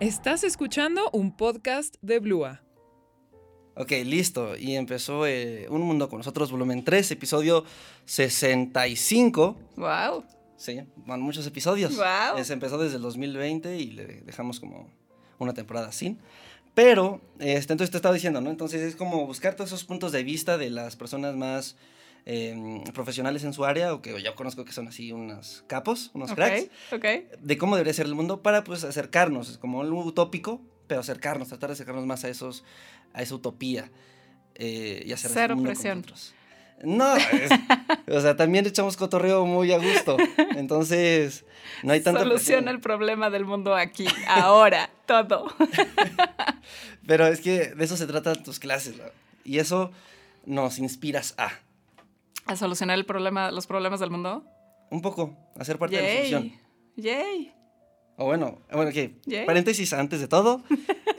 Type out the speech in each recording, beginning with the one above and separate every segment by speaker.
Speaker 1: Estás escuchando un podcast de Blua.
Speaker 2: Ok, listo. Y empezó eh, Un Mundo con nosotros, volumen 3, episodio 65.
Speaker 3: Wow.
Speaker 2: Sí, van muchos episodios.
Speaker 3: Guau.
Speaker 2: Eh, se empezó desde el 2020 y le dejamos como una temporada sin. Pero, este, entonces te estaba diciendo, ¿no? Entonces es como buscar todos esos puntos de vista de las personas más eh, profesionales en su área o que yo conozco que son así unos capos, unos
Speaker 3: Ok,
Speaker 2: cracks
Speaker 3: ok.
Speaker 2: de cómo debería ser el mundo para pues acercarnos, es como algo utópico, pero acercarnos, tratar de acercarnos más a esos, a esa utopía eh, y hacer
Speaker 3: Cero
Speaker 2: el mundo con
Speaker 3: presión.
Speaker 2: nosotros. No, es- o sea, también echamos cotorreo muy a gusto, entonces no hay tanta presión.
Speaker 3: Soluciona el problema del mundo aquí, ahora, todo.
Speaker 2: Pero es que de eso se tratan tus clases ¿no? y eso nos inspiras a
Speaker 3: A solucionar el problema, los problemas del mundo.
Speaker 2: un poco, a ser parte de la solución.
Speaker 3: Yay. Yay.
Speaker 2: O bueno, bueno, ok.
Speaker 3: Yay.
Speaker 2: Paréntesis antes de todo.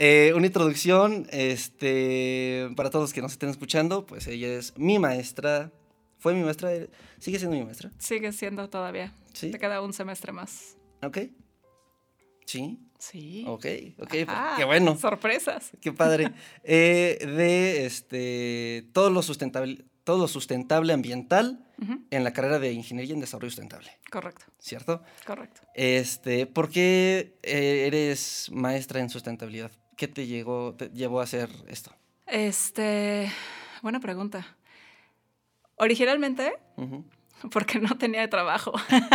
Speaker 2: Eh, una introducción este, para todos los que nos estén escuchando. Pues ella es mi maestra. Fue mi maestra. eh, Sigue siendo mi maestra.
Speaker 3: Sigue siendo todavía.
Speaker 2: Sí.
Speaker 3: Te queda un semestre más.
Speaker 2: Ok. Sí.
Speaker 3: Sí.
Speaker 2: Ok. Ok. pues,
Speaker 3: Ajá.
Speaker 2: qué bueno.
Speaker 3: Sorpresas.
Speaker 2: Qué padre. Eh, de este, todo, lo sustentable, todo lo sustentable ambiental
Speaker 3: Ujú,
Speaker 2: en la carrera de Ingeniería en Desarrollo Sustentable.
Speaker 3: Correcto,
Speaker 2: ¿Cierto?
Speaker 3: correcto.
Speaker 2: Este, ¿por qué eh, eres maestra en sustentabilidad? ¿Qué te llegó, te llevó a hacer esto?
Speaker 3: Este, buena pregunta. Originalmente,
Speaker 2: Ujú,
Speaker 3: porque no tenía trabajo.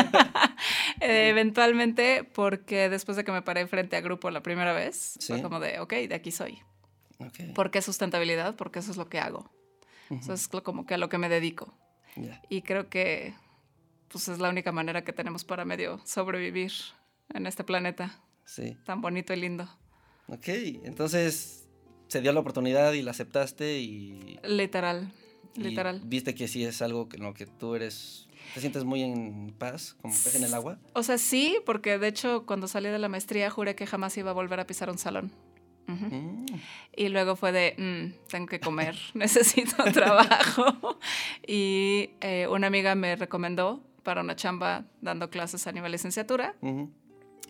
Speaker 3: Eh, eventualmente, porque después de que me paré frente a grupo la primera vez,
Speaker 2: Sí.
Speaker 3: fue como de, ok, de aquí soy.
Speaker 2: ok,
Speaker 3: ¿Por qué sustentabilidad? Porque eso es lo que hago.
Speaker 2: ujú,
Speaker 3: Eso es lo- como que a lo que me dedico.
Speaker 2: ya.
Speaker 3: Y creo que pues, es la única manera que tenemos para medio sobrevivir en este planeta
Speaker 2: Sí,
Speaker 3: tan bonito y lindo.
Speaker 2: ok. Entonces, se dio la oportunidad y la aceptaste y...
Speaker 3: Literal,
Speaker 2: y
Speaker 3: literal.
Speaker 2: viste que sí es algo que- en lo que tú eres... Te sientes muy en paz, como pez en el agua.
Speaker 3: O sea, sí, porque de hecho cuando salí de la maestría juré que jamás iba a volver a pisar un salón. Ujú.
Speaker 2: Mm,
Speaker 3: Y luego fue de, "Mm, tengo que comer, necesito trabajo. Y eh, una amiga me recomendó para una chamba dando clases a nivel licenciatura.
Speaker 2: Mm, ujú,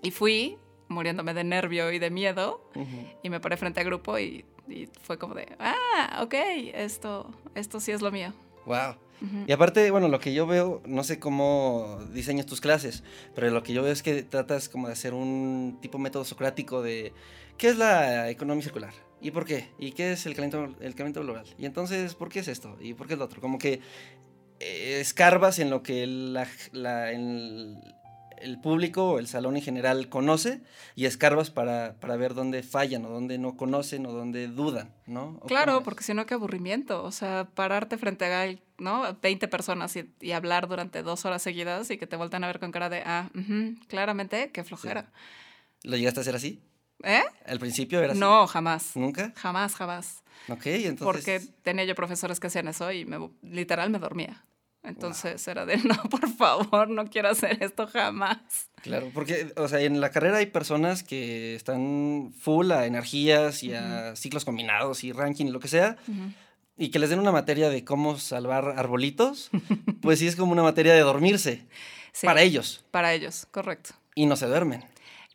Speaker 3: Y fui muriéndome de nervio y de miedo.
Speaker 2: ujú.
Speaker 3: Y me paré frente al grupo y, y fue como de, ah, ok, esto, esto sí es lo mío.
Speaker 2: Wow.
Speaker 3: Ujú.
Speaker 2: Y aparte, bueno, lo que yo veo, no sé cómo diseñas tus clases, pero lo que yo veo es que tratas como de hacer un tipo método socrático de qué es la economía circular y por qué, y qué es el calentamiento, el calentamiento global, y entonces por qué es esto y por qué es lo otro. Como que eh, escarbas en lo que la- la- el, el público o el salón en general conoce y escarbas para, para ver dónde fallan o dónde no conocen o dónde dudan, ¿no? ¿O cómo
Speaker 3: Claro,
Speaker 2: es?
Speaker 3: porque si no, qué aburrimiento. O sea, pararte frente a ¿no? 20 personas y, y hablar durante dos horas seguidas y que te voltean a ver con cara de, ah, ujú, claramente, qué flojera.
Speaker 2: ¿Lo llegaste a hacer así?
Speaker 3: ¿Eh?
Speaker 2: ¿Al principio era así?
Speaker 3: No, jamás.
Speaker 2: ¿Nunca?
Speaker 3: Jamás, jamás.
Speaker 2: Ok, entonces.
Speaker 3: Porque tenía yo profesores que hacían eso y me, literal me dormía. Entonces era de, no, por favor, no quiero hacer esto jamás.
Speaker 2: Claro, porque, o sea, en la carrera hay personas que están full a energías y a ciclos combinados y ranking y lo que sea, y que les den una materia de cómo salvar arbolitos, pues sí es como una materia de dormirse
Speaker 3: Sí,
Speaker 2: para ellos
Speaker 3: Para ellos, correcto.
Speaker 2: y no se duermen.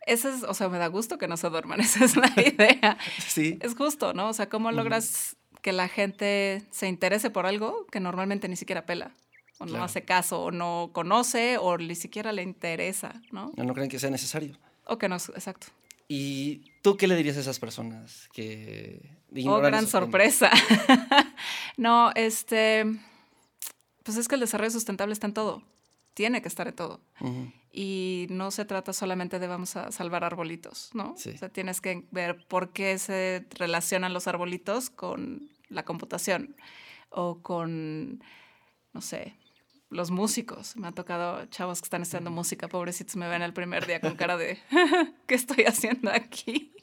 Speaker 3: Esa es, o sea, me da gusto que no se duerman, esa es la idea.
Speaker 2: Sí.
Speaker 3: Es justo, ¿no? O sea, ¿cómo
Speaker 2: Ujú.
Speaker 3: logras que la gente se interese por algo que normalmente ni siquiera pela? O no
Speaker 2: Claro.
Speaker 3: hace caso, o no conoce, o ni siquiera le interesa, ¿no?
Speaker 2: No creen que sea necesario.
Speaker 3: O que no, es- exacto.
Speaker 2: ¿Y tú qué le dirías a esas personas que
Speaker 3: Oh,
Speaker 2: ignoran
Speaker 3: gran
Speaker 2: esos temas?
Speaker 3: sorpresa. no, este. Pues es que el desarrollo sustentable está en todo. Tiene que estar en todo.
Speaker 2: Ujú,
Speaker 3: Y no se trata solamente de vamos a salvar arbolitos, ¿no?
Speaker 2: Sí.
Speaker 3: O sea, tienes que ver por qué se relacionan los arbolitos con la computación o con, no sé, los músicos. Me ha tocado chavos que están estudiando música, pobrecitos, me ven el primer día con cara de, ¿qué estoy haciendo aquí?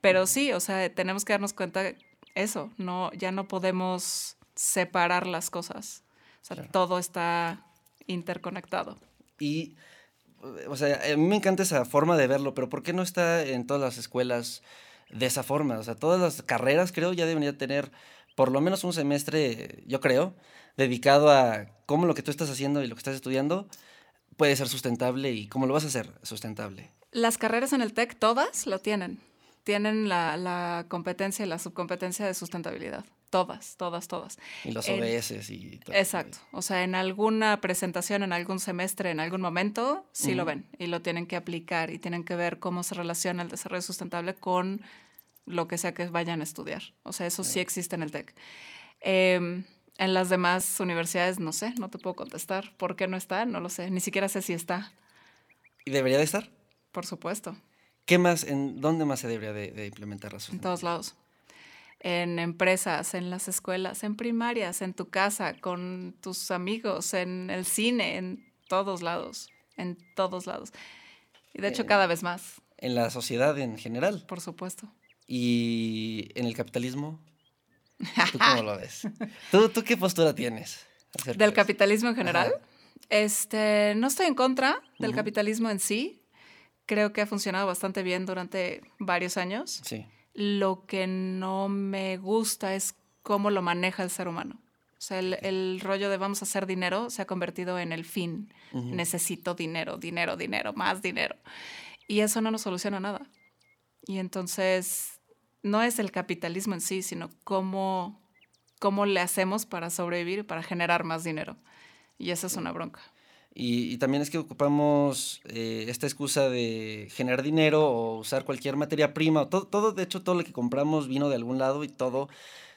Speaker 3: Pero sí, o sea, tenemos que darnos cuenta eso, no, ya no podemos separar las cosas. O sea,
Speaker 2: Claro.
Speaker 3: todo está interconectado.
Speaker 2: Y, eh, o sea, a mí me encanta esa forma de verlo, pero ¿por qué no está en todas las escuelas de esa forma? O sea, todas las carreras creo ya deberían tener por lo menos un semestre, yo creo, dedicado a cómo lo que tú estás haciendo y lo que estás estudiando puede ser sustentable y cómo lo vas a hacer sustentable.
Speaker 3: Las carreras en el TEC, todas lo tienen. Tienen la, la competencia y la subcompetencia de sustentabilidad. Todas, todas, todas.
Speaker 2: Y los
Speaker 3: El-
Speaker 2: ODS y todo.
Speaker 3: Exacto. O sea, en alguna presentación, en algún semestre, en algún momento, sí lo
Speaker 2: Ujú.
Speaker 3: ven y lo tienen que aplicar y tienen que ver cómo se relaciona el desarrollo sustentable con lo que sea que vayan a estudiar. O sea, eso sí existe en el TEC. Em, en las demás universidades, no sé, no te puedo contestar. ¿Por qué no está? No lo sé. Ni siquiera sé si está,
Speaker 2: ¿Y debería de estar?
Speaker 3: por supuesto.
Speaker 2: ¿Qué más, en dónde más se debería de, de implementar la
Speaker 3: En
Speaker 2: sustentabilidad?
Speaker 3: todos lados. En empresas, en las escuelas, en primarias, en tu casa, con tus amigos, en el cine, en todos lados. En todos lados. Y de hecho,
Speaker 2: Eh.
Speaker 3: cada vez más,
Speaker 2: En la sociedad en general
Speaker 3: por supuesto.
Speaker 2: y en el capitalismo. ¿Tú cómo lo ves? ¿Tú, tú qué postura tienes? acerca
Speaker 3: Del
Speaker 2: de eso?
Speaker 3: capitalismo en general.
Speaker 2: Ajá.
Speaker 3: Este, no estoy en contra del
Speaker 2: Ujú.
Speaker 3: capitalismo en sí. Creo que ha funcionado bastante bien durante varios años.
Speaker 2: Sí.
Speaker 3: Lo que no me gusta es cómo lo maneja el ser humano. O sea, el, el rollo de vamos a hacer dinero se ha convertido en el fin.
Speaker 2: Ujú.
Speaker 3: Necesito dinero, dinero, dinero, más dinero. Y eso no nos soluciona nada. Y entonces, no es el capitalismo en sí, sino cómo, cómo le hacemos para sobrevivir, y para generar más dinero. Y esa es una bronca.
Speaker 2: Y, y también es que ocupamos eh, esta excusa de generar dinero o usar cualquier materia prima. o Todo, todo, de hecho, todo lo que compramos vino de algún lado y todo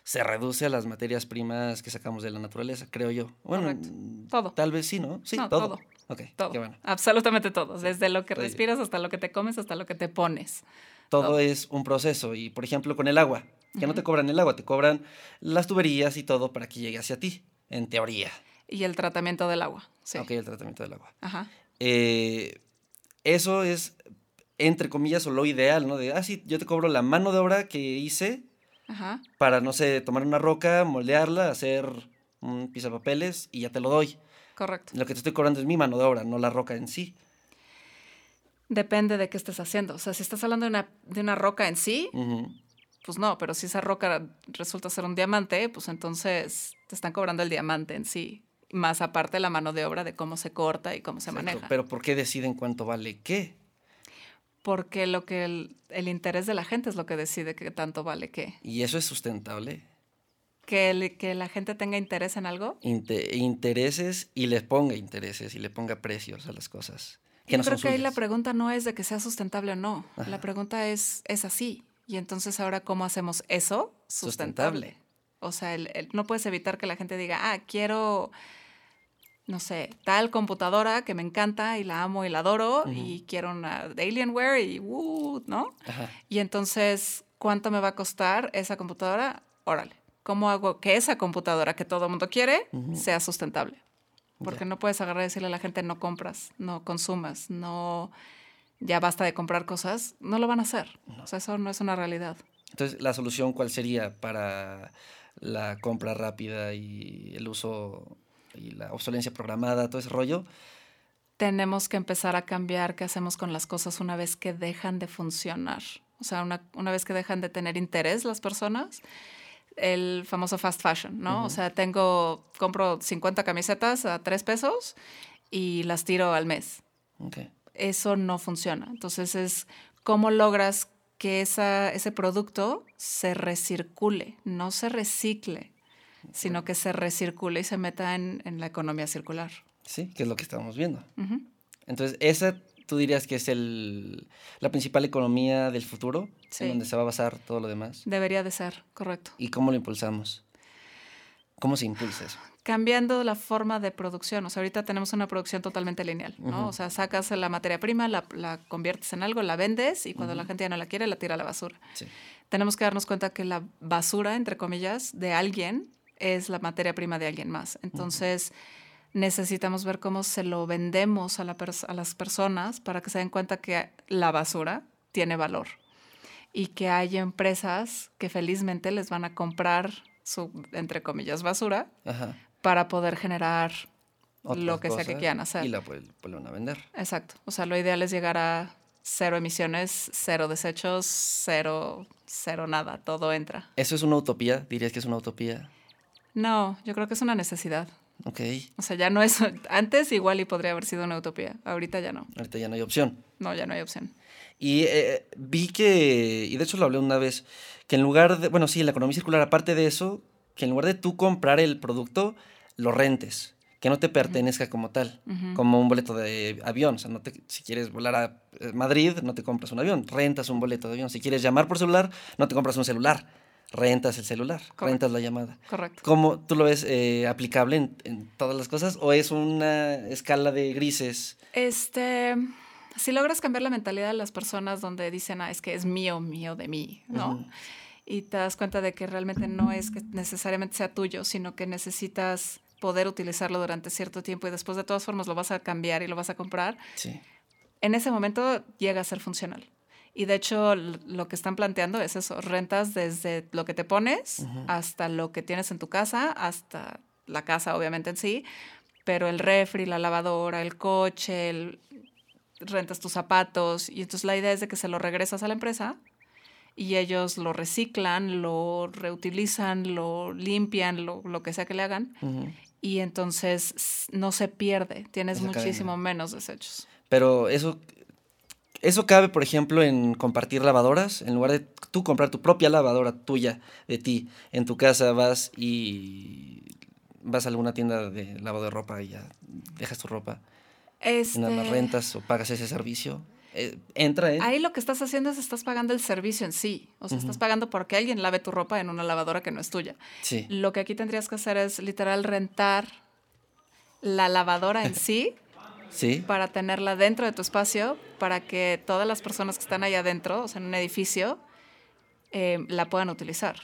Speaker 2: se reduce a las materias primas que sacamos de la naturaleza, creo yo. Bueno,
Speaker 3: Correcto.
Speaker 2: mm,
Speaker 3: Todo.
Speaker 2: Tal vez sí, ¿no? Sí,
Speaker 3: No,
Speaker 2: todo.
Speaker 3: todo.
Speaker 2: Ok,
Speaker 3: Todo.
Speaker 2: qué bueno.
Speaker 3: Absolutamente todo. Desde lo que
Speaker 2: Oye.
Speaker 3: respiras hasta lo que te comes, hasta lo que te pones.
Speaker 2: Todo,
Speaker 3: Todo.
Speaker 2: es un proceso. Y, por ejemplo, con el agua, que no te cobran el agua, te cobran las tuberías y todo para que llegue hacia ti, en teoría.
Speaker 3: Y el tratamiento del agua. Sí.
Speaker 2: Ok, el tratamiento del agua.
Speaker 3: Ajá.
Speaker 2: eh, eso es, entre comillas, o lo ideal, ¿no? De, ah, sí, yo te cobro la mano de obra que hice
Speaker 3: Ajá.
Speaker 2: para, no sé, tomar una roca, moldearla, hacer un pisapapeles y ya te lo doy.
Speaker 3: Correcto.
Speaker 2: Lo que te estoy cobrando es mi mano de obra, no la roca en sí.
Speaker 3: Depende de qué estés haciendo. O sea, si estás hablando de una, de una roca en sí,
Speaker 2: Ujú.
Speaker 3: pues no, pero si esa roca resulta ser un diamante, pues entonces te están cobrando el diamante en sí. Más aparte la mano de obra de cómo se corta y cómo se
Speaker 2: Exacto,
Speaker 3: maneja.
Speaker 2: Pero ¿por qué deciden cuánto vale qué?
Speaker 3: Porque lo que el, el interés de la gente es lo que decide qué tanto vale qué.
Speaker 2: Y eso es sustentable.
Speaker 3: Que, el- que la gente tenga interés en algo.
Speaker 2: Inte- intereses y les ponga intereses y le ponga precios a las cosas. Que
Speaker 3: Yo
Speaker 2: no
Speaker 3: creo
Speaker 2: son
Speaker 3: que ahí la
Speaker 2: suyas.
Speaker 3: pregunta no es de que sea sustentable o no.
Speaker 2: Ajá.
Speaker 3: La pregunta es, es así. Y entonces ahora, ¿cómo hacemos eso sustentable?
Speaker 2: Sustentable.
Speaker 3: O sea, el- el- no puedes evitar que la gente diga, ah, quiero, no sé, tal computadora que me encanta y la amo y la adoro y quiero una de Alienware y, uh, ¿no?
Speaker 2: Ajá.
Speaker 3: Y entonces, ¿cuánto me va a costar esa computadora? Órale, ¿cómo hago que esa computadora que todo el mundo quiere
Speaker 2: Ujú.
Speaker 3: sea sustentable? Porque
Speaker 2: Ya.
Speaker 3: no puedes agarrar y decirle a la gente no compras, no consumas, no ya basta de comprar cosas, no lo van a hacer. O sea, eso no es una realidad.
Speaker 2: Entonces, ¿la solución cuál sería para la compra rápida y el uso y la obsolencia programada, todo ese rollo?
Speaker 3: Tenemos que empezar a cambiar qué hacemos con las cosas una vez que dejan de funcionar. O sea, una, una vez que dejan de tener interés las personas, el famoso fast fashion, ¿no? O sea, tengo, compro 50 camisetas a 3 pesos y las tiro al mes.
Speaker 2: Ok.
Speaker 3: eso no funciona. Entonces es cómo logras que esa, ese producto se recircule, no se recicle, sino que se recircule y se meta en, en la economía circular.
Speaker 2: Sí, que es lo que estamos viendo.
Speaker 3: Ujú.
Speaker 2: Entonces, esa tú dirías que es el, la principal economía del futuro,
Speaker 3: Sí.
Speaker 2: en donde se va a basar todo lo demás.
Speaker 3: Debería de ser, correcto.
Speaker 2: ¿Y cómo lo impulsamos? ¿Cómo se impulsa eso?
Speaker 3: Cambiando la forma de producción. O sea, ahorita tenemos una producción totalmente lineal, ¿no?
Speaker 2: Ujú.
Speaker 3: O sea, sacas la materia prima, la, la conviertes en algo, la vendes y cuando la gente ya no la quiere, la tira a la basura.
Speaker 2: Sí.
Speaker 3: tenemos que darnos cuenta que la basura, entre comillas, de alguien es la materia prima de alguien más. Entonces, necesitamos ver cómo se lo vendemos a, la pers- a las personas para que se den cuenta que la basura tiene valor y que hay empresas que felizmente les van a comprar su, entre comillas, basura
Speaker 2: Ajá.
Speaker 3: para poder generar
Speaker 2: Otras
Speaker 3: lo que sea que
Speaker 2: cosas,
Speaker 3: quieran hacer.
Speaker 2: Y la vuel- vuelven a vender.
Speaker 3: Exacto. O sea, lo ideal es llegar a cero emisiones, cero desechos, cero, cero nada, todo entra.
Speaker 2: ¿Eso es una utopía? ¿Dirías que es una utopía?
Speaker 3: No, yo creo que es una necesidad.
Speaker 2: Ok.
Speaker 3: O sea, ya no es. Antes igual y podría haber sido una utopía. Ahorita ya no.
Speaker 2: Ahorita ya no hay opción.
Speaker 3: No, ya no hay opción.
Speaker 2: Y eh, vi que, y de hecho lo hablé una vez, que en lugar de, bueno, sí, la economía circular, aparte de eso, que en lugar de tú comprar el producto, lo rentes, que no te pertenezca como tal,
Speaker 3: Ujú.
Speaker 2: como un boleto de avión. O sea, no te- si quieres volar a eh, Madrid, no te compras un avión, rentas un boleto de avión. Si quieres llamar por celular, no te compras un celular, rentas el celular,
Speaker 3: Correcto.
Speaker 2: rentas la llamada.
Speaker 3: Correcto.
Speaker 2: ¿Cómo tú lo ves eh, aplicable en, en todas las cosas o es una escala de grises?
Speaker 3: Este, si logras cambiar la mentalidad de las personas donde dicen, ah, es que es mío, mío de mí, ¿no?
Speaker 2: Ujú.
Speaker 3: Y te das cuenta de que realmente no es que necesariamente sea tuyo, sino que necesitas poder utilizarlo durante cierto tiempo y después de todas formas lo vas a cambiar y lo vas a comprar,
Speaker 2: Sí.
Speaker 3: en ese momento llega a ser funcional. Y de hecho l- lo que están planteando es eso, rentas desde lo que te pones
Speaker 2: Ujú.
Speaker 3: hasta lo que tienes en tu casa, hasta la casa obviamente en sí, pero el refri, la lavadora, el coche, el- rentas tus zapatos y entonces la idea es de que se lo regresas a la empresa y ellos lo reciclan, lo reutilizan, lo limpian, lo, lo que sea que le hagan
Speaker 2: Ujú.
Speaker 3: y entonces s- no se pierde, tienes
Speaker 2: Esa cadena.
Speaker 3: muchísimo menos desechos.
Speaker 2: Pero eso, eso cabe, por ejemplo, en compartir lavadoras. En lugar de tú comprar tu propia lavadora tuya, de ti, en tu casa vas y vas a alguna tienda de lavado de ropa y ya dejas tu ropa.
Speaker 3: Este,
Speaker 2: Nada más rentas o pagas ese servicio. Eh, entra, ¿eh?
Speaker 3: Ahí lo que estás haciendo es estás pagando el servicio en sí. O sea, estás
Speaker 2: Ujú.
Speaker 3: pagando porque alguien lave tu ropa en una lavadora que no es tuya.
Speaker 2: Sí.
Speaker 3: Lo que aquí tendrías que hacer es literal rentar la lavadora en sí
Speaker 2: Sí.
Speaker 3: para tenerla dentro de tu espacio, para que todas las personas que están ahí adentro, o sea, en un edificio, eh, la puedan utilizar.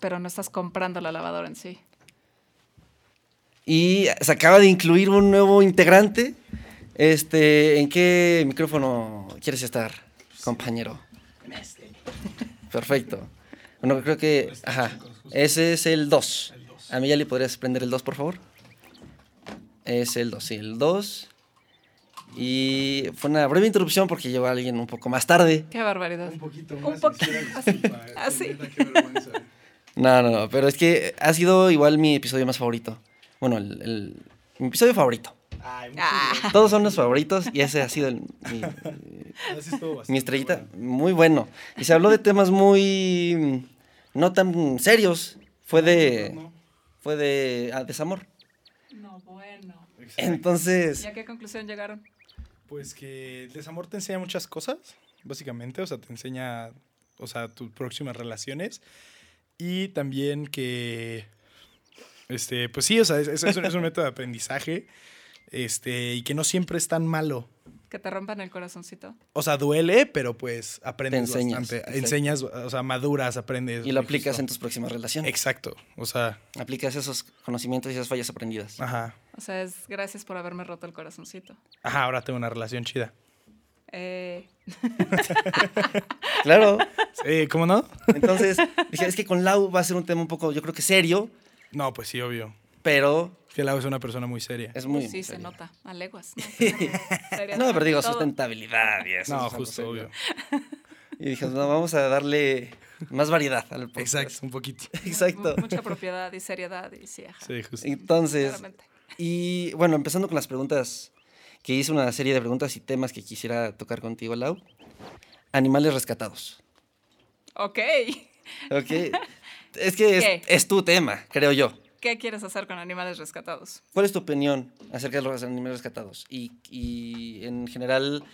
Speaker 3: Pero no estás comprando la lavadora en sí.
Speaker 2: Y se acaba de incluir un nuevo integrante. Este, ¿en qué micrófono quieres estar, compañero? Perfecto. Bueno, creo que, ajá, ese es el 2. A mí ya le podrías prender el 2, por favor. Es el 2, sí, el 2. Y fue una breve interrupción porque llegó alguien un poco más tarde.
Speaker 3: Qué barbaridad.
Speaker 4: Un poquito
Speaker 3: Un
Speaker 4: más.
Speaker 3: poquito,
Speaker 4: sincera,
Speaker 3: así,
Speaker 4: disculpa, eh,
Speaker 3: así.
Speaker 4: neta, qué vergüenza.
Speaker 2: No, no, no, pero es que ha sido igual mi episodio más favorito. Bueno, el- el- mi episodio favorito.
Speaker 4: Ay, muchas
Speaker 3: Ah,
Speaker 2: Todos son los favoritos y ese ha sido el- mi,
Speaker 4: gracias. Así estuvo bastante
Speaker 2: mi estrellita.
Speaker 4: bueno.
Speaker 2: Muy bueno. Y se habló de temas muy mm, no tan serios. Fue de
Speaker 4: No,
Speaker 2: fue de ah, desamor.
Speaker 3: no, bueno.
Speaker 4: exacto.
Speaker 2: Entonces,
Speaker 3: ¿Y a qué conclusión llegaron?
Speaker 4: Pues que el desamor te enseña muchas cosas, básicamente. O sea, te enseña, o sea, tus próximas relaciones. Y también que, este, pues sí, o sea, es, es- es un, es un método de aprendizaje. Este, y que no siempre es tan malo.
Speaker 3: Que te rompan el corazoncito.
Speaker 4: O sea, duele, pero pues aprendes
Speaker 2: Te enseñas,
Speaker 4: bastante.
Speaker 2: exacto.
Speaker 4: Enseñas, o sea, maduras, aprendes.
Speaker 2: y lo
Speaker 4: muy
Speaker 2: aplicas
Speaker 4: justo.
Speaker 2: en tus próximas relaciones.
Speaker 4: Exacto. O sea,
Speaker 2: Aplicas esos conocimientos y esas fallas aprendidas.
Speaker 4: ajá.
Speaker 3: O sea, es gracias por haberme roto el corazoncito.
Speaker 4: Ajá, ahora tengo una relación chida.
Speaker 3: Eh,
Speaker 2: Claro.
Speaker 4: Eh, ¿Cómo no?
Speaker 2: Entonces, dije, es que con Lau va a ser un tema un poco, yo creo que serio,
Speaker 4: No, pues sí, obvio.
Speaker 2: pero
Speaker 4: Que Lau es una persona muy seria.
Speaker 2: es muy
Speaker 3: pues sí, se
Speaker 2: serio.
Speaker 3: nota. A leguas. No, Pues Sería
Speaker 2: No, pero digo,
Speaker 3: todo.
Speaker 2: sustentabilidad y eso.
Speaker 4: No,
Speaker 2: es algo
Speaker 4: justo,
Speaker 2: serio.
Speaker 4: obvio.
Speaker 2: Y dije, no, vamos a darle más variedad al podcast.
Speaker 4: Exacto, un poquito.
Speaker 2: Exacto.
Speaker 3: Mu- Mucha propiedad y seriedad y sí, ajá,
Speaker 4: Sí, justo.
Speaker 2: Entonces,
Speaker 3: claramente.
Speaker 2: y bueno, empezando con las preguntas, que hice una serie de preguntas y temas que quisiera tocar contigo, Lau. Animales rescatados.
Speaker 3: Ok.
Speaker 2: ¿Ok? es que es,
Speaker 3: ¿Qué?
Speaker 2: es tu tema, creo yo.
Speaker 3: ¿Qué quieres hacer con animales rescatados?
Speaker 2: ¿Cuál es tu opinión acerca de los animales rescatados? Y, y en general,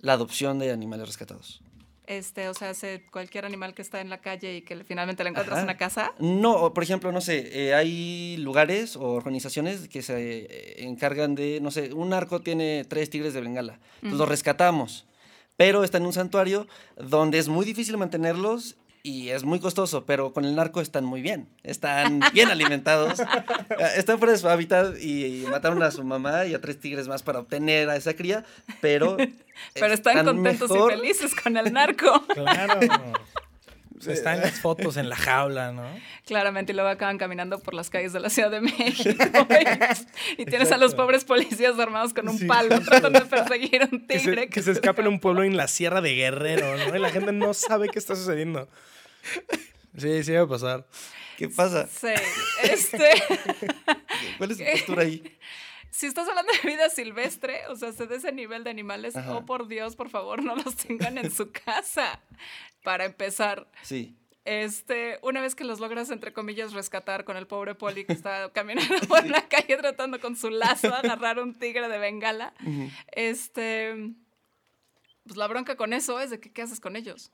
Speaker 2: la adopción de animales rescatados.
Speaker 3: Este, o sea, hace cualquier animal que está en la calle y que le- finalmente le encuentras
Speaker 2: Ajá.
Speaker 3: en una casa.
Speaker 2: No, o por ejemplo, no sé, eh, hay lugares o organizaciones que se eh, encargan de, no sé, un arco tiene tres tigres de Bengala, entonces los rescatamos, pero está en un santuario donde es muy difícil mantenerlos y es muy costoso, pero con el narco están muy bien, están bien alimentados, eh, están fuera de su hábitat y, y mataron a su mamá y a tres tigres más para obtener a esa cría, pero...
Speaker 3: Pero están, contentos
Speaker 2: Eh, mejor.
Speaker 3: y felices con el narco.
Speaker 4: Claro. O sea, Está en las fotos, en la jaula, ¿no?
Speaker 3: Claramente, y luego acaban caminando por las calles de la Ciudad de México. y, y tienes a los pobres policías armados con un
Speaker 4: Sí,
Speaker 3: palo tratando de perseguir a un
Speaker 4: Que
Speaker 3: tigre.
Speaker 4: se, que se escape en un pueblo en la Sierra de Guerrero, ¿no? Y la gente no sabe qué está sucediendo. Sí, sí va a pasar.
Speaker 2: ¿Qué pasa?
Speaker 3: Sí, este.
Speaker 2: ¿Cuál es tu postura ahí?
Speaker 3: Si estás hablando de vida silvestre, o sea, se de ese nivel de animales,
Speaker 2: Ajá.
Speaker 3: oh por Dios, por favor, no los tengan en su casa. Para empezar,
Speaker 2: Sí.
Speaker 3: este, una vez que los logras, entre comillas, rescatar con el pobre Poli que está caminando por la calle tratando con su lazo de agarrar un tigre de bengala,
Speaker 2: Ujú.
Speaker 3: este, pues la bronca con eso es de que, ¿qué haces con ellos?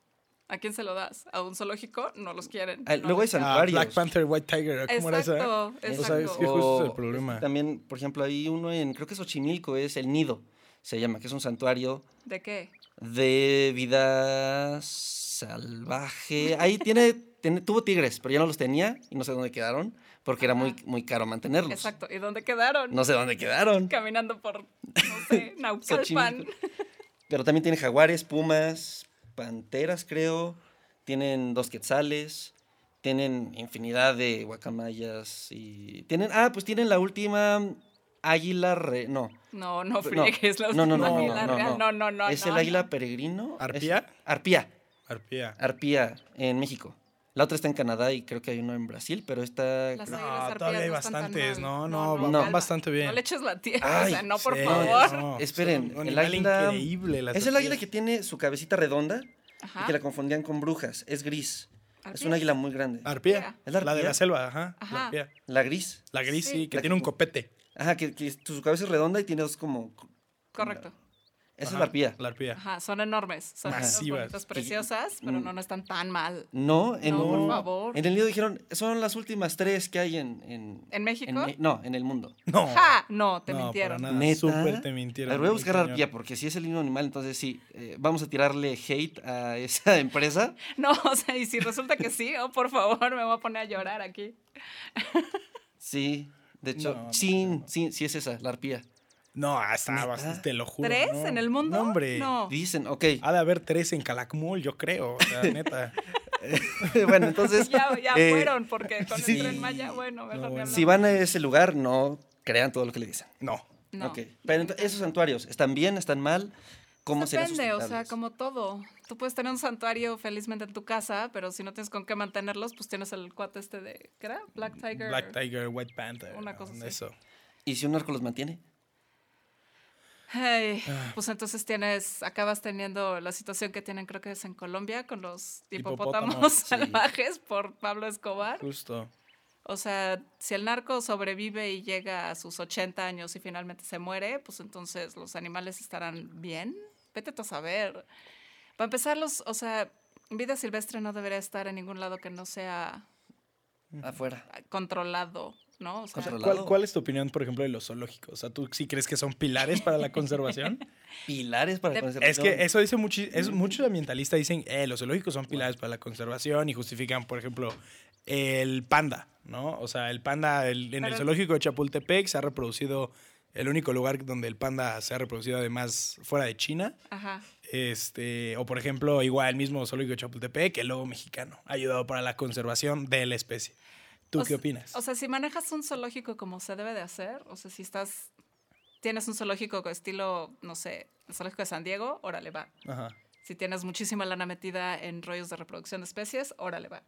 Speaker 3: ¿A quién se lo das? ¿A un zoológico? No los quieren.
Speaker 2: Ah,
Speaker 3: no
Speaker 2: luego hay
Speaker 3: los-
Speaker 4: Ah,
Speaker 2: santuarios.
Speaker 4: Black Panther, White Tiger, ¿cómo era esa?
Speaker 3: Exacto,
Speaker 4: O sea, es
Speaker 3: exacto.
Speaker 4: que justo es el problema.
Speaker 2: También, por ejemplo, hay uno en, creo que es Ochimilco, es El Nido, se llama, que es un santuario
Speaker 3: ¿De qué?
Speaker 2: de vida salvaje. Ahí tiene, tiene- tuvo tigres, pero ya no los tenía y no sé dónde quedaron, porque era muy,
Speaker 3: Ajá.
Speaker 2: muy caro mantenerlos.
Speaker 3: Exacto. ¿Y dónde quedaron?
Speaker 2: No sé dónde quedaron.
Speaker 3: Caminando por, no sé, Naucalpan.
Speaker 2: Xochimilco. Pero también tiene jaguares, pumas, panteras, creo. Tienen dos quetzales. Tienen infinidad de guacamayas. Y tienen. Ah, pues tienen la última águila. re- no.
Speaker 3: No, no
Speaker 2: Pero no,
Speaker 3: friegues la
Speaker 2: no, no, no,
Speaker 3: última
Speaker 2: no,
Speaker 3: águila
Speaker 2: no,
Speaker 3: real.
Speaker 2: no.
Speaker 3: No, no, no.
Speaker 2: es
Speaker 3: no,
Speaker 2: el
Speaker 3: no.
Speaker 2: águila peregrino. es-
Speaker 4: ¿Arpía?
Speaker 2: arpía.
Speaker 4: Arpía.
Speaker 2: Arpía en México. La otra está en Canadá y creo que hay uno en Brasil, pero esta.
Speaker 3: Las
Speaker 2: creo-
Speaker 3: águilas
Speaker 4: No,
Speaker 3: arpías
Speaker 4: todavía hay
Speaker 3: no están tan
Speaker 4: bastantes,
Speaker 3: mal.
Speaker 4: no, no, van
Speaker 3: calma.
Speaker 4: bastante bien.
Speaker 3: No le eches la tierra, o
Speaker 2: Ay,
Speaker 3: sea, no, por
Speaker 4: Sí,
Speaker 3: favor.
Speaker 4: no,
Speaker 2: Esperen,
Speaker 4: son un
Speaker 2: el
Speaker 4: animal
Speaker 2: águila-
Speaker 4: increíble. las
Speaker 2: Es el águila que
Speaker 4: arpías.
Speaker 2: tiene su cabecita redonda y
Speaker 3: Ajá.
Speaker 2: que la confundían con brujas. Es gris. Es un
Speaker 3: Arpías.
Speaker 2: águila muy grande.
Speaker 4: Arpía.
Speaker 2: ¿Es la
Speaker 4: La de
Speaker 2: arpía?
Speaker 4: la selva, ajá. La
Speaker 3: Ajá.
Speaker 4: arpía.
Speaker 2: La gris.
Speaker 4: La gris,
Speaker 3: Sí.
Speaker 4: sí, que
Speaker 2: La
Speaker 4: tiene
Speaker 2: que-
Speaker 4: un copete.
Speaker 2: Ajá, que, que su cabeza es redonda y tiene dos como.
Speaker 3: Correcto.
Speaker 2: Esa
Speaker 4: Ajá,
Speaker 2: es la arpía.
Speaker 4: La arpía.
Speaker 3: Ajá, son enormes. Son
Speaker 4: Masivas.
Speaker 3: masivas. preciosas,
Speaker 2: Mm.
Speaker 3: pero no, no están tan mal.
Speaker 2: No, en
Speaker 3: No,
Speaker 2: un-
Speaker 3: por favor. ¿Eh,
Speaker 2: En el nido dijeron, son las últimas tres que hay en. ¿En,
Speaker 3: ¿En México?
Speaker 2: Me- no, en el mundo.
Speaker 4: No.
Speaker 3: ¡Ja! No, te
Speaker 4: No, para
Speaker 3: mintieron.
Speaker 4: nada. Ah, súper te mintieron,
Speaker 2: A ver, voy a
Speaker 4: muy
Speaker 2: buscar
Speaker 4: cañón.
Speaker 2: arpía, porque si es el mismo animal, entonces sí, eh, vamos a tirarle hate a esa empresa.
Speaker 3: No, o sea, y si resulta que sí, oh, por favor, me voy a poner a llorar aquí.
Speaker 2: Sí, de hecho,
Speaker 4: No, no,
Speaker 2: sí, sí, sí es esa, la arpía.
Speaker 4: No, ah, está
Speaker 2: ¿Neta?
Speaker 4: bastante, te lo juro.
Speaker 3: ¿Tres
Speaker 4: no.
Speaker 3: en el mundo?
Speaker 4: No, hombre.
Speaker 3: No.
Speaker 2: Dicen, ok.
Speaker 4: Ha de haber tres en Calakmul, yo creo. O sea, neta.
Speaker 2: bueno, entonces.
Speaker 3: Ya, ya
Speaker 2: eh,
Speaker 3: fueron, porque con
Speaker 2: sí.
Speaker 3: el tren Maya, bueno, mejor
Speaker 4: No,
Speaker 3: ni
Speaker 4: bueno.
Speaker 3: hablamos.
Speaker 2: Si van a ese lugar, no crean todo lo que le dicen.
Speaker 4: No.
Speaker 3: No.
Speaker 2: Ok. Pero ento- esos santuarios, ¿están bien? ¿Están mal? ¿Cómo serán
Speaker 3: Depende, o sea,
Speaker 2: sustentables?
Speaker 3: como todo. Tú puedes tener un santuario felizmente en tu casa, pero si no tienes con qué mantenerlos, pues tienes el cuate este de, ¿qué era? Black Tiger.
Speaker 4: Mm, Black Tiger, White Panther.
Speaker 3: Una cosa así.
Speaker 4: Eso.
Speaker 2: ¿Y si un narco los mantiene?
Speaker 3: Ay,
Speaker 4: Ah.
Speaker 3: pues entonces tienes, acabas teniendo la situación que tienen, creo que es en Colombia, con los hipopótamos,
Speaker 4: Hipopótamos, sí.
Speaker 3: salvajes por Pablo Escobar.
Speaker 4: Justo.
Speaker 3: O sea, si el narco sobrevive y llega a sus 80 años y finalmente se muere, pues entonces los animales estarán bien. Vete tú a saber. Para empezar, los, o sea, vida silvestre no debería estar en ningún lado que no sea
Speaker 2: Afuera.
Speaker 3: controlado, ¿no? O sea,
Speaker 2: Controlado.
Speaker 4: ¿Cuál, cuál es tu opinión, por ejemplo, de los zoológicos? O sea, ¿tú sí crees que son pilares para la conservación?
Speaker 2: pilares para
Speaker 3: De-
Speaker 2: la conservación.
Speaker 4: es que eso dice mucho, es, muchos ambientalistas dicen, eh, los zoológicos son pilares para la conservación y justifican, por ejemplo, el panda, ¿no? O sea, el panda el- en el
Speaker 3: Pero-
Speaker 4: zoológico de Chapultepec se ha reproducido, el único lugar donde el panda se ha reproducido además fuera de China.
Speaker 3: Ajá.
Speaker 4: Este, o por ejemplo, igual el mismo zoológico de Chapultepec, el lobo mexicano, ha ayudado para la conservación de la especie. ¿Tú
Speaker 3: O
Speaker 4: qué
Speaker 3: sea-
Speaker 4: opinas?
Speaker 3: O sea, si manejas un zoológico como se debe de hacer, o sea, si estás, tienes un zoológico con estilo, no sé, el zoológico de San Diego, órale, va.
Speaker 4: Ajá.
Speaker 3: Si tienes muchísima lana metida en rollos de reproducción de especies, órale, va.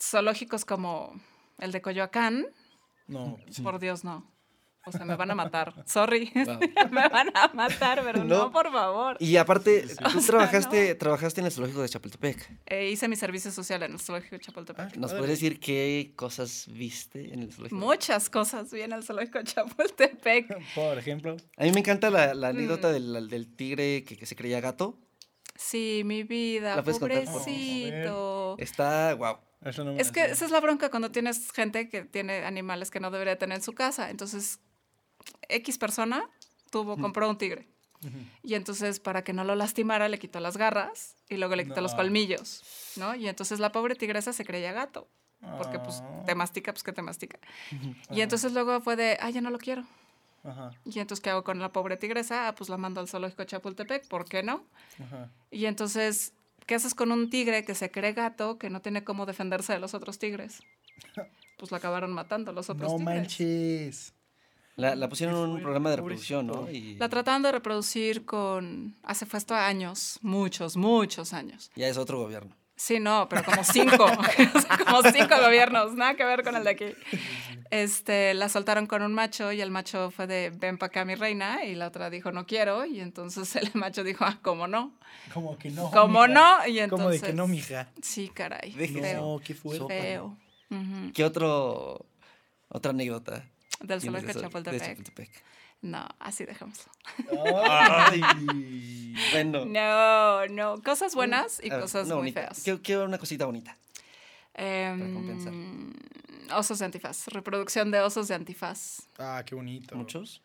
Speaker 3: Zoológicos como el de Coyoacán,
Speaker 4: No,
Speaker 3: por Dios, no. O sea, me van a matar. Sorry.
Speaker 2: Wow.
Speaker 3: me van a matar, pero no,
Speaker 2: No.
Speaker 3: por favor.
Speaker 2: Y aparte, tú
Speaker 3: O sea,
Speaker 2: trabajaste, trabajaste en el zoológico de Chapultepec.
Speaker 3: Eh, hice mi servicio social en el zoológico de
Speaker 2: ¿Nos
Speaker 3: Chapultepec.
Speaker 4: Ah, Padre.
Speaker 2: puedes decir qué cosas viste en el zoológico?
Speaker 3: Muchas cosas vi en el zoológico de Chapultepec.
Speaker 4: por ejemplo.
Speaker 2: A mí me encanta la, la
Speaker 3: Mm.
Speaker 2: anécdota del, del tigre que, que se creía gato.
Speaker 3: Sí, mi vida,
Speaker 2: ¿La puedes contar, por favor?
Speaker 3: pobrecito.
Speaker 2: Está guau.
Speaker 4: Eso no me
Speaker 3: Es que
Speaker 4: hace-
Speaker 3: esa es la bronca cuando tienes gente que tiene animales que no debería tener en su casa. Entonces, X persona tuvo, compró un tigre. Y entonces, para que no lo lastimara, le quitó las garras y luego le quitó los
Speaker 4: No.
Speaker 3: colmillos, ¿no? Y entonces la pobre tigresa se creía gato, porque pues
Speaker 4: Ah.
Speaker 3: te mastica, pues que te mastica. Y entonces luego fue de, ay, ya no lo quiero.
Speaker 4: Ajá,
Speaker 3: Y entonces, ¿qué hago con la pobre tigresa? Ah, pues la mando al zoológico de Chapultepec, ¿por qué no?
Speaker 4: ajá.
Speaker 3: Y entonces, ¿qué haces con un tigre que se cree gato, que no tiene cómo defenderse de los otros tigres? Pues lo acabaron matando los otros
Speaker 4: No
Speaker 3: tigres.
Speaker 4: manches.
Speaker 2: La, la pusieron en un
Speaker 4: Fue-
Speaker 2: programa de
Speaker 4: pobrecito.
Speaker 2: reproducción, ¿no? Y
Speaker 3: La trataron de reproducir con... Hace fue esto años, muchos, muchos años.
Speaker 2: ya es otro gobierno.
Speaker 3: Sí, no, pero como cinco, o sea, como cinco gobiernos, nada que ver con el de aquí. Este, la soltaron con un macho y el macho fue de ven para acá mi reina y la otra dijo no quiero y entonces el macho dijo ah, ¿cómo no?
Speaker 4: Como que no.
Speaker 3: ¿Cómo
Speaker 4: mija.
Speaker 3: no? Y entonces...
Speaker 4: Como Oh, de que no, mija.
Speaker 3: Sí, caray.
Speaker 2: Deje
Speaker 3: Feo.
Speaker 4: No, qué fuerte.
Speaker 3: feo. Ujú.
Speaker 2: ¿Qué otro, otra anécdota?
Speaker 3: Del
Speaker 2: tienes
Speaker 3: zoológico de
Speaker 2: eso-
Speaker 3: Chapultepec.
Speaker 2: Chapultepec?
Speaker 3: No, así dejémoslo.
Speaker 4: Ay.
Speaker 2: Bueno.
Speaker 3: No, no. Cosas buenas y
Speaker 2: A ver,
Speaker 3: cosas
Speaker 2: Ah, una
Speaker 3: muy
Speaker 2: bonita.
Speaker 3: feas.
Speaker 2: Quiero, quiero una cosita bonita.
Speaker 3: Em,
Speaker 2: compensar.
Speaker 3: osos de antifaz. Reproducción de osos de antifaz.
Speaker 4: Ah, qué bonito.
Speaker 2: ¿Muchos?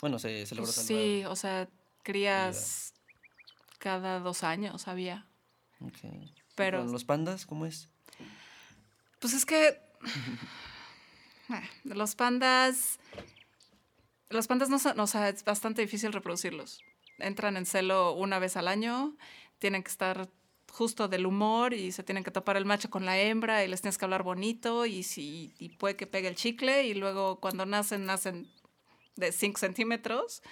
Speaker 2: Bueno, se celebró
Speaker 3: Pues
Speaker 2: San
Speaker 3: sí, o sea, crías cada dos años había.
Speaker 2: Juan. Ok.
Speaker 3: Pero-
Speaker 2: ¿Con los pandas cómo es?
Speaker 3: Pues es que ah, los pandas, los pandas no, son- o sea, es bastante difícil reproducirlos. Entran en celo una vez al año, tienen que estar justo del humor y se tienen que tapar el macho con la hembra y les tienes que hablar bonito y si y puede que pegue el chicle y luego cuando nacen nacen de 5 centímetros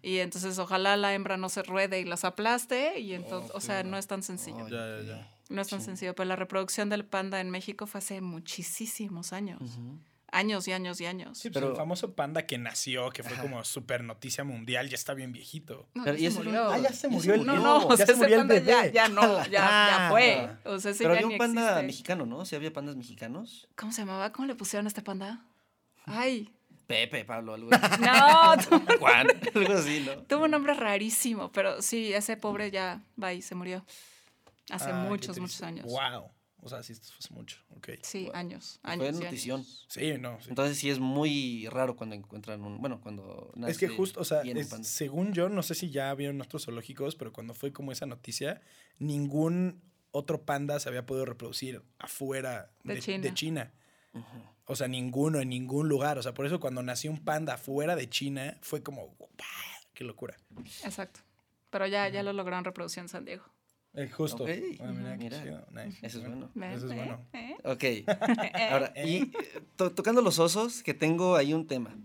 Speaker 3: y entonces ojalá la hembra no se ruede y las aplaste y entonces, o sea,
Speaker 4: claro.
Speaker 3: no es tan sencillo.
Speaker 2: Ay,
Speaker 4: Ya, ya, ya.
Speaker 2: ok.
Speaker 3: No es tan sencillo, pero la reproducción del panda en México fue hace muchísimos años.
Speaker 2: Ujú.
Speaker 3: Años y años y años.
Speaker 4: Sí, pues
Speaker 2: Pero-
Speaker 4: el famoso panda que nació, que fue como super noticia mundial, ya está bien viejito.
Speaker 3: No,
Speaker 2: Pero-
Speaker 3: ya
Speaker 2: y
Speaker 3: se
Speaker 2: ese-
Speaker 3: murió.
Speaker 2: Ah, ya se murió el-
Speaker 3: No,
Speaker 2: no,
Speaker 3: no, o
Speaker 4: ya
Speaker 3: sea,
Speaker 4: se
Speaker 3: ese
Speaker 4: murió el
Speaker 3: panda ya,
Speaker 4: bebé.
Speaker 3: ya no, ya, ya
Speaker 4: Ah.
Speaker 3: fue. O sea, ese
Speaker 2: Pero
Speaker 3: ya
Speaker 2: había
Speaker 3: ni
Speaker 2: un panda
Speaker 3: existe.
Speaker 2: mexicano, ¿no? ¿Sí había pandas mexicanos?
Speaker 3: ¿Cómo se llamaba? ¿Cómo le pusieron a este panda? Ay,
Speaker 2: Pepe, Pablo, algo así.
Speaker 3: no, tu-
Speaker 2: Juan, algo así, ¿no?
Speaker 3: tuvo un nombre rarísimo, pero sí, ese pobre ya va y se murió. Hace
Speaker 4: Ah, qué
Speaker 3: muchos,
Speaker 4: triste.
Speaker 3: muchos años.
Speaker 4: Wow. O sea, sí, esto fue hace mucho. Ok.
Speaker 3: Sí, años, años.
Speaker 2: Fue
Speaker 3: y años.
Speaker 2: notición.
Speaker 4: Sí, no. sí.
Speaker 2: Entonces sí es muy raro cuando encuentran un... Bueno, cuando
Speaker 4: Es que
Speaker 2: nace
Speaker 4: justo, o sea,
Speaker 2: bien un
Speaker 4: es-
Speaker 2: panda.
Speaker 4: según yo, no sé si ya vieron otros zoológicos, pero cuando fue como esa noticia, ningún otro panda se había podido reproducir afuera
Speaker 3: De
Speaker 4: de,
Speaker 3: China.
Speaker 4: de China. O sea, ninguno, en ningún lugar. O sea, por eso cuando nació un panda afuera de China, fue como, "Guau, ¡qué locura!
Speaker 3: Exacto. Pero ya, ya lo lograron reproducir en San Diego.
Speaker 4: Eh, justo.
Speaker 2: Ok.
Speaker 4: Ah, mira, qué
Speaker 2: Mira.
Speaker 4: chido. Nice.
Speaker 2: Eso es bueno.
Speaker 4: Eso es
Speaker 3: ¿Eh?
Speaker 4: bueno.
Speaker 3: ¿Eh?
Speaker 2: Ok,
Speaker 3: ¿Eh?
Speaker 2: ahora, y to- tocando los osos, que tengo ahí un tema.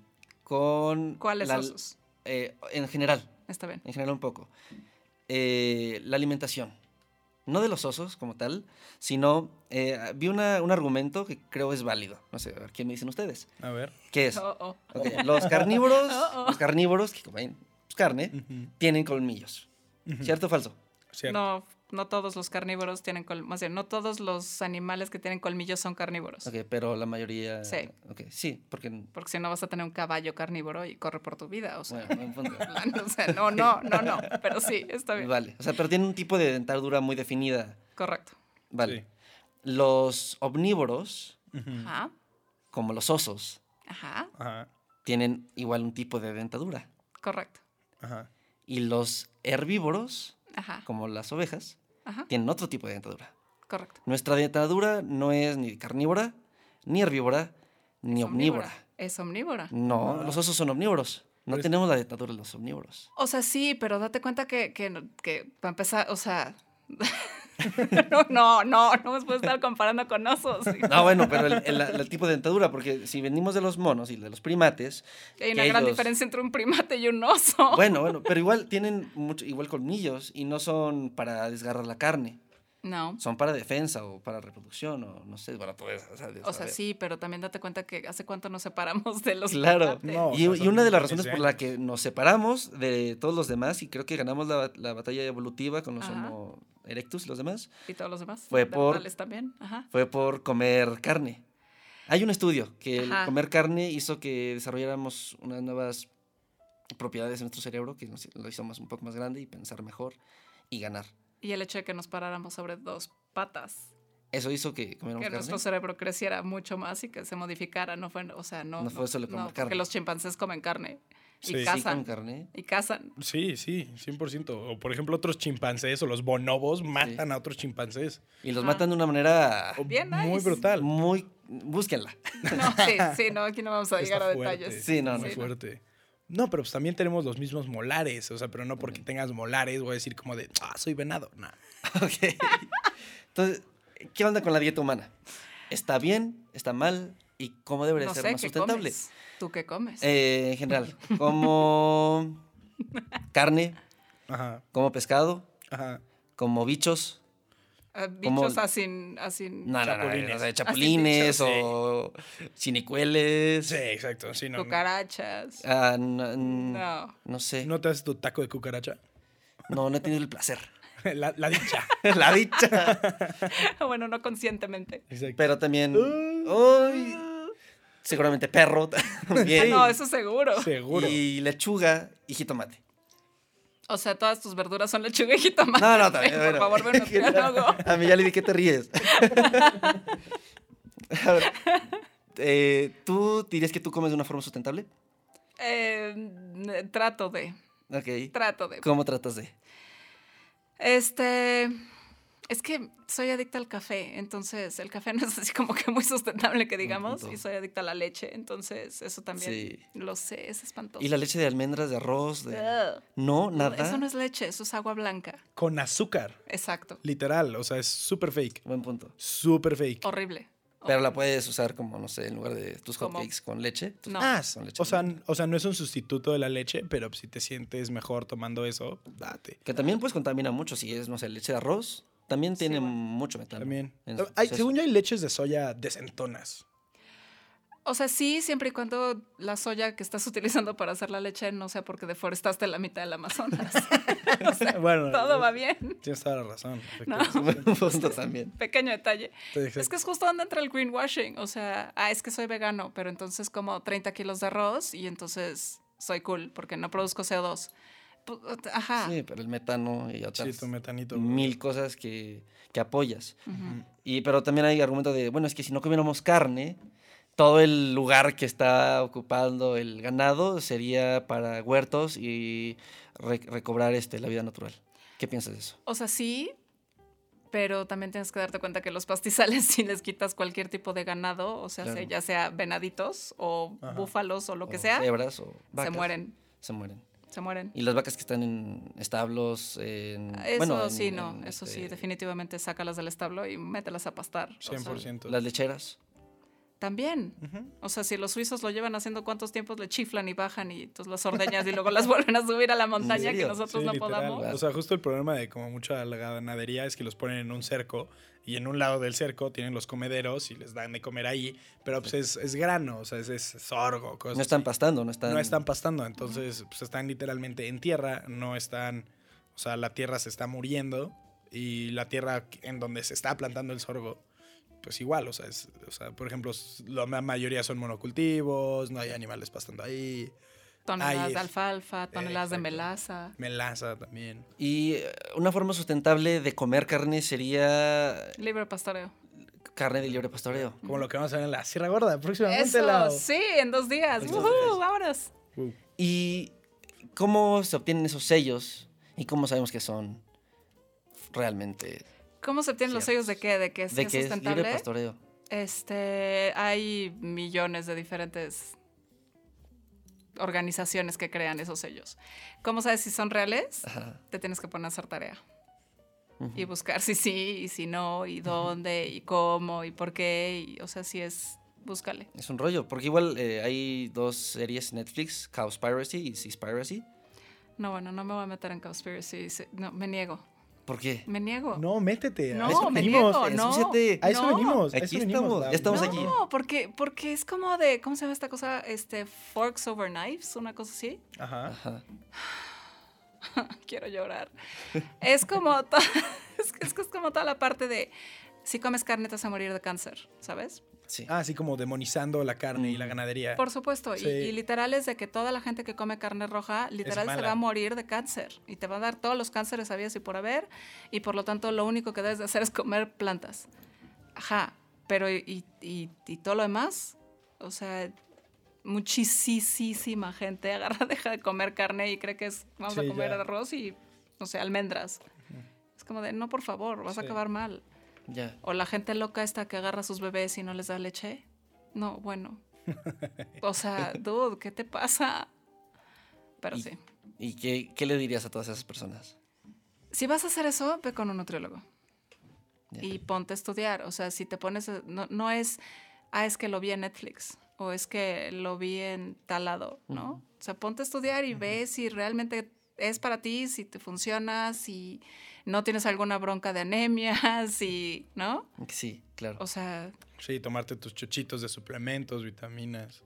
Speaker 2: Con...
Speaker 3: ¿Cuáles
Speaker 2: la-
Speaker 3: osos?
Speaker 2: eh, en general,
Speaker 3: Está bien.
Speaker 2: en general un poco. Eh, la alimentación. No de los osos como tal, sino eh, vi una- un argumento que creo es válido. No sé, a ver, ¿qué me dicen ustedes?
Speaker 4: A ver.
Speaker 2: ¿Qué es?
Speaker 3: Oh, oh.
Speaker 2: Ok, Los carnívoros,
Speaker 3: Oh, oh.
Speaker 2: los carnívoros que comen pues, carne,
Speaker 4: Ujú,
Speaker 2: tienen colmillos.
Speaker 4: ujú.
Speaker 2: ¿Cierto o falso?
Speaker 4: Cierto.
Speaker 3: No, no todos los carnívoros tienen colmillos. Más bien, no todos los animales que tienen colmillos son carnívoros.
Speaker 2: Ok, pero la mayoría...
Speaker 3: Sí.
Speaker 2: Ok, sí, porque...
Speaker 3: Porque si no vas a tener un caballo carnívoro y corre por tu vida. O sea,
Speaker 2: Bueno, buen punto.
Speaker 3: o sea, no, no, no, no. Pero sí, está bien.
Speaker 2: Vale, o sea, pero tienen un tipo de dentadura muy definida.
Speaker 3: Correcto.
Speaker 2: Vale. Los omnívoros,
Speaker 4: Sí. Ujú.
Speaker 3: Ajá.
Speaker 2: como los osos,
Speaker 3: Ajá.
Speaker 4: Ajá.
Speaker 2: tienen igual un tipo de dentadura.
Speaker 3: Correcto.
Speaker 4: Ajá.
Speaker 2: Y los herbívoros,
Speaker 3: Ajá.
Speaker 2: como las ovejas,
Speaker 3: Ajá.
Speaker 2: tienen otro tipo de dentadura.
Speaker 3: Correcto.
Speaker 2: Nuestra dentadura no es ni carnívora, ni herbívora, ni
Speaker 3: Es
Speaker 2: omnívora.
Speaker 3: Es omnívora.
Speaker 2: No, los osos son omnívoros. No
Speaker 4: Pero es-
Speaker 2: tenemos la dentadura de los omnívoros.
Speaker 3: O sea, sí, pero date cuenta que, que, no- que para empezar, o sea. no, no, no, no me puedo estar comparando con osos.
Speaker 2: No, bueno, pero el, el- el tipo de dentadura, porque si venimos de los monos y de los primates,
Speaker 3: Hay
Speaker 2: que
Speaker 3: una gran
Speaker 2: ellos-
Speaker 3: diferencia entre un primate y un oso.
Speaker 2: bueno, bueno, pero igual tienen mucho, igual colmillos y no son para desgarrar la carne,
Speaker 3: No.
Speaker 2: son para defensa o para reproducción o no sé, para todo eso. O sea, de
Speaker 3: O sea,
Speaker 2: saber.
Speaker 3: sí, pero también date cuenta que hace cuánto nos separamos de los
Speaker 2: Claro.
Speaker 3: primates.
Speaker 4: No, Oh, o
Speaker 2: Y,
Speaker 4: sea,
Speaker 2: y
Speaker 4: son
Speaker 2: una de las
Speaker 4: millones
Speaker 2: razones
Speaker 4: de
Speaker 2: por la que nos separamos de todos los demás y creo que ganamos la, bat- la batalla evolutiva con los
Speaker 3: Ajá.
Speaker 2: Homo erectus, los demás,
Speaker 3: Y todos los demás.
Speaker 2: Fue por-
Speaker 3: Neandertales también. Ajá.
Speaker 2: fue por comer carne. Hay un estudio que el
Speaker 3: Ajá.
Speaker 2: comer carne hizo que desarrolláramos unas nuevas propiedades en nuestro cerebro que nos lo hizo más, un poco más grande y pensar mejor y ganar.
Speaker 3: Y el hecho de que nos paráramos sobre dos patas.
Speaker 2: Eso hizo que comiéramos
Speaker 3: Que
Speaker 2: carne.
Speaker 3: nuestro cerebro creciera mucho más y que se modificara. No fue, o sea, no.
Speaker 2: No fue solo comer
Speaker 3: Porque
Speaker 2: carne.
Speaker 3: los chimpancés comen carne. Y
Speaker 4: Sí. Sí,
Speaker 2: Sí, comen
Speaker 3: cazan.
Speaker 2: carne.
Speaker 3: y cazan.
Speaker 4: Sí, sí, 100%. O por ejemplo, otros chimpancés o los bonobos matan a otros chimpancés.
Speaker 2: Y los
Speaker 3: Ajá.
Speaker 2: matan de una manera
Speaker 4: O
Speaker 3: Bien
Speaker 4: muy
Speaker 3: nice.
Speaker 4: brutal.
Speaker 2: muy... Búsquenla.
Speaker 3: No, sí, sí, no, aquí no vamos a
Speaker 4: Está
Speaker 3: llegar a
Speaker 4: fuerte,
Speaker 3: detalles.
Speaker 2: Sí, no,
Speaker 4: muy
Speaker 2: no.
Speaker 4: fuerte. No, pero pues también tenemos los mismos molares, o sea, pero no porque
Speaker 2: También.
Speaker 4: tengas molares voy a decir como de, ah, soy venado. No.
Speaker 2: Ok. Entonces, ¿qué onda con la dieta humana? ¿Está bien? ¿Está mal? ¿Y cómo debería
Speaker 3: No
Speaker 2: ser
Speaker 3: sé
Speaker 2: más
Speaker 3: qué
Speaker 2: sustentable?
Speaker 3: comes. ¿Tú qué comes?
Speaker 2: Eh, en general, como carne,
Speaker 4: Ajá,
Speaker 2: como pescado,
Speaker 4: ajá.
Speaker 2: como bichos,
Speaker 3: A
Speaker 2: Como-
Speaker 3: Ah, bichos así, así.
Speaker 2: No, no, no,
Speaker 4: Chapulines.
Speaker 2: o sea, chapulines
Speaker 4: Ah, sí,
Speaker 2: o chinicueles.
Speaker 4: Sí, exacto. Sí, no, no.
Speaker 3: Cucarachas.
Speaker 2: Ah, no, mm,
Speaker 3: No.
Speaker 2: no sé. No.
Speaker 4: ¿No te haces tu taco de cucaracha?
Speaker 2: no, he tenido el placer.
Speaker 4: La, la dicha.
Speaker 2: La dicha.
Speaker 3: bueno, no conscientemente.
Speaker 4: Exacto.
Speaker 2: Pero también.
Speaker 4: Ah.
Speaker 2: ay, seguramente perro también.
Speaker 3: No, eso seguro.
Speaker 4: Seguro.
Speaker 2: Y lechuga y jitomate.
Speaker 3: O sea, todas tus verduras son lechuga y jitomate.
Speaker 2: No, no,
Speaker 3: güey.
Speaker 2: también.
Speaker 3: Por
Speaker 2: bueno.
Speaker 3: favor, ven a nutriólogo.
Speaker 2: A mí ya le di que te ríes. A ver, eh, ¿Tú dirías que tú comes de una forma sustentable?
Speaker 3: Eh, trato de,
Speaker 2: Ok.
Speaker 3: trato de.
Speaker 2: ¿Cómo tratas de?
Speaker 3: Este, es que soy adicta al café, entonces el café no es así como que muy sustentable que digamos,
Speaker 2: punto.
Speaker 3: y soy adicta a la leche, entonces eso también
Speaker 2: Sí.
Speaker 3: lo sé, es espantoso.
Speaker 2: ¿Y la leche de almendras, de arroz? De...
Speaker 3: Ugh.
Speaker 2: No, nada.
Speaker 3: Eso Ah, no es leche, eso es agua blanca.
Speaker 4: Con azúcar.
Speaker 3: Exacto.
Speaker 4: Literal. O sea, es súper fake.
Speaker 2: Buen punto.
Speaker 4: Súper fake.
Speaker 3: Horrible.
Speaker 2: Pero la puedes usar como, no sé, en lugar de tus
Speaker 3: ¿Cómo?
Speaker 2: hotcakes con leche. tus
Speaker 3: No.
Speaker 4: Ah,
Speaker 2: con leche
Speaker 4: o sea,
Speaker 2: con-
Speaker 4: n- o sea, no es un sustituto de la leche, pero si te sientes mejor tomando eso, date.
Speaker 2: Que también pues contamina mucho. Si es, no sé, leche de arroz, también tiene
Speaker 3: bueno.
Speaker 2: mucho metal.
Speaker 4: También.
Speaker 2: En-
Speaker 4: Hay-
Speaker 2: sí,
Speaker 4: según yo, hay leches de soya decentonas.
Speaker 3: O sea, sí, siempre y cuando la soya que estás utilizando para hacer la leche no sea porque deforestaste la mitad del Amazonas. o sea,
Speaker 4: bueno,
Speaker 3: todo va bien.
Speaker 4: Tienes toda la razón. pues,
Speaker 2: es un buen punto también.
Speaker 3: Pequeño detalle.
Speaker 4: efectivamente.
Speaker 3: Es que es justo donde entra el greenwashing. O sea, ah, es que soy vegano, pero entonces como 30 kilos de arroz y entonces soy cool porque no produzco CO2. Pu- Ajá.
Speaker 2: Sí, pero el metano y otras
Speaker 4: "Pues, Sí, tu metanito.
Speaker 2: mil cosas que, que apoyas. Y, pero también hay argumento de, bueno, es que si no comiéramos carne, todo el lugar que está ocupando el ganado sería para huertos y re- recobrar este, la vida natural. ¿Qué piensas de eso?
Speaker 3: O sea, sí, pero también tienes que darte cuenta que los pastizales, si les quitas cualquier tipo de ganado, o sea,
Speaker 2: Claro.
Speaker 3: se- ya sea venaditos o
Speaker 4: Ajá.
Speaker 3: búfalos o lo que
Speaker 2: O
Speaker 3: sea,
Speaker 2: Cebras o
Speaker 3: se
Speaker 2: vacas.
Speaker 3: mueren.
Speaker 2: Se mueren.
Speaker 3: Se mueren. Ah,
Speaker 2: Y las vacas que están en establos, en...
Speaker 3: Eso
Speaker 2: bueno, en-
Speaker 3: sí, no.
Speaker 2: en,
Speaker 3: eso sí,
Speaker 2: este,
Speaker 3: definitivamente sácalas del establo y mételas a pastar. O sea,
Speaker 4: 100%.
Speaker 2: Las lecheras.
Speaker 3: también.
Speaker 4: Ujú.
Speaker 3: O sea, si los suizos lo llevan haciendo cuántos tiempos le chiflan y bajan y entonces las ordeñas y luego las vuelven a subir a la montaña que
Speaker 2: serio?
Speaker 3: nosotros
Speaker 4: Sí,
Speaker 3: no
Speaker 4: literal.
Speaker 3: podamos.
Speaker 2: güey.
Speaker 4: O sea, justo el problema de como mucha la ganadería es que los ponen en un cerco y en un lado del cerco tienen los comederos y les dan de comer ahí, pero pues es, es grano, o sea, es, es sorgo, cosas.
Speaker 2: No están
Speaker 4: así.
Speaker 2: pastando, no están...
Speaker 4: Pues No están pastando, entonces pues están literalmente en tierra, no están, o sea, la tierra se está muriendo y la tierra en donde se está plantando el sorgo, pues igual, o sea, es- o sea, por ejemplo, s- la ma- mayoría son monocultivos, no hay animales pastando ahí,
Speaker 3: toneladas
Speaker 4: Ahí
Speaker 3: de
Speaker 4: es.
Speaker 3: alfalfa, toneladas de
Speaker 4: Exacto.
Speaker 3: melaza.
Speaker 4: melaza también.
Speaker 2: Y eh, una forma sustentable de comer carne sería
Speaker 3: Libre pastoreo.
Speaker 2: carne de libre pastoreo.
Speaker 4: Como lo que vamos a ver en la Sierra Gorda, próximamente
Speaker 3: Eso,
Speaker 4: la...
Speaker 3: sí, en dos días.
Speaker 2: En dos
Speaker 3: ¡Woohoo!
Speaker 2: días.
Speaker 3: ¡Vámonos!
Speaker 4: Uh.
Speaker 2: ¿Y cómo se obtienen esos sellos? ¿Y cómo sabemos que son realmente
Speaker 3: ¿Cómo se obtienen los
Speaker 2: Cierto.
Speaker 3: sellos de qué? ¿De qué es,
Speaker 2: de
Speaker 3: es
Speaker 2: que es libre
Speaker 3: sustentable?
Speaker 2: pastoreo?
Speaker 3: este, hay millones de diferentes organizaciones que crean esos sellos. ¿Cómo sabes si son reales?
Speaker 2: Ajá.
Speaker 3: Te tienes que poner a hacer tarea.
Speaker 2: Ujú.
Speaker 3: y buscar si sí y si no y dónde y cómo y por qué y o sea si es búscale
Speaker 2: Es un rollo, porque igual eh, hay dos series en Netflix, Cowspiracy y Seaspiracy.
Speaker 3: no bueno no me voy a meter en conspiracy sí, no me niego
Speaker 2: ¿Por qué?
Speaker 3: me niego
Speaker 4: No, métete.
Speaker 3: No,
Speaker 4: a eso
Speaker 3: me
Speaker 4: venimos.
Speaker 3: niego, no.
Speaker 2: Ensúciate.
Speaker 4: A eso
Speaker 3: No.
Speaker 4: venimos. a
Speaker 2: Aquí
Speaker 4: eso venimos,
Speaker 2: estamos,
Speaker 4: Lau.
Speaker 2: ya estamos
Speaker 3: no,
Speaker 2: aquí.
Speaker 3: porque porque es como de cómo se llama esta cosa este forks over knives una cosa así
Speaker 4: Ajá.
Speaker 2: Ajá.
Speaker 3: quiero llorar es como to- es, que, es que es como toda la parte de si comes carne te vas a morir de cáncer sabes
Speaker 2: Sí.
Speaker 4: Ah, así como demonizando la carne y la ganadería.
Speaker 3: por supuesto
Speaker 4: Sí.
Speaker 3: y, y literal es de que toda la gente que come carne roja literal se
Speaker 4: mala.
Speaker 3: va a morir de cáncer y te va a dar todos los cánceres habidos y por haber y por lo tanto lo único que debes de hacer es comer plantas. Ajá, pero y, y- y todo lo demás, o sea, muchísima gente agarra, deja de comer carne y cree que es, vamos
Speaker 4: Sí,
Speaker 3: a comer
Speaker 4: ya.
Speaker 3: arroz y, no sé, almendras. Es como de, no, por favor, vas a
Speaker 4: Sí.
Speaker 3: acabar mal.
Speaker 2: Ya.
Speaker 3: O la gente loca esta que agarra a sus bebés y no les da leche. No, bueno. O sea, dude, ¿qué te pasa? Pero
Speaker 2: Y-
Speaker 3: sí.
Speaker 2: ¿Y qué, qué le dirías a todas esas personas?
Speaker 3: Si vas a hacer eso, ve con un nutriólogo
Speaker 2: Ya.
Speaker 3: y ponte a estudiar. O sea, si te pones, a- no, no es, ah, es que lo vi en Netflix o es que lo vi en tal lado, ¿no? O sea, ponte a estudiar y ve si realmente es para ti, si te funciona, si no tienes alguna bronca de anemia, si, ¿no?
Speaker 2: Sí, claro.
Speaker 3: O sea,
Speaker 4: Sí, tomarte tus chochitos de suplementos, vitaminas.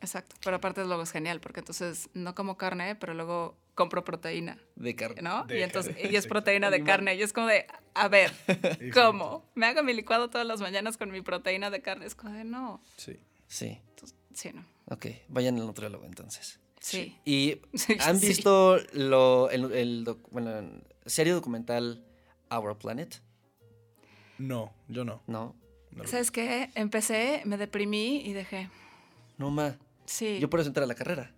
Speaker 3: exacto. Pero aparte luego es genial, porque entonces no como carne, pero luego compro proteína,
Speaker 2: De carne.
Speaker 3: ¿no?
Speaker 4: De
Speaker 3: y entonces
Speaker 4: carne,
Speaker 3: y es
Speaker 4: sí.
Speaker 3: proteína de
Speaker 2: Animal.
Speaker 3: carne. Y es como de, a ver,
Speaker 4: Exacto.
Speaker 3: ¿cómo? Me hago mi licuado todas las mañanas con mi proteína de carne. Es como de, no.
Speaker 4: Sí.
Speaker 2: Sí.
Speaker 3: Entonces, sí, no.
Speaker 2: Ok, vayan al nutriólogo entonces.
Speaker 3: Sí.
Speaker 2: ¿Y
Speaker 3: Sí,
Speaker 2: han
Speaker 3: sí.
Speaker 2: visto lo, el, el doc- bueno, el serie documental Our Planet?
Speaker 4: No, yo no.
Speaker 2: No,
Speaker 4: no lo-
Speaker 3: ¿Sabes qué? Empecé, me deprimí y dejé.
Speaker 2: no ma.
Speaker 3: Sí,
Speaker 2: Yo por eso entré a la carrera.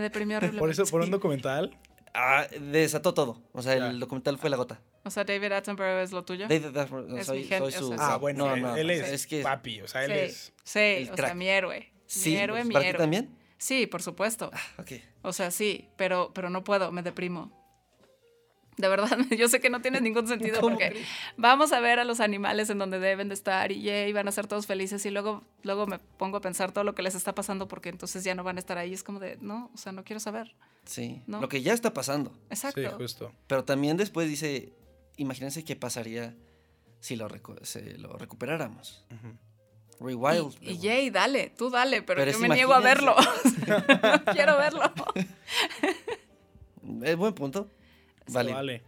Speaker 3: deprimí horriblemente.
Speaker 4: Por eso, por un
Speaker 3: Sí.
Speaker 4: documental.
Speaker 2: Ah, desató todo. O sea,
Speaker 4: Ya.
Speaker 2: el documental fue la gota.
Speaker 3: O sea, David Attenborough es lo tuyo.
Speaker 2: David Attenborough, no,
Speaker 3: Ah. Es
Speaker 2: soy,
Speaker 3: mi gen-
Speaker 2: soy
Speaker 3: o
Speaker 2: su.
Speaker 3: sea,
Speaker 4: Ah,
Speaker 3: sí.
Speaker 4: bueno,
Speaker 2: no,
Speaker 4: él,
Speaker 2: no,
Speaker 4: él es,
Speaker 2: que.
Speaker 4: papi, o sea, él
Speaker 3: sí,
Speaker 4: es...
Speaker 3: sí,
Speaker 2: el
Speaker 3: o sea,
Speaker 2: crack.
Speaker 3: mi héroe.
Speaker 2: sí, pues,
Speaker 3: mi héroe, mi
Speaker 2: ¿para ti
Speaker 3: héroe.
Speaker 2: también?
Speaker 3: Sí, por supuesto.
Speaker 2: Ok.
Speaker 3: O sea, sí, pero, pero no puedo, me deprimo. De verdad, yo sé que no tiene ningún sentido
Speaker 2: ¿Cómo
Speaker 3: porque
Speaker 2: crees?
Speaker 3: vamos a ver a los animales en donde deben de estar y yay, van a ser todos felices y luego, luego me pongo a pensar todo lo que les está pasando porque entonces ya no van a estar ahí. Es como de, no, o sea, no quiero saber.
Speaker 2: Sí.
Speaker 3: No.
Speaker 2: Lo que ya está pasando.
Speaker 3: Exacto.
Speaker 4: Sí, justo.
Speaker 2: Pero también después dice: Imagínense qué pasaría si lo, recu- se lo recuperáramos.
Speaker 4: Ujú.
Speaker 2: Rewild.
Speaker 3: Y, y yay, dale, tú dale, pero,
Speaker 2: Pero
Speaker 3: yo
Speaker 2: es
Speaker 3: me niego a verlo.
Speaker 2: imagínense.
Speaker 3: no quiero verlo.
Speaker 2: Es buen punto. Vale.
Speaker 4: Vale.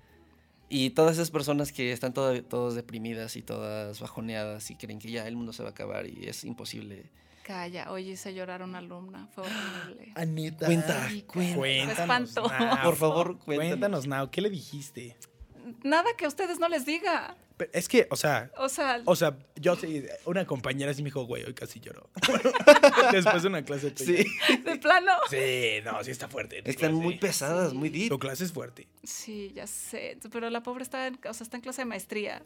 Speaker 2: Y todas esas personas que están toda- todas deprimidas y todas bajoneadas y creen que ya el mundo se va a acabar y es imposible.
Speaker 3: Calla, oye, hice llorar a una alumna, fue horrible.
Speaker 4: Anita.
Speaker 2: Cuenta,
Speaker 3: Ay,
Speaker 2: cuenta.
Speaker 4: Cuéntanos,
Speaker 3: espanto.
Speaker 4: Nao.
Speaker 2: Por favor, cuéntanos.
Speaker 4: Cuéntanos, Nao, ¿qué le dijiste?
Speaker 3: Nada que a ustedes no les diga.
Speaker 4: Pero es que, o sea,
Speaker 3: O sea,
Speaker 4: o sea, yo sí, una compañera sí me dijo, güey, hoy casi lloró. Después de una clase tuya.
Speaker 2: Sí.
Speaker 3: de plano.
Speaker 4: Sí, no, sí está fuerte. tu
Speaker 2: Están
Speaker 4: clase.
Speaker 2: muy pesadas,
Speaker 3: Sí.
Speaker 2: muy
Speaker 4: Tu
Speaker 2: deep.
Speaker 4: clase es fuerte.
Speaker 3: Sí, ya sé. Pero la pobre está en, o sea, está en clase de maestría.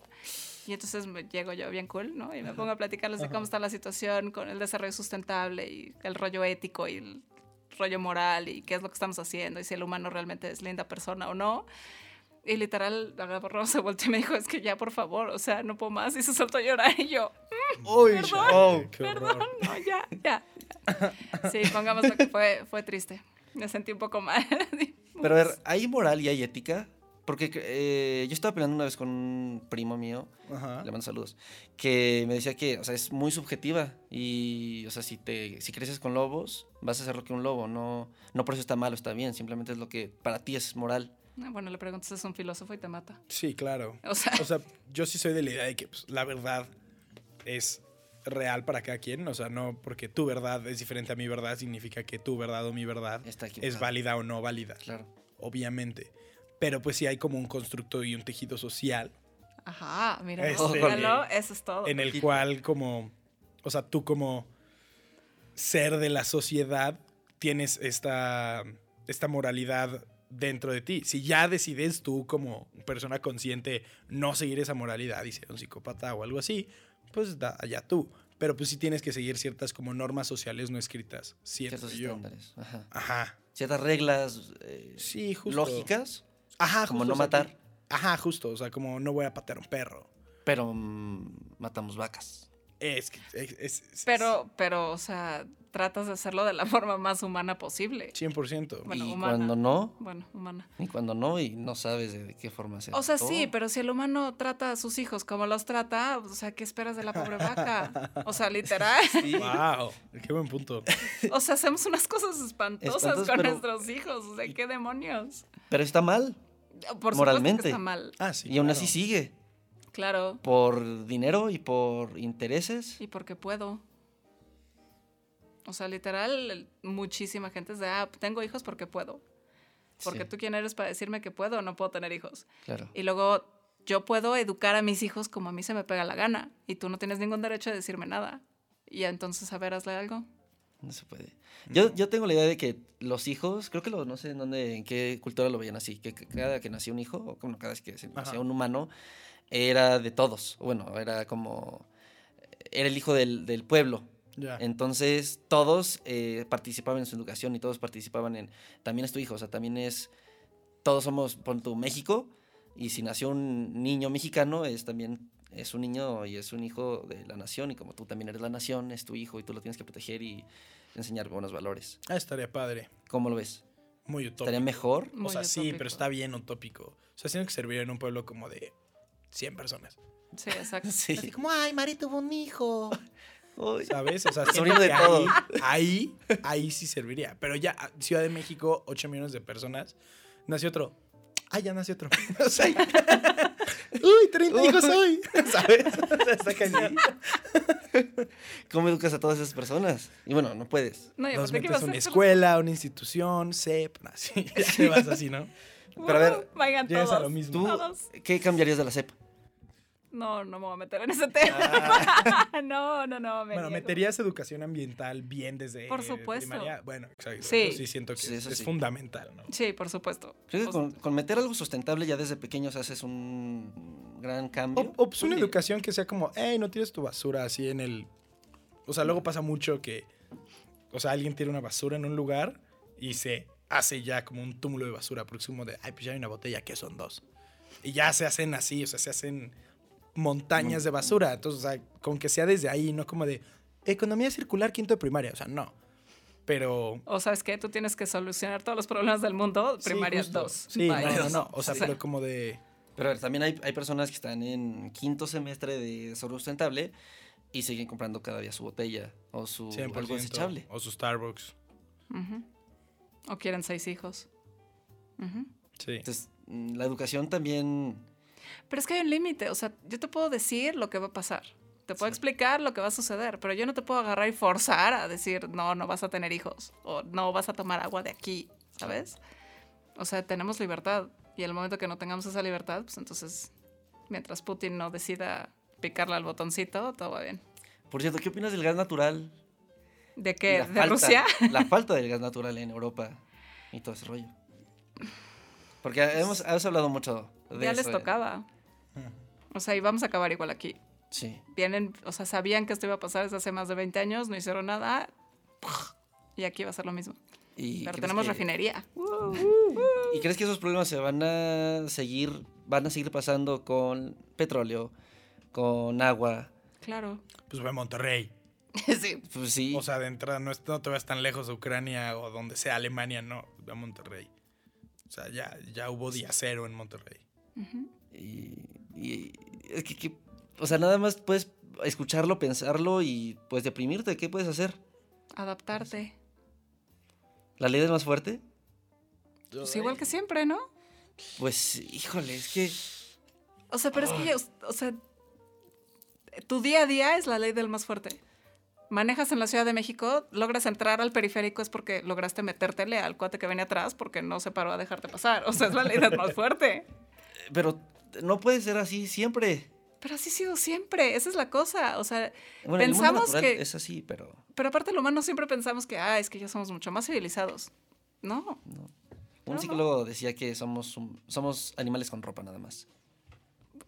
Speaker 3: Y entonces me llego yo bien cool, ¿no? Y me pongo a platicarles de cómo está la situación con el desarrollo sustentable y el rollo ético y el rollo moral y qué es lo que estamos haciendo y si el humano realmente es linda persona o no. Y literal, agarró, se volteó y me dijo, es que ya, por favor, o sea, no puedo más. Y se soltó a llorar y yo,
Speaker 2: Uy, Oh.
Speaker 4: Ay, qué horror.
Speaker 3: Perdón, no, ya, ya. ya. Sí, pongamos lo que fue, fue triste. Me sentí un poco mal.
Speaker 2: Pero a ver, ¿hay moral y hay ética? Porque eh, yo estaba peleando una vez con un primo mío,
Speaker 4: Ajá.
Speaker 2: le mando saludos, que me decía que, o sea, es muy subjetiva y, o sea, si te, si creces con lobos, vas a hacer lo que un lobo, no, no por eso está mal o está bien, simplemente es lo que para ti es moral.
Speaker 3: No, bueno, le preguntas es un filósofo y te mata.
Speaker 4: Sí, claro.
Speaker 3: O sea,
Speaker 4: O sea, yo sí soy de la idea de que pues, la verdad es real para cada quien. O sea, no porque tu verdad es diferente a mi verdad, significa que tu verdad o mi verdad
Speaker 2: Está
Speaker 4: es
Speaker 2: equivocado.
Speaker 4: válida o no válida,
Speaker 2: Claro.
Speaker 4: obviamente. Pero pues sí hay como un constructo y un tejido social
Speaker 3: ajá, mira,
Speaker 4: Este-
Speaker 3: míralo, eso es todo.
Speaker 4: en el
Speaker 2: Ojito.
Speaker 4: cual como, o sea, tú como ser de la sociedad tienes esta, esta moralidad dentro de ti. Si ya decides tú como persona consciente no seguir esa moralidad y ser un psicópata o algo así, pues da allá tú. Pero pues sí tienes que seguir ciertas como normas sociales no escritas, cierto
Speaker 2: Ciertos
Speaker 4: yo.
Speaker 2: estándares. Ajá.
Speaker 4: Ajá.
Speaker 2: Ciertas reglas eh,
Speaker 4: Sí, justo.
Speaker 2: lógicas,
Speaker 4: Ajá,
Speaker 2: como no
Speaker 4: justo, o sea, que-
Speaker 2: matar,
Speaker 4: Ajá, justo, o sea, como no voy a patear a un perro.
Speaker 2: pero mm, matamos vacas.
Speaker 4: Es que es- es- es-
Speaker 3: Pero, pero, o sea, tratas de hacerlo de la forma más humana posible.
Speaker 4: 100%.
Speaker 3: Bueno,
Speaker 2: y
Speaker 3: humana.
Speaker 2: cuando no,
Speaker 3: Bueno, humana.
Speaker 2: y cuando no, y no sabes de qué forma hacer.
Speaker 3: O sea, sí, pero si el humano trata a sus hijos como los trata, o sea, ¿qué esperas de la pobre vaca? O sea, literal.
Speaker 2: Ah,
Speaker 4: Wow, qué buen punto.
Speaker 3: O sea, hacemos unas cosas espantosas
Speaker 2: Espantos,
Speaker 3: con
Speaker 2: pero-
Speaker 3: nuestros hijos. O sea, ¿qué demonios?
Speaker 2: Pero está mal.
Speaker 3: Por supuesto
Speaker 2: Moralmente.
Speaker 3: que está mal.
Speaker 4: Ah, sí.
Speaker 2: y aún
Speaker 4: claro.
Speaker 2: así sigue.
Speaker 3: Claro.
Speaker 2: Por dinero y por intereses.
Speaker 3: Y porque puedo. O sea, literal, el- muchísima gente es de, ah, tengo hijos porque puedo. Porque
Speaker 2: Sí,
Speaker 3: tú quién eres para decirme que puedo o no puedo tener hijos.
Speaker 2: Claro.
Speaker 3: Y luego yo puedo educar a mis hijos como a mí se me pega la gana. Y tú no tienes ningún derecho de decirme nada. Y entonces, a ver, hazle algo.
Speaker 2: No se puede.
Speaker 4: Mm.
Speaker 2: Yo, yo tengo la idea de que los hijos, creo que lo, no sé en dónde, en qué cultura lo veían así, que c- cada que nacía un hijo, o como cada vez que se
Speaker 4: Ajá.
Speaker 2: nacía un humano, era de todos. Bueno, era como. Era el hijo del, del pueblo.
Speaker 4: Mm, Ya.
Speaker 2: Entonces, todos eh, participaban en su educación y todos participaban en. También es tu hijo, o sea, también es. Todos somos, pon tu México, y si nació un niño mexicano, es también. Es un niño y es un hijo de la nación, y como tú también eres la nación, es tu hijo y tú lo tienes que proteger y enseñar buenos valores.
Speaker 4: Ah, estaría padre.
Speaker 2: ¿Cómo lo ves?
Speaker 4: muy utópico.
Speaker 2: Estaría mejor.
Speaker 4: O
Speaker 3: Muy
Speaker 4: sea, sí,
Speaker 3: utópico.
Speaker 4: pero está bien utópico. O sea, siento que serviría en un pueblo como de 100 personas.
Speaker 3: Sí, exacto.
Speaker 2: Sí.
Speaker 4: Así
Speaker 2: como, ay, Mari tuvo un hijo.
Speaker 4: ¿Sabes? O sea, siento
Speaker 2: Sobrino de
Speaker 4: que
Speaker 2: todo.
Speaker 4: Ahí, ahí, ahí sí serviría. Pero ya, a- Ciudad de México, 8 millones de personas. Nació otro. Ah, ya nació otro. O sea, Uy, 30 hijos hoy. ¿Sabes? O sea, está cañón.
Speaker 2: ¿Cómo educas a todas esas personas? Y bueno, no puedes.
Speaker 3: No, y
Speaker 4: Nos
Speaker 3: aparte que vas
Speaker 4: metes a
Speaker 3: a
Speaker 4: una
Speaker 3: hacer-
Speaker 4: escuela, una institución, E CEP, así. Ya te vas así, ¿no?
Speaker 2: Pero a ver,
Speaker 3: Vayan
Speaker 4: llegas a
Speaker 3: todos.
Speaker 4: lo mismo.
Speaker 2: ¿Tú
Speaker 3: Todos.
Speaker 2: qué cambiarías de la CEP?
Speaker 3: No, no me voy a meter en ese tema. no, no, no. Me
Speaker 4: Ah. Bueno,
Speaker 3: niego.
Speaker 4: meterías educación ambiental bien desde
Speaker 3: Por supuesto.
Speaker 4: primaria? Bueno, exacto.
Speaker 3: Sí.
Speaker 4: Yo sí siento que
Speaker 2: Sí,
Speaker 4: es,
Speaker 2: eso
Speaker 4: es
Speaker 2: sí.
Speaker 4: fundamental, ¿no?
Speaker 3: Sí, por supuesto.
Speaker 2: Creo que
Speaker 3: O-
Speaker 2: con, con meter algo sustentable ya desde pequeños haces un gran cambio.
Speaker 4: O, o, pues, una
Speaker 2: Porque-
Speaker 4: educación que sea como, hey, no tires tu basura así en el... O sea, luego pasa mucho que, o sea, alguien tira una basura en un lugar y se hace ya como un túmulo de basura, porque es como de, ay, pues ya hay una botella, que son dos. Y ya se hacen así, o sea, se hacen montañas de basura. Entonces, o sea, con que sea desde ahí, no como de, economía circular, quinto de primaria, o sea, no. Pero...
Speaker 3: O sabes qué, tú tienes que solucionar todos los problemas del mundo,
Speaker 4: sí,
Speaker 3: primaria
Speaker 4: justo.
Speaker 3: 2.
Speaker 4: Sí, no, no, no. O sea,
Speaker 3: Sí.
Speaker 4: pero como de...
Speaker 2: Pero a ver, también hay, hay personas que están en quinto semestre de desarrollo sustentable y siguen comprando cada día su botella o su
Speaker 4: 100%,
Speaker 2: Uh, algo desechable.
Speaker 4: O su Starbucks.
Speaker 3: O quieren seis hijos. Ujú.
Speaker 4: Sí.
Speaker 2: Entonces, mm, la educación también...
Speaker 3: Pero es que hay un límite, o sea, yo te puedo decir lo que va a pasar, te puedo explicar lo que va a suceder, pero yo no te puedo agarrar y forzar a decir, no, no vas a tener hijos, o no vas a tomar agua de aquí, ¿sabes? O sea, tenemos libertad, y el momento que no tengamos esa libertad, pues entonces, mientras Putin no decida picarle al botoncito, todo va bien.
Speaker 2: Por cierto, ¿qué opinas del gas natural?
Speaker 3: ¿De
Speaker 2: Y
Speaker 3: qué?
Speaker 2: la
Speaker 3: ¿De
Speaker 2: falta-
Speaker 3: Rusia?
Speaker 2: La falta del gas natural en Europa y todo ese rollo. Porque hemos, hemos hablado mucho de
Speaker 3: Ya les
Speaker 2: eso, eh.
Speaker 3: tocaba. O sea, y vamos a acabar igual aquí.
Speaker 2: Sí.
Speaker 3: Vienen, o sea, sabían que esto iba a pasar desde hace más de 20 años, no hicieron nada, y aquí va a ser lo mismo.
Speaker 2: Y
Speaker 3: Pero
Speaker 2: ¿crees
Speaker 3: tenemos
Speaker 2: que-
Speaker 3: refinería.
Speaker 2: ¿Y crees que esos problemas se van a seguir, van a seguir pasando con petróleo, con agua?
Speaker 3: Claro.
Speaker 4: Pues ve a Monterrey.
Speaker 3: sí.
Speaker 2: Pues sí.
Speaker 4: O sea, de entrada no, es- no te vas tan lejos de Ucrania o donde sea Alemania, no, ve a Monterrey. O sea, ya, ya hubo día cero en Monterrey.
Speaker 2: y, y- es que, que- o sea, nada más puedes escucharlo, pensarlo y pues deprimirte. ¿Qué puedes hacer?
Speaker 3: Adaptarte.
Speaker 2: ¿La ley del más fuerte?
Speaker 3: Pues igual que siempre, ¿no?
Speaker 2: Pues, híjole, es que
Speaker 3: O sea, pero es
Speaker 2: Ah.
Speaker 3: que, ya, o- o sea, tu día a día es la ley del más fuerte. Manejas en la Ciudad de México, logras entrar al periférico es porque lograste metértele al cuate que venía atrás porque no se paró a dejarte pasar. O sea, es la ley del más fuerte.
Speaker 2: Pero no puede ser así siempre.
Speaker 3: Pero así ha sido siempre, esa es la cosa. O sea,
Speaker 2: Bueno, en el mundo
Speaker 3: Pensamos
Speaker 2: natural
Speaker 3: que-
Speaker 2: es así, pero
Speaker 3: pero aparte lo humano siempre pensamos que, ah, es que ya somos mucho más civilizados. No,
Speaker 2: un
Speaker 3: no.
Speaker 2: psicólogo decía que somos un- somos animales con ropa nada más.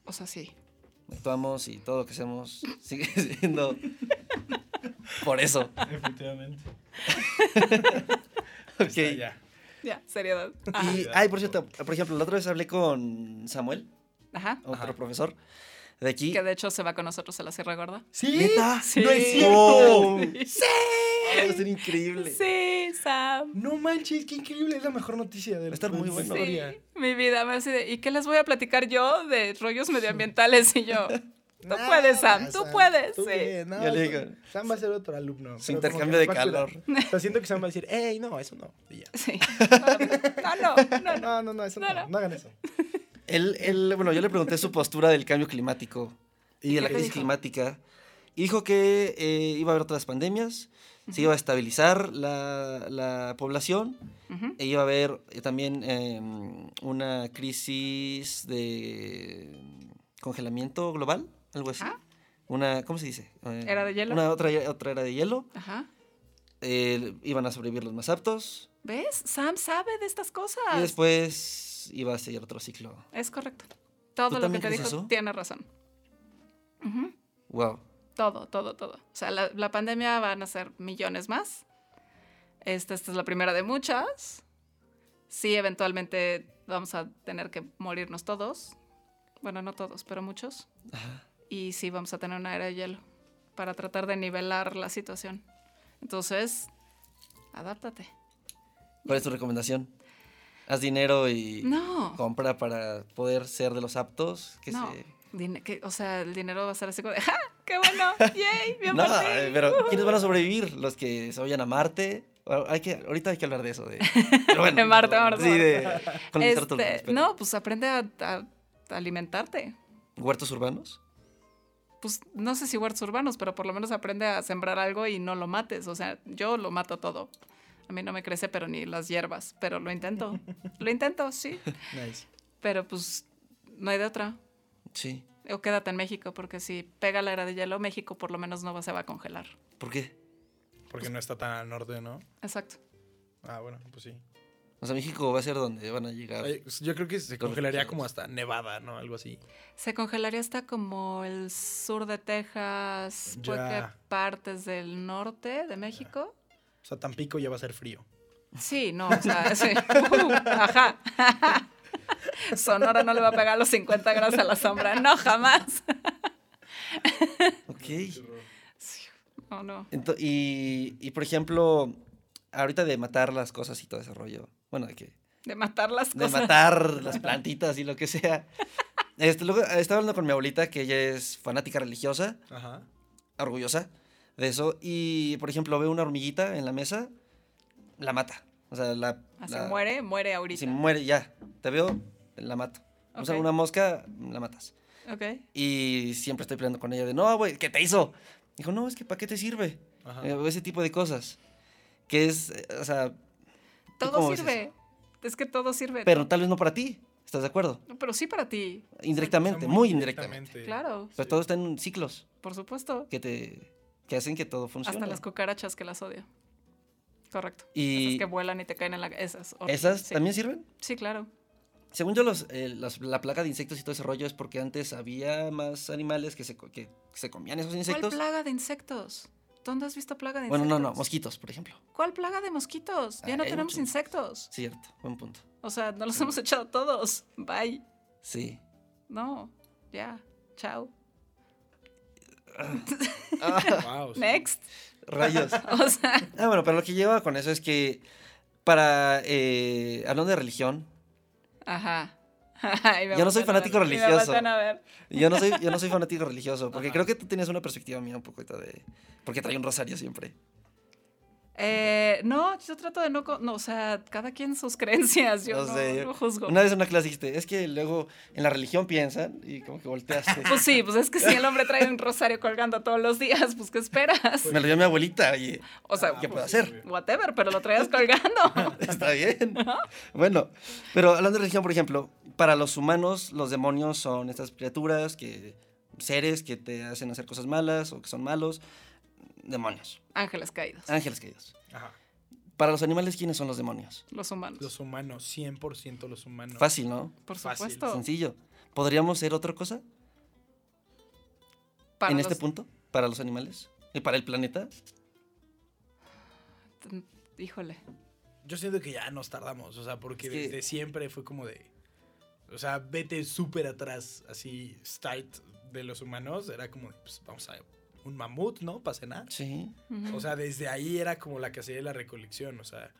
Speaker 3: o sea, sí.
Speaker 2: Actuamos y todo lo que hacemos sigue siendo por eso.
Speaker 4: Efectivamente.
Speaker 2: Ok.
Speaker 4: ya.
Speaker 3: Ya, seriedad. Ah,
Speaker 2: Y, ay, por cierto, por ejemplo, la otra vez hablé con Samuel,
Speaker 3: Ajá.
Speaker 2: otro
Speaker 4: Ajá.
Speaker 2: profesor de aquí.
Speaker 3: Que de hecho se va con nosotros a la Sierra Gorda.
Speaker 4: ¿Sí?
Speaker 2: ¿Neta?
Speaker 3: Sí.
Speaker 4: ¡No es cierto!
Speaker 2: ¡Wow! Oh. Ay, Va a ser increíble.
Speaker 3: Sí, Sam.
Speaker 4: ¡No manches! ¡Qué increíble! Es la mejor noticia de
Speaker 2: Va a estar muy
Speaker 4: de
Speaker 2: bueno.
Speaker 3: Sí,
Speaker 4: historia.
Speaker 3: mi vida. me así de, ¿Y qué les voy a platicar yo de rollos medioambientales? Y yo, tú puedes, Sam, tú puedes.
Speaker 4: tú
Speaker 3: sí.
Speaker 4: bien, no,
Speaker 2: Ya le
Speaker 4: Sam-
Speaker 2: digo.
Speaker 4: Sam va a ser otro alumno.
Speaker 2: Su
Speaker 4: pero como
Speaker 2: intercambio
Speaker 4: que
Speaker 2: de
Speaker 4: nos va a cuidar. O sea, siento que Sam va a decir, ¡Ey, no, eso no! Y ya.
Speaker 3: Sí. No, no, no, no.
Speaker 4: No, no, no, eso no,
Speaker 3: No,
Speaker 4: no,
Speaker 3: no.
Speaker 4: hagan eso.
Speaker 2: Él, él, bueno, yo le pregunté su postura del cambio climático y de la
Speaker 3: qué te
Speaker 2: crisis
Speaker 3: dijo?
Speaker 2: climática. Y dijo que eh, iba a haber otras pandemias, se iba a estabilizar la, la población
Speaker 3: Ujú.
Speaker 2: e iba a haber eh, también eh, una crisis de congelamiento global, algo así.
Speaker 3: Ajá.
Speaker 2: Una, ¿cómo se dice? Eh,
Speaker 3: ¿Era de hielo?
Speaker 2: Una otra, otra era de hielo.
Speaker 3: Ajá.
Speaker 2: Eh, iban a sobrevivir los más aptos.
Speaker 3: ¿Ves? Sam sabe de estas
Speaker 2: Y
Speaker 3: cosas.
Speaker 2: después iba a seguir otro ciclo.
Speaker 3: Es correcto. Todo lo que
Speaker 2: también
Speaker 3: te
Speaker 2: crees
Speaker 3: dijo
Speaker 2: eso?
Speaker 3: tiene razón. Ujú.
Speaker 2: Wow.
Speaker 3: Todo, todo, todo. O sea, la, la pandemia van a ser millones más. Esta, esta es la primera de muchas. Sí, eventualmente vamos a tener que morirnos todos. Bueno, no todos, pero muchos.
Speaker 2: Ajá.
Speaker 3: Y sí, vamos a tener una era de hielo para tratar de nivelar la situación. Entonces, adáptate.
Speaker 2: ¿Cuál es tu recomendación? haz dinero y
Speaker 3: No.
Speaker 2: compra para poder ser de los aptos. Que
Speaker 3: no.
Speaker 2: se-
Speaker 3: Din- que- o sea, el dinero va a ser así como de, ¡ja! ¡Qué bueno! ¡Yay! ¡Bien
Speaker 2: No,
Speaker 3: por ti!
Speaker 2: eh, pero ¿quiénes van a sobrevivir? ¿Los que se vayan a Marte? O- Hay que, ahorita hay que hablar de eso. De, pero bueno,
Speaker 3: De Marte, Marte,
Speaker 2: Sí, de colonizar todo el
Speaker 3: Este,
Speaker 2: mundo, espera.
Speaker 3: no, pues aprende a, a- a alimentarte.
Speaker 2: ¿Huertos urbanos?
Speaker 3: Pues no sé si huertos urbanos, pero por lo menos aprende a sembrar algo y no lo mates. O sea, yo lo mato todo. A mí no me crece, pero ni las hierbas, pero lo intento. lo intento, sí.
Speaker 4: Nice.
Speaker 3: Pero pues no hay de otra.
Speaker 2: Sí.
Speaker 3: O quédate en México, porque si pega la era de hielo, México por lo menos no va- se va a congelar.
Speaker 2: ¿Por qué?
Speaker 4: Porque no está tan al norte, ¿no?
Speaker 3: Exacto.
Speaker 4: Ah, bueno, pues sí.
Speaker 2: O sea, México va a ser donde van a llegar.
Speaker 4: Ay, pues Yo creo que se
Speaker 2: Los
Speaker 4: congelaría
Speaker 2: refugiados.
Speaker 4: como hasta Nevada, ¿no? Algo así.
Speaker 3: Se congelaría hasta como el sur de Texas,
Speaker 4: Ya.
Speaker 3: porque partes del norte de México.
Speaker 4: O sea, Tampico ya va a ser frío.
Speaker 3: Sí, no, o sea, sí. Uh, ajá. Sonora no le va a pegar los 50 grados a la sombra, no, jamás.
Speaker 2: Ok.
Speaker 3: Sí, No, no.
Speaker 2: Ento- y, y, por ejemplo, ahorita de matar las cosas y todo ese rollo. Bueno, de que.
Speaker 3: De matar las
Speaker 2: De
Speaker 3: cosas.
Speaker 2: matar las plantitas y lo que sea. Este, luego eh, estaba hablando con mi abuelita, que ella es fanática religiosa,
Speaker 4: Ajá.
Speaker 2: orgullosa de eso. Y, por ejemplo, ve una hormiguita en la mesa, la mata. O sea, la.
Speaker 3: Así
Speaker 2: la-
Speaker 3: Ah, muere, muere ahorita.
Speaker 2: Si muere, ya. Te veo, la mato. O sea,
Speaker 3: Ok.
Speaker 2: una mosca, la matas.
Speaker 3: Ok.
Speaker 2: Y siempre estoy peleando con ella de, no, güey, ¿qué te hizo? Dijo, no, es que ¿para qué te sirve?
Speaker 4: Ajá.
Speaker 2: Eh, o ese tipo de cosas. Que es, eh, o sea... ¿tú cómo
Speaker 3: Todo
Speaker 2: ves
Speaker 3: sirve.
Speaker 2: eso?
Speaker 3: Es que todo sirve.
Speaker 2: Pero tal vez no para ti, ¿estás de acuerdo?
Speaker 3: No, pero sí para ti.
Speaker 2: Indirectamente,
Speaker 4: O sea,
Speaker 2: muy, indirectamente.
Speaker 3: Claro,
Speaker 2: Pero todo está en ciclos
Speaker 3: por supuesto.
Speaker 2: que te que hacen que todo funcione.
Speaker 3: Hasta las cucarachas que las odio. Correcto.
Speaker 2: Y-
Speaker 3: Esas que vuelan y te caen en la Esas. horrible,
Speaker 2: ¿Esas
Speaker 3: sí.
Speaker 2: también sirven?
Speaker 3: Sí, claro.
Speaker 2: Según yo, los, eh, las- la plaga de insectos y todo ese rollo es porque antes había más animales que se, co- que se comían esos
Speaker 3: ¿Cuál
Speaker 2: insectos.
Speaker 3: plaga de insectos? ¿Dónde has visto plaga de
Speaker 2: Bueno,
Speaker 3: insectos?
Speaker 2: no, no, mosquitos, por ejemplo.
Speaker 3: ¿Cuál plaga de mosquitos? Ya
Speaker 2: Ah,
Speaker 3: no
Speaker 2: hay
Speaker 3: tenemos
Speaker 2: muchos.
Speaker 3: insectos.
Speaker 2: Cierto, buen punto.
Speaker 3: O sea, no los hemos echado todos. Bye.
Speaker 2: Sí.
Speaker 3: No. Ya. Chao.
Speaker 2: Ah,
Speaker 4: Wow, sí.
Speaker 3: Next.
Speaker 2: rayos.
Speaker 3: O sea,
Speaker 2: Ah, bueno, pero lo que lleva con eso es que para, eh, hablando de religión,
Speaker 3: ajá. Y me
Speaker 2: Yo no soy
Speaker 3: voltean a
Speaker 2: fanático
Speaker 3: ver, y me
Speaker 2: religioso.
Speaker 3: voltean a ver.
Speaker 2: yo no soy, yo no soy fanático religioso, porque
Speaker 4: Ajá.
Speaker 2: creo que tú tienes una perspectiva mía un poquito de... Porque trae un rosario siempre.
Speaker 3: Eh, no, yo trato de no, co- no, o sea, cada quien sus creencias, yo
Speaker 2: No
Speaker 3: no,
Speaker 2: sé, yo-
Speaker 3: no juzgo.
Speaker 2: Una vez en una clase dijiste, es que luego en la religión piensan y como que volteaste.
Speaker 3: Pues sí, pues es que si el hombre trae un rosario colgando todos los días, pues ¿qué esperas?
Speaker 2: Me lo dio mi abuelita, oye,
Speaker 3: O sea,
Speaker 2: ah, ¿qué
Speaker 4: pues
Speaker 2: puedo
Speaker 4: sí,
Speaker 2: hacer?
Speaker 3: whatever, pero lo traías colgando.
Speaker 2: Está bien. Bueno, pero hablando de religión, por ejemplo, para los humanos, los demonios son estas criaturas que seres que te hacen hacer cosas malas o que son malos, demonios,
Speaker 3: Ángeles caídos,
Speaker 2: ángeles caídos.
Speaker 4: Ajá.
Speaker 2: Para los animales, ¿quiénes son los demonios?
Speaker 3: los humanos,
Speaker 4: Los humanos, 100% los humanos.
Speaker 2: Fácil, ¿no?
Speaker 3: por
Speaker 4: fácil,
Speaker 3: supuesto.
Speaker 2: Sencillo. ¿Podríamos ser otra cosa
Speaker 3: Para
Speaker 2: en
Speaker 3: los-
Speaker 2: este punto para los animales y para el planeta?
Speaker 3: Híjole,
Speaker 4: Yo siento que ya nos tardamos, o sea, porque
Speaker 2: Es que-
Speaker 4: desde siempre fue como de... O sea, vete súper atrás, así, start de los humanos. Era como, de, pues, vamos a un mamut, ¿no? Para cenar.
Speaker 2: Sí.
Speaker 3: Ujú.
Speaker 4: O sea, desde ahí era como la cacería de la recolección. O sea,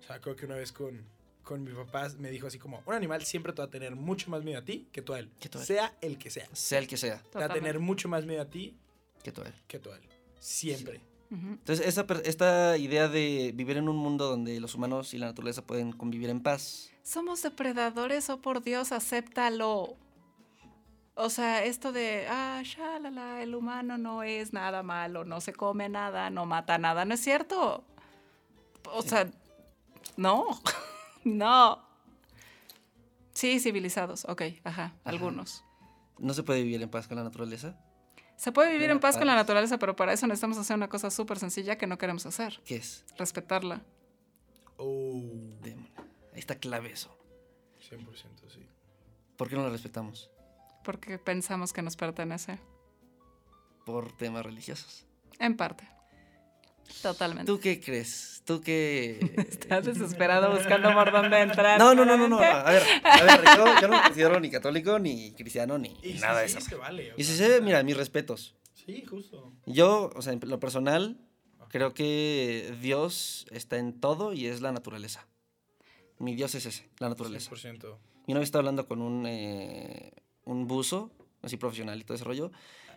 Speaker 4: o sea creo que una vez con, con mi papá me dijo así como, un animal siempre te va a tener mucho más miedo a ti que tú a él.
Speaker 2: Que tú a él.
Speaker 4: Sea el que sea.
Speaker 2: Sea el que sea,
Speaker 4: Te va a tener mucho más miedo a ti
Speaker 2: que tú eres.
Speaker 4: que tú a él. Siempre.
Speaker 3: Ujú.
Speaker 2: Entonces, esa, per- esta idea de vivir en un mundo donde los humanos y la naturaleza pueden convivir en paz.
Speaker 3: Somos depredadores, oh por Dios, acéptalo. O sea, esto de, ah, shalala, el humano no es nada malo, no se come nada, no mata nada, no es cierto. O sea, no, no. Sí, civilizados, ok, ajá, algunos.
Speaker 2: ¿No se puede vivir en paz con la naturaleza?
Speaker 3: Se puede vivir
Speaker 2: Mira,
Speaker 3: en paz con la
Speaker 2: paz.
Speaker 3: naturaleza, pero para eso necesitamos hacer una cosa súper sencilla que no queremos hacer,
Speaker 2: ¿Qué es?
Speaker 3: respetarla.
Speaker 4: Oh,
Speaker 2: Demonio. Ahí está clave eso.
Speaker 4: 100% sí.
Speaker 2: ¿Por qué no la respetamos?
Speaker 3: Porque pensamos que nos pertenece,
Speaker 2: Por temas religiosos.
Speaker 3: en parte. Totalmente.
Speaker 2: ¿Tú qué crees? ¿Tú qué...?
Speaker 3: Estás desesperado buscando por dónde entrar.
Speaker 2: No, no, no, no, no.
Speaker 3: claramente.
Speaker 2: A ver, a ver, yo, yo no me considero ni católico, ni cristiano, ni
Speaker 4: Y
Speaker 2: nada
Speaker 4: sí,
Speaker 2: de
Speaker 4: se
Speaker 2: eso.
Speaker 4: vale. o
Speaker 2: Y si
Speaker 4: sea,
Speaker 2: se, mira, mis respetos.
Speaker 4: Sí, justo.
Speaker 2: Yo, o sea, en lo personal, creo que Dios está en todo y es la naturaleza. Mi Dios es ese, la naturaleza.
Speaker 4: 100%.
Speaker 2: Y una vez estaba hablando con un, eh, un buzo, así profesional y todo ese rollo,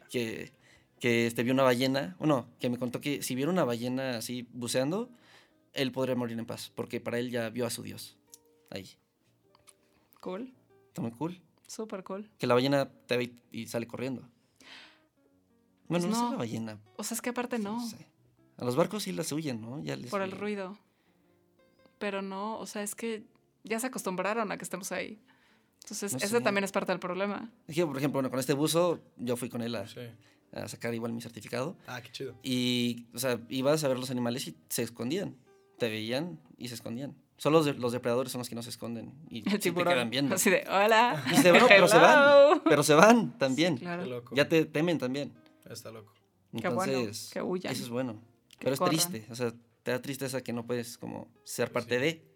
Speaker 2: que, que este, vio una ballena, bueno, que me contó que si viera una ballena así buceando, él podría morir en paz, porque para él ya vio a su Dios. Ahí.
Speaker 3: Cool.
Speaker 2: Está muy cool.
Speaker 3: Súper cool.
Speaker 2: Que la ballena te ve y- y sale corriendo. Bueno,
Speaker 3: Pues
Speaker 2: no,
Speaker 3: no.
Speaker 2: sé la ballena. pues,
Speaker 3: O sea, es que aparte
Speaker 2: No.
Speaker 3: no,
Speaker 2: sé. A los barcos sí las huyen, ¿no? Ya les-
Speaker 3: por el ruido. Pero no, o sea, es que ya se acostumbraron a que estemos ahí. Entonces,
Speaker 2: No
Speaker 3: ese
Speaker 2: sé.
Speaker 3: también es parte del problema.
Speaker 2: Es que, por ejemplo, bueno, con este buzo yo fui con él a,
Speaker 4: Sí.
Speaker 2: a sacar igual mi certificado.
Speaker 4: Ah, qué chido.
Speaker 2: Y, o sea, ibas a ver los animales y se escondían. Te veían y se escondían. Solo los, de- los depredadores son los que no se esconden. Y sí
Speaker 3: El
Speaker 2: te
Speaker 3: tiburón.
Speaker 2: quedan viendo.
Speaker 3: Así de, hola.
Speaker 2: Y se, bueno, pero se van.
Speaker 3: hello".
Speaker 2: Pero se van también.
Speaker 3: Claro.
Speaker 4: Qué loco.
Speaker 2: Ya te temen también.
Speaker 4: Está loco.
Speaker 3: Qué bueno,
Speaker 2: Entonces,
Speaker 3: que huyan.
Speaker 2: eso es bueno.
Speaker 3: Que
Speaker 2: pero es
Speaker 3: corran.
Speaker 2: triste. O sea, te da tristeza que no puedes como ser parte
Speaker 4: sí.
Speaker 2: de.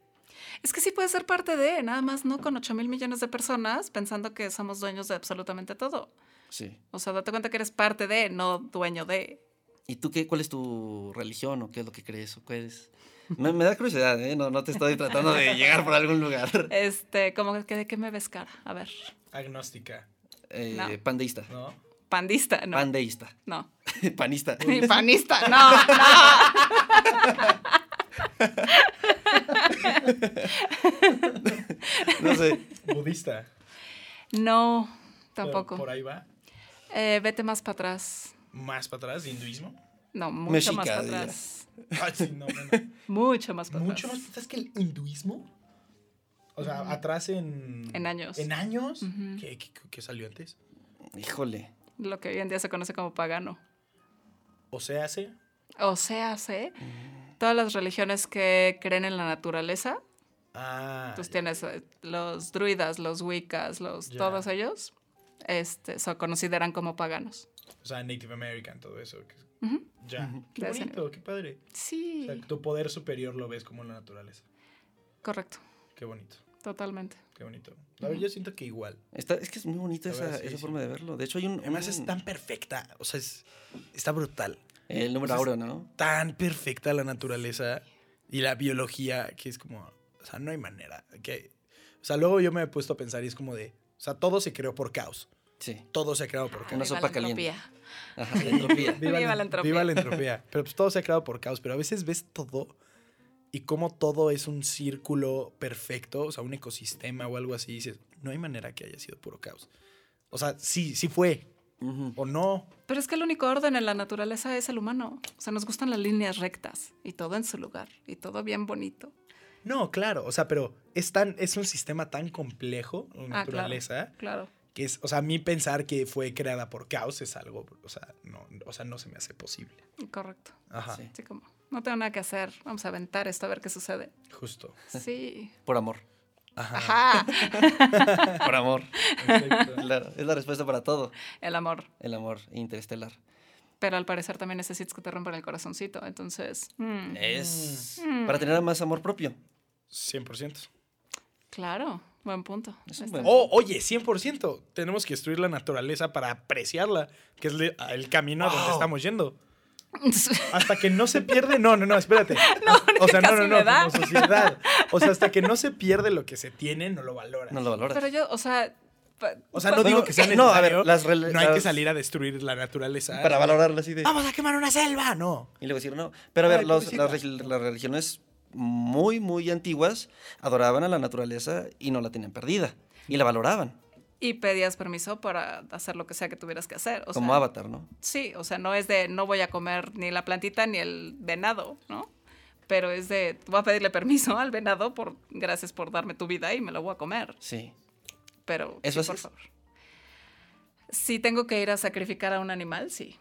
Speaker 3: Es que sí puede ser parte de, nada más no con 8 mil millones de personas pensando que somos dueños de absolutamente todo.
Speaker 2: Sí.
Speaker 3: O sea, date cuenta que eres parte de, no dueño de.
Speaker 2: ¿Y tú qué? ¿Cuál es tu religión o qué es lo que crees o qué es? Me, me da curiosidad, ¿eh? No, no te estoy tratando de llegar por algún lugar.
Speaker 3: Este, como que de qué me ves cara. A ver,
Speaker 4: Agnóstica,
Speaker 2: Eh,
Speaker 3: No.
Speaker 2: Pandeísta.
Speaker 4: ¿no?
Speaker 3: pandista, no.
Speaker 2: Pandeísta.
Speaker 3: no.
Speaker 2: Panista.
Speaker 3: Ni panista, no, no.
Speaker 2: No sé.
Speaker 4: Budista.
Speaker 3: No,
Speaker 4: Pero
Speaker 3: tampoco.
Speaker 4: Por ahí va.
Speaker 3: Eh, vete más para atrás.
Speaker 4: Más para atrás, hinduismo.
Speaker 3: No, mucho
Speaker 2: Mexica,
Speaker 3: más para
Speaker 2: diría.
Speaker 3: atrás.
Speaker 4: Ay, sí, no, no,
Speaker 3: Mucho más
Speaker 4: no.
Speaker 3: para
Speaker 4: Mucho más
Speaker 3: atrás.
Speaker 4: para atrás que el hinduismo. O sea, atrás en.
Speaker 3: En años.
Speaker 4: ¿En años?
Speaker 3: Ujú.
Speaker 4: ¿Qué, qué, qué salió antes?
Speaker 2: Híjole.
Speaker 3: Lo que hoy en día se conoce como pagano.
Speaker 4: O sea, hace.
Speaker 3: O sea, sé. Todas las religiones que creen en la naturaleza,
Speaker 4: Ah.
Speaker 3: Entonces tienes eh, los druidas, los wiccas, los
Speaker 4: Ya.
Speaker 3: todos ellos, este, se consideran como paganos.
Speaker 4: O sea, Native American, todo eso. que-
Speaker 3: Ujú.
Speaker 4: Ya. Qué
Speaker 3: De ese
Speaker 4: bonito, qué padre. O
Speaker 3: Sí,
Speaker 4: sea, tu poder superior lo ves como en la naturaleza.
Speaker 3: correcto,
Speaker 4: Qué bonito,
Speaker 3: totalmente.
Speaker 4: qué bonito. A ver, yo siento que igual.
Speaker 2: Está- es que es muy bonita
Speaker 4: La verdad,
Speaker 2: esa,
Speaker 4: sí,
Speaker 2: esa
Speaker 4: sí.
Speaker 2: forma de verlo. De hecho, hay un.
Speaker 4: Además
Speaker 2: un-
Speaker 4: es tan perfecta, o sea, es- está brutal.
Speaker 2: El número
Speaker 4: pues es-
Speaker 2: áureo, ¿no?
Speaker 4: Tan perfecta la naturaleza y la biología que es como, o sea, no hay manera. Que, o sea, luego yo me he puesto a pensar y es como de, o sea, todo se creó por caos.
Speaker 2: Sí.
Speaker 4: Todo se creó por
Speaker 2: Una
Speaker 4: caos.
Speaker 3: Viva
Speaker 2: sopa
Speaker 3: la
Speaker 2: caliente.
Speaker 3: entropía.
Speaker 2: Ajá, la entropía.
Speaker 3: Viva la entropía.
Speaker 4: Viva la entropía. Pero pues todo se ha creado por caos. Pero a veces ves todo y como todo es un círculo perfecto, o sea, un ecosistema o algo así, y dices, no hay manera que haya sido puro caos. O sea, sí, sí fue.
Speaker 2: Ujú.
Speaker 4: O no.
Speaker 3: Pero es que el único orden en la naturaleza es el humano. O sea, nos gustan las líneas rectas y todo en su lugar y todo bien bonito.
Speaker 4: No, claro. O sea, pero es, tan, es un sistema tan complejo, la
Speaker 3: Ah, claro.
Speaker 4: naturaleza,
Speaker 3: Claro.
Speaker 4: que es, o sea, a mí pensar que fue creada por caos es algo, o sea, no, o sea, no se me hace posible.
Speaker 3: Correcto.
Speaker 4: Ajá.
Speaker 2: Sí.
Speaker 3: Así como, no tengo nada que hacer, vamos a aventar esto a ver qué sucede.
Speaker 4: Justo.
Speaker 3: Sí.
Speaker 2: Por amor.
Speaker 4: Ajá.
Speaker 2: Ah.
Speaker 3: Ajá.
Speaker 2: Por amor.
Speaker 4: perfecto.
Speaker 2: Claro, es la respuesta para todo.
Speaker 3: El amor.
Speaker 2: El amor interestelar.
Speaker 3: Pero al parecer también necesitas que te rompan el corazoncito. Entonces, mm,
Speaker 2: Eh. Es.
Speaker 3: Mm.
Speaker 2: Para tener más amor propio.
Speaker 4: 100%.
Speaker 3: claro, buen punto.
Speaker 2: Es un
Speaker 3: Está
Speaker 2: buen-
Speaker 4: Oh, oye, 100%. Tenemos que destruir la naturaleza para apreciarla, que es le- el camino a donde
Speaker 2: Wow.
Speaker 4: estamos yendo. Hasta que no se pierde. No, no, no, espérate. o sea, no,
Speaker 3: casi
Speaker 4: no,
Speaker 3: me
Speaker 4: no,
Speaker 3: da.
Speaker 4: como sociedad. O sea, hasta que no se pierde lo que se tiene, no lo valora.
Speaker 2: No lo valoras.
Speaker 3: Pero yo, o sea, pa-
Speaker 4: O sea, no
Speaker 2: Bueno,
Speaker 4: digo que sea
Speaker 2: no, a ver,
Speaker 4: necesario.
Speaker 2: las rela-
Speaker 4: no hay que
Speaker 2: las-
Speaker 4: salir a destruir la naturaleza.
Speaker 2: para valorarlo así de.
Speaker 4: Vamos a quemar una selva, no.
Speaker 2: Y luego decir, no. Pero a ver,
Speaker 4: Ah, Ay,
Speaker 2: los- las,
Speaker 4: pobrecita.
Speaker 2: regi- las religiones muy, muy antiguas adoraban a la naturaleza y no la tenían perdida. Y la valoraban
Speaker 3: y pedías permiso para hacer lo que sea que tuvieras que hacer. O
Speaker 2: como
Speaker 3: sea,
Speaker 2: avatar, ¿no?
Speaker 3: Sí, o sea, no es de no voy a comer ni la plantita ni el venado, ¿no? Pero es de, voy a pedirle permiso al venado por gracias por darme tu vida y me lo voy a comer.
Speaker 2: Sí.
Speaker 3: Pero,
Speaker 2: ¿Eso
Speaker 3: sí, por
Speaker 2: haces?
Speaker 3: favor. Si tengo que ir a sacrificar a un animal, sí.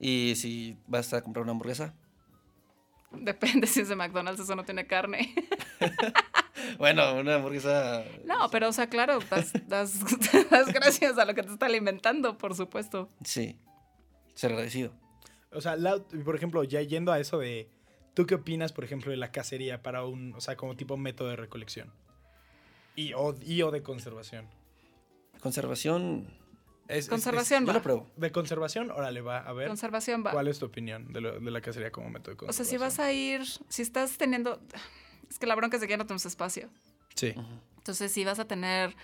Speaker 2: Y si vas a comprar una hamburguesa.
Speaker 3: Depende si es de McDonald's, eso no tiene carne.
Speaker 2: Bueno, una hamburguesa.
Speaker 3: No, pero, o sea, claro, das, das- das gracias a lo que te está alimentando, por supuesto.
Speaker 2: Sí. Ser agradecido.
Speaker 4: O sea, la- por ejemplo, ya yendo a eso de. ¿Tú qué opinas, por ejemplo, de la cacería para un. O sea, como tipo método de recolección? Y o, y, o de conservación.
Speaker 2: Conservación.
Speaker 4: Es- es-
Speaker 3: Conservación
Speaker 2: Yo
Speaker 3: va.
Speaker 2: lo pruebo.
Speaker 4: es- de conservación, órale, va. A ver.
Speaker 3: Conservación va.
Speaker 4: ¿Cuál es tu opinión de, lo- de la cacería como método de
Speaker 3: O sea,
Speaker 4: conservación?
Speaker 3: si vas a ir, si estás teniendo... Es que la bronca es de que ya no tenemos espacio.
Speaker 4: Sí.
Speaker 3: Entonces, si vas a tener,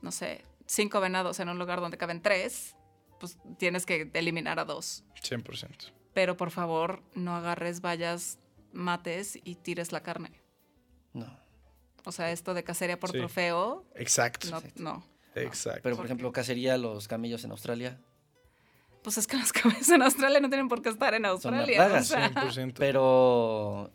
Speaker 3: no sé, cinco venados en un lugar donde caben tres, pues tienes que eliminar a dos.
Speaker 4: 100%.
Speaker 3: Pero por favor, no agarres vallas, mates y tires la carne.
Speaker 2: No.
Speaker 3: O sea, esto de cacería por
Speaker 4: Sí.
Speaker 3: trofeo,
Speaker 4: Exacto.
Speaker 3: no, no.
Speaker 4: Exacto.
Speaker 2: Pero, por ejemplo, cacería los camellos en Australia.
Speaker 3: Pues es que las cabezas en Australia no tienen por qué estar en Australia.
Speaker 2: plaga,
Speaker 3: o sea,
Speaker 4: 100%.
Speaker 2: Pero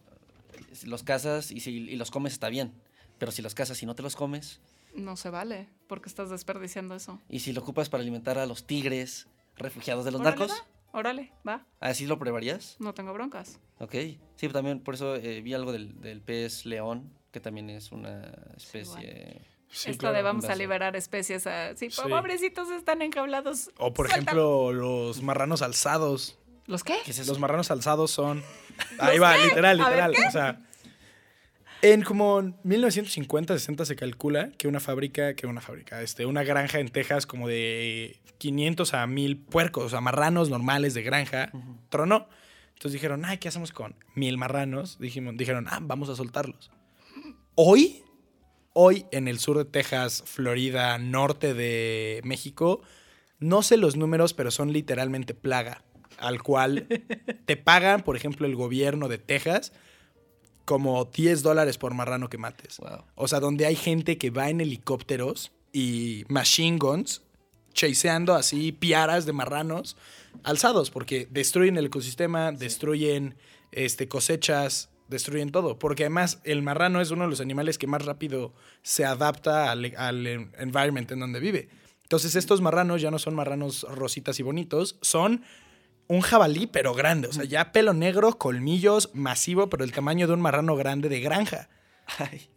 Speaker 2: los cazas y si y los comes está bien. Pero si los cazas y no te los comes,
Speaker 3: No se vale, porque estás desperdiciando eso.
Speaker 2: y si lo ocupas para alimentar a los tigres refugiados de los
Speaker 3: Órale,
Speaker 2: narcos,
Speaker 3: va, Órale, va,
Speaker 2: ¿así lo preparías?
Speaker 3: no tengo broncas.
Speaker 2: Ok. Sí, también por eso eh, vi algo del, del pez león, que también es una especie...
Speaker 4: Sí,
Speaker 3: Esto
Speaker 4: claro.
Speaker 3: de vamos a
Speaker 2: invasión.
Speaker 3: liberar especies a... Sí,
Speaker 4: Sí.
Speaker 3: pobrecitos están enjaulados.
Speaker 4: O por
Speaker 3: Suelta-
Speaker 4: ejemplo, los marranos alzados.
Speaker 3: ¿Los qué?
Speaker 2: ¿Qué es eso?
Speaker 4: Los marranos alzados son. Ahí va, literal,
Speaker 3: A ver,
Speaker 4: literal. O sea. En como 1950, 60 se calcula que una fábrica, que una fábrica, este, una granja en Texas como de 500 a 1000 puercos, o sea, marranos normales de granja, tronó. Entonces dijeron, ay, ¿qué hacemos con mil marranos? Dijimos, dijeron, ah, vamos a soltarlos. Hoy, hoy en el sur de Texas, Florida, norte de México, no sé los números, pero son literalmente plaga, al cual te pagan, por ejemplo, el gobierno de Texas, como 10 dólares por marrano que mates.
Speaker 2: Wow.
Speaker 4: O sea, donde hay gente que va en helicópteros y machine guns chaseando así piaras de marranos alzados, porque destruyen el ecosistema, destruyen este, cosechas, destruyen todo. Porque además el marrano es uno de los animales que más rápido se adapta al, al en- environment en donde vive. Entonces estos marranos ya no son marranos rositas y bonitos, son un jabalí, pero grande. O sea, ya pelo negro, colmillos, masivo, pero el tamaño de un marrano grande de granja.
Speaker 2: Ay,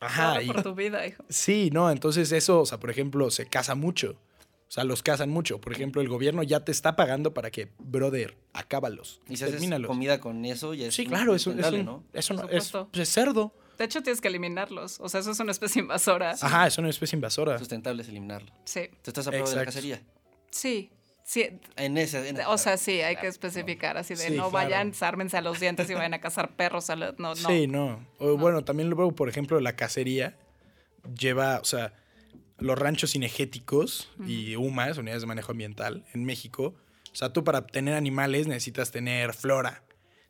Speaker 4: Ajá,
Speaker 3: Corre
Speaker 4: y-
Speaker 3: por tu vida, hijo.
Speaker 4: Sí, no, entonces eso, o sea, por ejemplo, se casa mucho. O sea, los casan mucho. Por ejemplo, el gobierno ya te está pagando para que, brother, acábalos.
Speaker 2: y si haces
Speaker 4: termínalos.
Speaker 2: comida con eso, ya es
Speaker 4: Sí, claro, eso, es
Speaker 2: intentable,
Speaker 4: un-
Speaker 2: ¿no?
Speaker 4: eso no-
Speaker 3: Por
Speaker 4: es,
Speaker 3: supuesto.
Speaker 4: pues, es cerdo.
Speaker 3: De hecho, tienes que eliminarlos. O sea, eso es una especie invasora.
Speaker 4: Ajá, es una especie invasora.
Speaker 2: Sustentable es eliminarlo.
Speaker 3: Sí,
Speaker 2: Tú estás a prueba de la
Speaker 4: Ah. Exacto.
Speaker 2: cacería.
Speaker 3: sí. Sí,
Speaker 2: En ese... en-
Speaker 3: o sea, sí, hay que especificar así de
Speaker 4: Sí,
Speaker 3: no
Speaker 4: claro.
Speaker 3: vayan, ármense a los dientes y vayan a cazar perros. a los- no, no.
Speaker 4: Sí, no. O, Bueno, también luego, por ejemplo, la cacería lleva, o sea, los ranchos cinegéticos y UMAS, unidades de manejo ambiental, en México. O sea, tú para tener animales necesitas tener flora.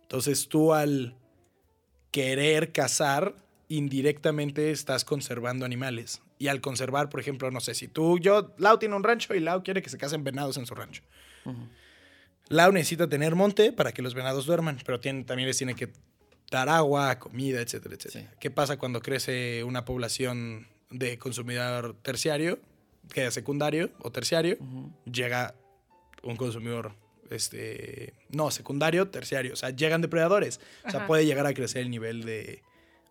Speaker 4: Entonces tú al querer cazar, indirectamente estás conservando animales. Y al conservar, por ejemplo, no sé, si tú, yo, Lau tiene un rancho y Lau quiere que se casen venados en su rancho. Lau necesita tener monte para que los venados duerman, pero tiene- también les tiene que dar agua, comida, etcétera, etcétera.
Speaker 2: Sí.
Speaker 4: ¿Qué pasa cuando crece una población de consumidor terciario, que es secundario o terciario? Llega un consumidor, este, no, secundario, terciario, o sea, llegan depredadores. O sea,
Speaker 3: Ajá.
Speaker 4: puede llegar a crecer el nivel de,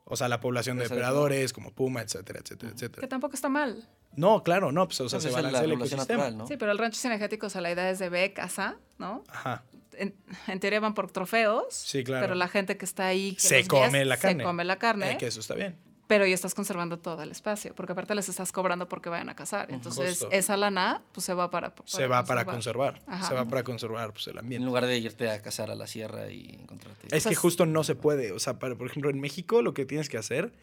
Speaker 4: o sea, la población de
Speaker 2: Esa de
Speaker 4: depredadores, como puma, etcétera, etcétera,
Speaker 3: Que
Speaker 4: etcétera.
Speaker 3: tampoco está mal.
Speaker 4: No, claro, no, pues, o sea,
Speaker 2: Entonces,
Speaker 4: se
Speaker 2: es la
Speaker 4: balancea el
Speaker 2: población
Speaker 4: ecosistema.
Speaker 2: natural, ¿no?
Speaker 3: Sí, pero el rancho cinegético, o sea, la idea es de ve, caza, ¿no?
Speaker 4: Ajá.
Speaker 3: En, en teoría van por trofeos.
Speaker 4: Sí, claro.
Speaker 3: Pero la gente que está ahí. que
Speaker 4: Se
Speaker 3: los guía,
Speaker 4: come la carne.
Speaker 3: Se come la
Speaker 4: Eh,
Speaker 3: carne.
Speaker 4: que eso está bien.
Speaker 3: Pero ya estás conservando todo el espacio. Porque aparte les estás cobrando porque vayan a cazar. Entonces,
Speaker 4: Justo.
Speaker 3: esa lana, pues se va para. para
Speaker 4: se va para conservar.
Speaker 3: Ajá.
Speaker 4: Se va para conservar pues, el
Speaker 2: En
Speaker 4: ambiente.
Speaker 2: lugar de irte a cazar a la sierra y encontrarte...
Speaker 4: Es
Speaker 3: sea,
Speaker 4: que
Speaker 3: es-
Speaker 4: justo no se puede. O sea, para, por ejemplo, en México lo que tienes que hacer.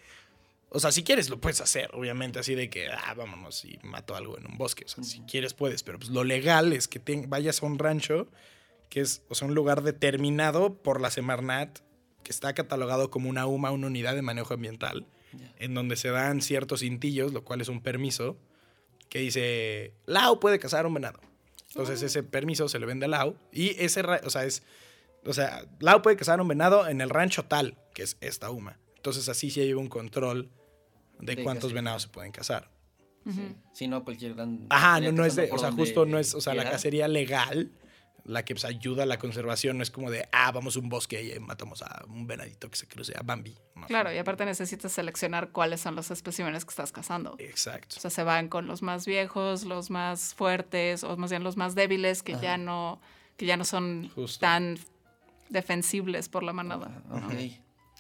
Speaker 4: O sea, si quieres lo puedes hacer, obviamente, así de que, ah, vámonos y mato algo en un bosque. O sea, si quieres puedes, pero pues lo legal es que te- vayas a un rancho que es, o sea, un lugar determinado por la Semarnat, que está catalogado como una UMA, una unidad de manejo ambiental,
Speaker 2: Ya.
Speaker 4: en donde se dan ciertos cintillos, lo cual es un permiso, que dice, Lau puede cazar un venado. Entonces ese permiso se le vende a Lau y ese, ra- o sea, es, o sea, Lau puede cazar un venado en el rancho tal, que es esta UMA. Entonces así sí lleva un control de,
Speaker 2: De
Speaker 4: cuántos
Speaker 2: cacería.
Speaker 4: venados se pueden cazar.
Speaker 2: Sí. Sí, no cualquier gran...
Speaker 4: Ajá, no,
Speaker 2: estaría
Speaker 4: no es de,
Speaker 2: cazando
Speaker 4: o
Speaker 2: por
Speaker 4: sea,
Speaker 2: donde
Speaker 4: justo no es, o sea, la
Speaker 2: quiera.
Speaker 4: cacería legal, la que pues, ayuda a la conservación, no es como de, ah, vamos a un bosque y ahí matamos a un venadito que se cruce, a Bambi. No.
Speaker 3: Claro, y aparte necesitas seleccionar cuáles son los especímenes que estás cazando.
Speaker 4: Exacto.
Speaker 3: O sea, se van con los más viejos, los más fuertes, o más bien los más débiles que ya no, que ya no son
Speaker 4: Justo.
Speaker 3: tan defensibles por la manada.
Speaker 2: Ah, ok.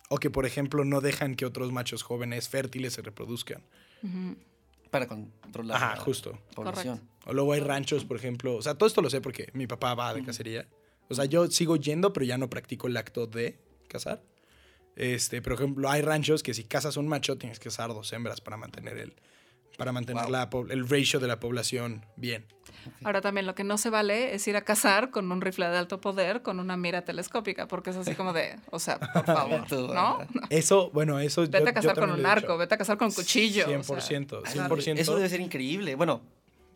Speaker 4: O que, por ejemplo, no dejan que otros machos jóvenes fértiles se reproduzcan.
Speaker 2: Para controlar
Speaker 4: Ajá,
Speaker 2: la
Speaker 4: justo.
Speaker 2: población.
Speaker 4: O luego hay ranchos, por ejemplo. O sea, todo esto lo sé porque mi papá va de cacería. O sea, yo sigo yendo, pero ya no practico el acto de cazar. Este, por ejemplo, hay ranchos que si cazas un macho tienes que cazar dos hembras para mantener el para mantener
Speaker 2: Wow.
Speaker 4: la po- el ratio de la población bien.
Speaker 3: Ahora también lo que no se vale es ir a cazar con un rifle de alto poder con una mira telescópica, porque es así como de, o sea, por favor,
Speaker 2: Tú,
Speaker 3: ¿no?
Speaker 4: Eso, bueno, eso yo-
Speaker 3: Vete
Speaker 4: yo
Speaker 3: a cazar con
Speaker 4: también
Speaker 3: un
Speaker 4: lo he dicho.
Speaker 3: arco, vete a cazar con cuchillo. o sea,
Speaker 4: 100%,
Speaker 2: Claro,
Speaker 4: 100%.
Speaker 2: Eso debe ser increíble. Bueno,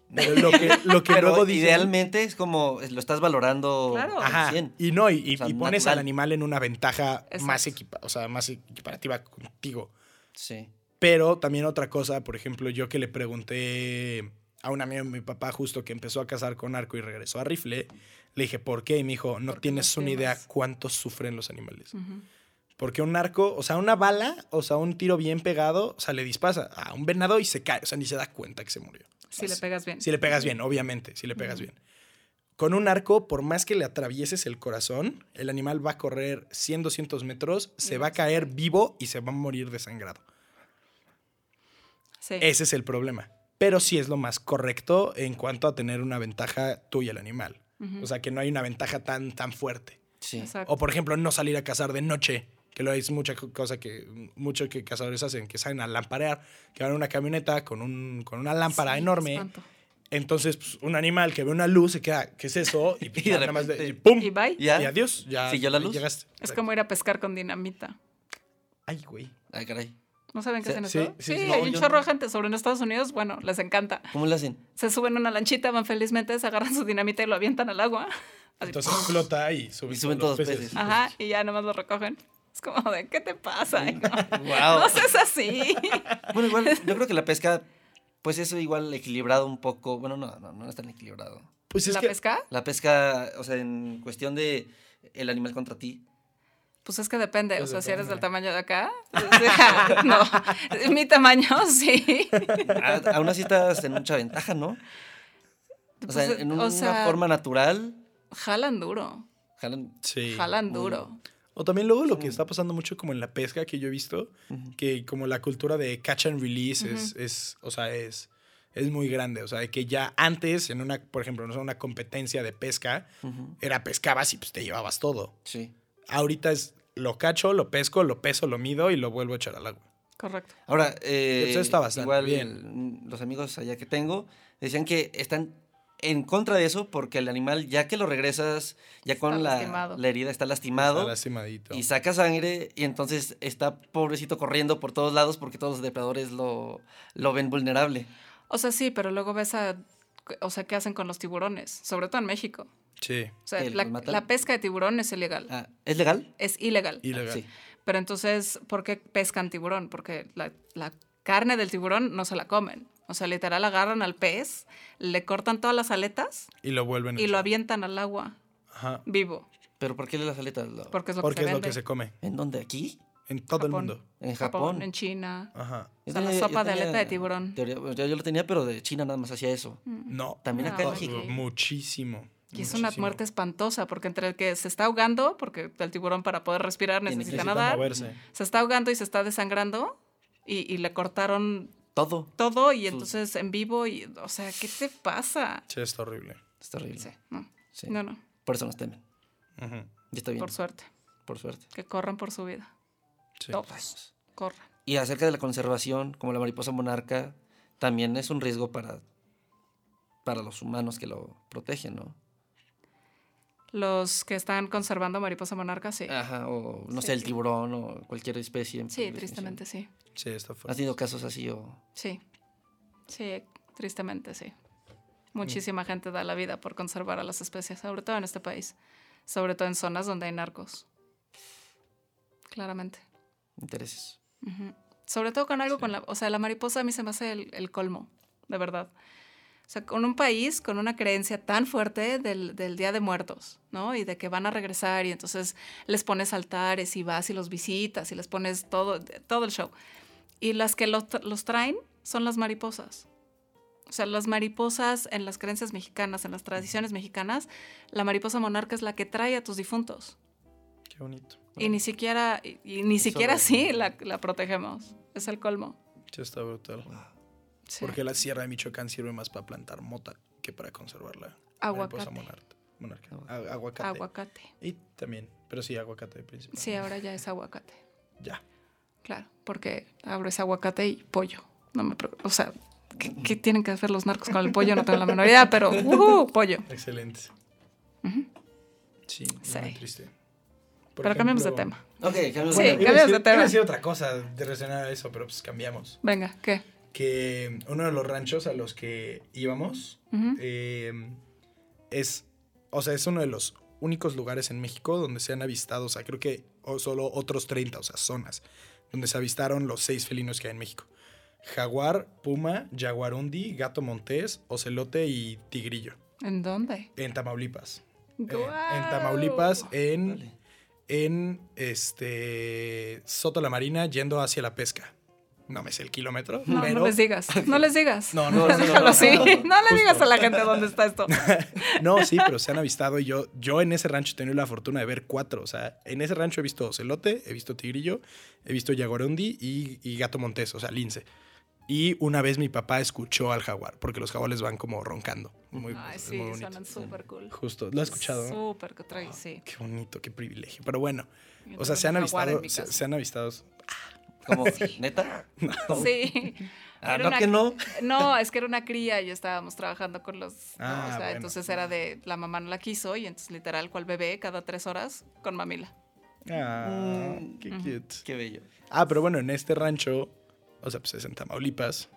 Speaker 4: Pero lo que, lo que
Speaker 2: pero
Speaker 4: luego dicen-
Speaker 2: idealmente es como es- lo estás valorando
Speaker 3: Claro.
Speaker 2: al
Speaker 4: Ajá.
Speaker 2: 100.
Speaker 4: Y no, y, y-
Speaker 2: O sea,
Speaker 4: y pones
Speaker 2: natural.
Speaker 4: al animal en una ventaja
Speaker 3: Exacto.
Speaker 4: más, equipa- o sea, más equiparativa contigo.
Speaker 2: Sí.
Speaker 4: Pero también otra cosa, por ejemplo, yo que le pregunté a un amigo de mi papá justo que empezó a cazar con arco y regresó a rifle, le dije, ¿por qué? Y me dijo, no
Speaker 3: Porque
Speaker 4: tienes una idea
Speaker 3: lastimas.
Speaker 4: cuánto sufren los animales.
Speaker 3: ujú.
Speaker 4: Porque un arco, o sea, una bala, o sea, un tiro bien pegado, o sea, le dispara a un venado y se cae, o sea, ni se da cuenta que se murió.
Speaker 3: Si le
Speaker 4: Así.
Speaker 3: pegas bien.
Speaker 4: Si le pegas bien, obviamente, si le pegas
Speaker 3: Ujú.
Speaker 4: bien. Con un arco, por más que le atravieses el corazón, el animal va a correr 100, 200 metros, se
Speaker 3: Y
Speaker 4: va a
Speaker 3: no se cae.
Speaker 4: caer vivo y se va a morir desangrado.
Speaker 3: Sí.
Speaker 4: Ese es el problema. Pero sí es lo más correcto en cuanto a tener una ventaja tú y el animal.
Speaker 3: Ujú.
Speaker 4: O sea, que no hay una ventaja tan, tan fuerte.
Speaker 2: Sí.
Speaker 3: Exacto.
Speaker 4: O, por ejemplo, no salir a cazar de noche, que lo es mucha co- cosa que muchos que cazadores hacen, que salen a lamparear, que van en una camioneta con, un, con una lámpara
Speaker 3: Sí,
Speaker 4: enorme.
Speaker 3: espanto.
Speaker 4: Entonces, pues, un animal que ve una luz se queda, ¿qué es eso? Y, pues,
Speaker 2: Y de
Speaker 4: ya nada más
Speaker 2: repente-
Speaker 4: y ¡pum!
Speaker 3: Y bye.
Speaker 2: ¿Ya?
Speaker 4: Y adiós. Ya
Speaker 2: ¿Siguió la
Speaker 4: ya
Speaker 2: luz?
Speaker 4: Llegaste.
Speaker 3: Es como ir a pescar con dinamita.
Speaker 4: Ay, güey.
Speaker 2: Ay, Ah, caray.
Speaker 3: ¿No saben
Speaker 2: Sí,
Speaker 3: qué hacen
Speaker 4: sí,
Speaker 3: eso?
Speaker 4: sí,
Speaker 3: Sí,
Speaker 4: sí.
Speaker 2: No,
Speaker 3: hay un
Speaker 2: yo
Speaker 3: chorro
Speaker 2: no.
Speaker 3: de gente, sobre en Estados Unidos, bueno, les encanta.
Speaker 2: ¿Cómo le hacen?
Speaker 3: Se suben a una lanchita, van felizmente, se agarran su dinamita y lo avientan al agua. Así,
Speaker 4: Entonces flota y suben,
Speaker 2: Y suben
Speaker 4: todos los
Speaker 2: todos
Speaker 4: peces.
Speaker 2: peces.
Speaker 3: Ajá, y ya nomás lo recogen. Es como de, ¿qué te pasa? Ay, no,
Speaker 2: Wow.
Speaker 3: no seas así.
Speaker 2: Bueno, igual, yo creo que la pesca, pues eso igual equilibrado un poco. Bueno, no, no, no es tan equilibrado.
Speaker 4: Pues es
Speaker 3: ¿La
Speaker 4: que
Speaker 3: pesca?
Speaker 2: La pesca, o sea, en cuestión de el animal contra ti.
Speaker 3: Pues es que depende. O
Speaker 4: Pues
Speaker 3: sea, si eres del
Speaker 4: depende.
Speaker 3: tamaño de acá. no. Mi tamaño, sí.
Speaker 2: A- aún así estás en mucha ventaja, ¿no? O sea,
Speaker 3: Pues,
Speaker 2: en
Speaker 3: o
Speaker 2: una
Speaker 3: sea,
Speaker 2: forma natural.
Speaker 3: Jalan duro.
Speaker 2: jalan-
Speaker 4: sí.
Speaker 3: Jalan
Speaker 2: muy-
Speaker 3: duro.
Speaker 4: O también luego lo que
Speaker 2: Sí.
Speaker 4: está pasando mucho como en la pesca que yo he visto,
Speaker 2: Ujú.
Speaker 4: que como la cultura de catch and release es, es, o sea, es, es muy grande. O sea, de que ya antes, en una, por ejemplo, no sé, una competencia de pesca,
Speaker 2: Ujú.
Speaker 4: era pescabas y pues te llevabas todo.
Speaker 2: Sí.
Speaker 4: Ahorita es lo cacho, lo pesco, lo peso, lo mido y lo vuelvo a echar al agua.
Speaker 3: Correcto.
Speaker 2: Ahora, eh,
Speaker 4: Eso está bastante
Speaker 2: igual
Speaker 4: bien.
Speaker 2: mm, los amigos allá que tengo decían que están en contra de eso porque el animal, ya que lo regresas, ya con la,
Speaker 3: lastimado.
Speaker 2: la herida está lastimado.
Speaker 4: Está lastimadito.
Speaker 2: y saca sangre y entonces está pobrecito corriendo por todos lados porque todos los depredadores lo, lo ven vulnerable.
Speaker 3: O sea, sí, pero luego ves a. O sea, ¿qué hacen con los tiburones? Sobre todo en México.
Speaker 4: Sí.
Speaker 3: O sea,
Speaker 2: ¿Qué,
Speaker 3: la,
Speaker 2: los matan?
Speaker 3: la pesca de tiburón es ilegal.
Speaker 2: Ah, ¿Es legal?
Speaker 3: Es ilegal.
Speaker 4: Y
Speaker 2: Ah,
Speaker 4: legal.
Speaker 2: sí.
Speaker 3: Pero entonces, ¿por qué pescan tiburón? Porque la, la carne del tiburón no se la comen. O sea, literal agarran al pez, le cortan todas las aletas
Speaker 4: Y lo vuelven a
Speaker 3: y lo
Speaker 4: echar.
Speaker 3: avientan al agua
Speaker 4: Ajá.
Speaker 3: vivo.
Speaker 2: ¿Pero por qué las aletas? Lo-
Speaker 3: Porque es lo
Speaker 4: Porque
Speaker 3: que
Speaker 4: es
Speaker 3: se
Speaker 4: lo
Speaker 3: vende.
Speaker 4: que se come
Speaker 2: ¿En dónde? ¿Aquí?
Speaker 4: en todo
Speaker 3: Japón.
Speaker 4: el mundo.
Speaker 2: En
Speaker 3: En Japón,
Speaker 2: Japón.
Speaker 3: en China.
Speaker 4: Ajá.
Speaker 2: Yo
Speaker 3: O sea, la
Speaker 2: tenía- yo
Speaker 3: sopa de
Speaker 2: tenía
Speaker 3: aleta de tiburón.
Speaker 2: teoría- bueno, yo, yo lo tenía, pero de China nada más hacía eso.
Speaker 3: Mm.
Speaker 4: No.
Speaker 2: También
Speaker 3: No,
Speaker 2: acá en
Speaker 3: no,
Speaker 2: México.
Speaker 3: sí.
Speaker 4: Muchísimo.
Speaker 3: Y es una
Speaker 4: muchísimo.
Speaker 3: muerte espantosa, porque entre el que se está ahogando, porque el tiburón para poder respirar
Speaker 2: Tiene que
Speaker 3: necesita
Speaker 4: Necesita
Speaker 3: nadar,
Speaker 4: moverse.
Speaker 3: se está ahogando y se está desangrando y, y le cortaron
Speaker 2: Todo.
Speaker 3: todo y
Speaker 2: Sus-
Speaker 3: entonces en vivo, y, o sea, ¿qué te pasa?
Speaker 4: Sí, está horrible.
Speaker 2: Es terrible.
Speaker 3: Sí, no,
Speaker 2: Sí.
Speaker 3: no, no,
Speaker 2: Por eso nos temen.
Speaker 4: Ujú.
Speaker 2: Ya está bien.
Speaker 3: por
Speaker 2: Por,
Speaker 3: suerte,
Speaker 2: suerte.
Speaker 3: que corran por su vida,
Speaker 4: Sí.
Speaker 2: pues.
Speaker 3: todos, corran.
Speaker 2: Y acerca de la conservación, como la mariposa monarca, también es un riesgo para, para los humanos que lo protegen, ¿no?
Speaker 3: Los que están conservando mariposa monarca, sí.
Speaker 2: Ajá, o no
Speaker 3: Eh, Sí,
Speaker 2: sé, el
Speaker 3: sí.
Speaker 2: tiburón o cualquier especie. en
Speaker 3: Sí,
Speaker 2: peligro de extinción.
Speaker 3: tristemente sí.
Speaker 4: Sí, está
Speaker 2: ¿Has
Speaker 4: fuerte.
Speaker 2: tenido casos así o...?
Speaker 3: Sí, sí, tristemente sí. Muchísima gente da la vida por conservar a las especies, sobre todo en este país, sobre todo en zonas donde hay narcos. Claramente.
Speaker 2: intereses.
Speaker 3: Ujú. Sobre todo con algo con la... O sea, la mariposa a mí se me hace el, el colmo, de verdad. O sea, con un país con una creencia tan fuerte del, del Día de Muertos, ¿no? Y de que van a regresar y entonces les pones altares y vas y los visitas y les pones todo, todo el show. Y las que los, los traen son las mariposas. O sea, las mariposas en las creencias mexicanas, en las tradiciones mexicanas, la mariposa monarca es la que trae a tus difuntos.
Speaker 4: Qué bonito.
Speaker 3: Y ni siquiera, y, y ni
Speaker 2: Eso
Speaker 3: siquiera
Speaker 2: lo-
Speaker 3: así la, la protegemos. Es el colmo.
Speaker 4: Sí, está brutal.
Speaker 3: Sí.
Speaker 4: Porque la sierra de Michoacán sirve más para plantar mota que para conservarla.
Speaker 3: Aguacate.
Speaker 4: Monarca. monarca. A- Aguacate.
Speaker 3: Aguacate.
Speaker 4: Y también. Pero sí, aguacate principal.
Speaker 3: Sí, ahora ya es aguacate.
Speaker 4: Ya.
Speaker 3: Claro, porque abro ese aguacate y pollo. No me, pre- o sea, ¿qué, qué tienen que hacer los narcos con el pollo? No tengo la menor idea, pero ujú, pollo.
Speaker 4: Excelente.
Speaker 3: Ujú.
Speaker 4: Sí,
Speaker 3: Sí.
Speaker 4: muy triste. Por
Speaker 3: Pero cambiamos de
Speaker 4: ejemplo-
Speaker 3: tema.
Speaker 2: Ok, cambiamos
Speaker 3: Sí,
Speaker 2: de
Speaker 4: iba
Speaker 2: tema.
Speaker 4: a
Speaker 3: cambiamos
Speaker 4: decir-
Speaker 3: de tema.
Speaker 4: Iba a decir otra cosa de relacionar a eso, pero pues cambiamos.
Speaker 3: Venga, ¿qué?
Speaker 4: Que uno de los ranchos a los que íbamos
Speaker 3: Ujú.
Speaker 4: eh, es, o sea, es uno de los únicos lugares en México donde se han avistado, o sea, creo que o solo otros 30, o sea, zonas, donde se avistaron los seis felinos que hay en México. Jaguar, puma, jaguarundi, gato montés, ocelote y tigrillo.
Speaker 3: ¿En dónde?
Speaker 4: En Tamaulipas. Eh,
Speaker 3: ¡Guau!
Speaker 4: en Tamaulipas, en,
Speaker 2: Vale.
Speaker 4: en este Soto la Marina, yendo hacia la pesca. No me sé el kilómetro,
Speaker 3: No,
Speaker 4: pero...
Speaker 3: no les digas, no les digas.
Speaker 4: No, no, no, no,
Speaker 3: Déjalo
Speaker 4: no,
Speaker 3: así.
Speaker 4: no,
Speaker 3: No,
Speaker 4: no,
Speaker 3: le digas
Speaker 4: justo.
Speaker 3: a la gente dónde está esto.
Speaker 4: No, sí, pero se han avistado y yo, yo en ese rancho he tenido la fortuna de ver cuatro. O sea, en ese rancho he visto celote, he visto tigrillo, he visto yagorundi y, y gato montés, o sea, lince. Y una vez mi papá escuchó al jaguar, porque los jaguares van como roncando. Muy,
Speaker 3: Ay,
Speaker 4: es
Speaker 3: sí,
Speaker 4: muy bonito.
Speaker 3: suenan súper cool.
Speaker 4: Justo, lo has escuchado. no?
Speaker 3: Súper que trae, sí.
Speaker 4: Qué bonito, qué privilegio. Pero bueno,
Speaker 3: Yo
Speaker 4: o sea,
Speaker 3: tengo
Speaker 4: se han
Speaker 3: un jaguar en
Speaker 4: avistado,
Speaker 3: mi
Speaker 4: se,
Speaker 3: casa.
Speaker 4: se han avistado.
Speaker 2: Como, ¿neta? No.
Speaker 3: Sí.
Speaker 2: Ah,
Speaker 3: Era
Speaker 2: no
Speaker 3: una-
Speaker 2: que no.
Speaker 3: No, es que era una cría y estábamos trabajando con los. no,
Speaker 4: Ah,
Speaker 3: o sea,
Speaker 4: bueno.
Speaker 3: entonces era de la mamá no la quiso y entonces literal cual bebé cada tres horas con mamila.
Speaker 4: Ah,
Speaker 2: Mm.
Speaker 4: qué
Speaker 3: Ujú.
Speaker 4: cute.
Speaker 2: Qué bello.
Speaker 4: Ah, pero bueno, en este rancho, o sea, pues es en Tamaulipas.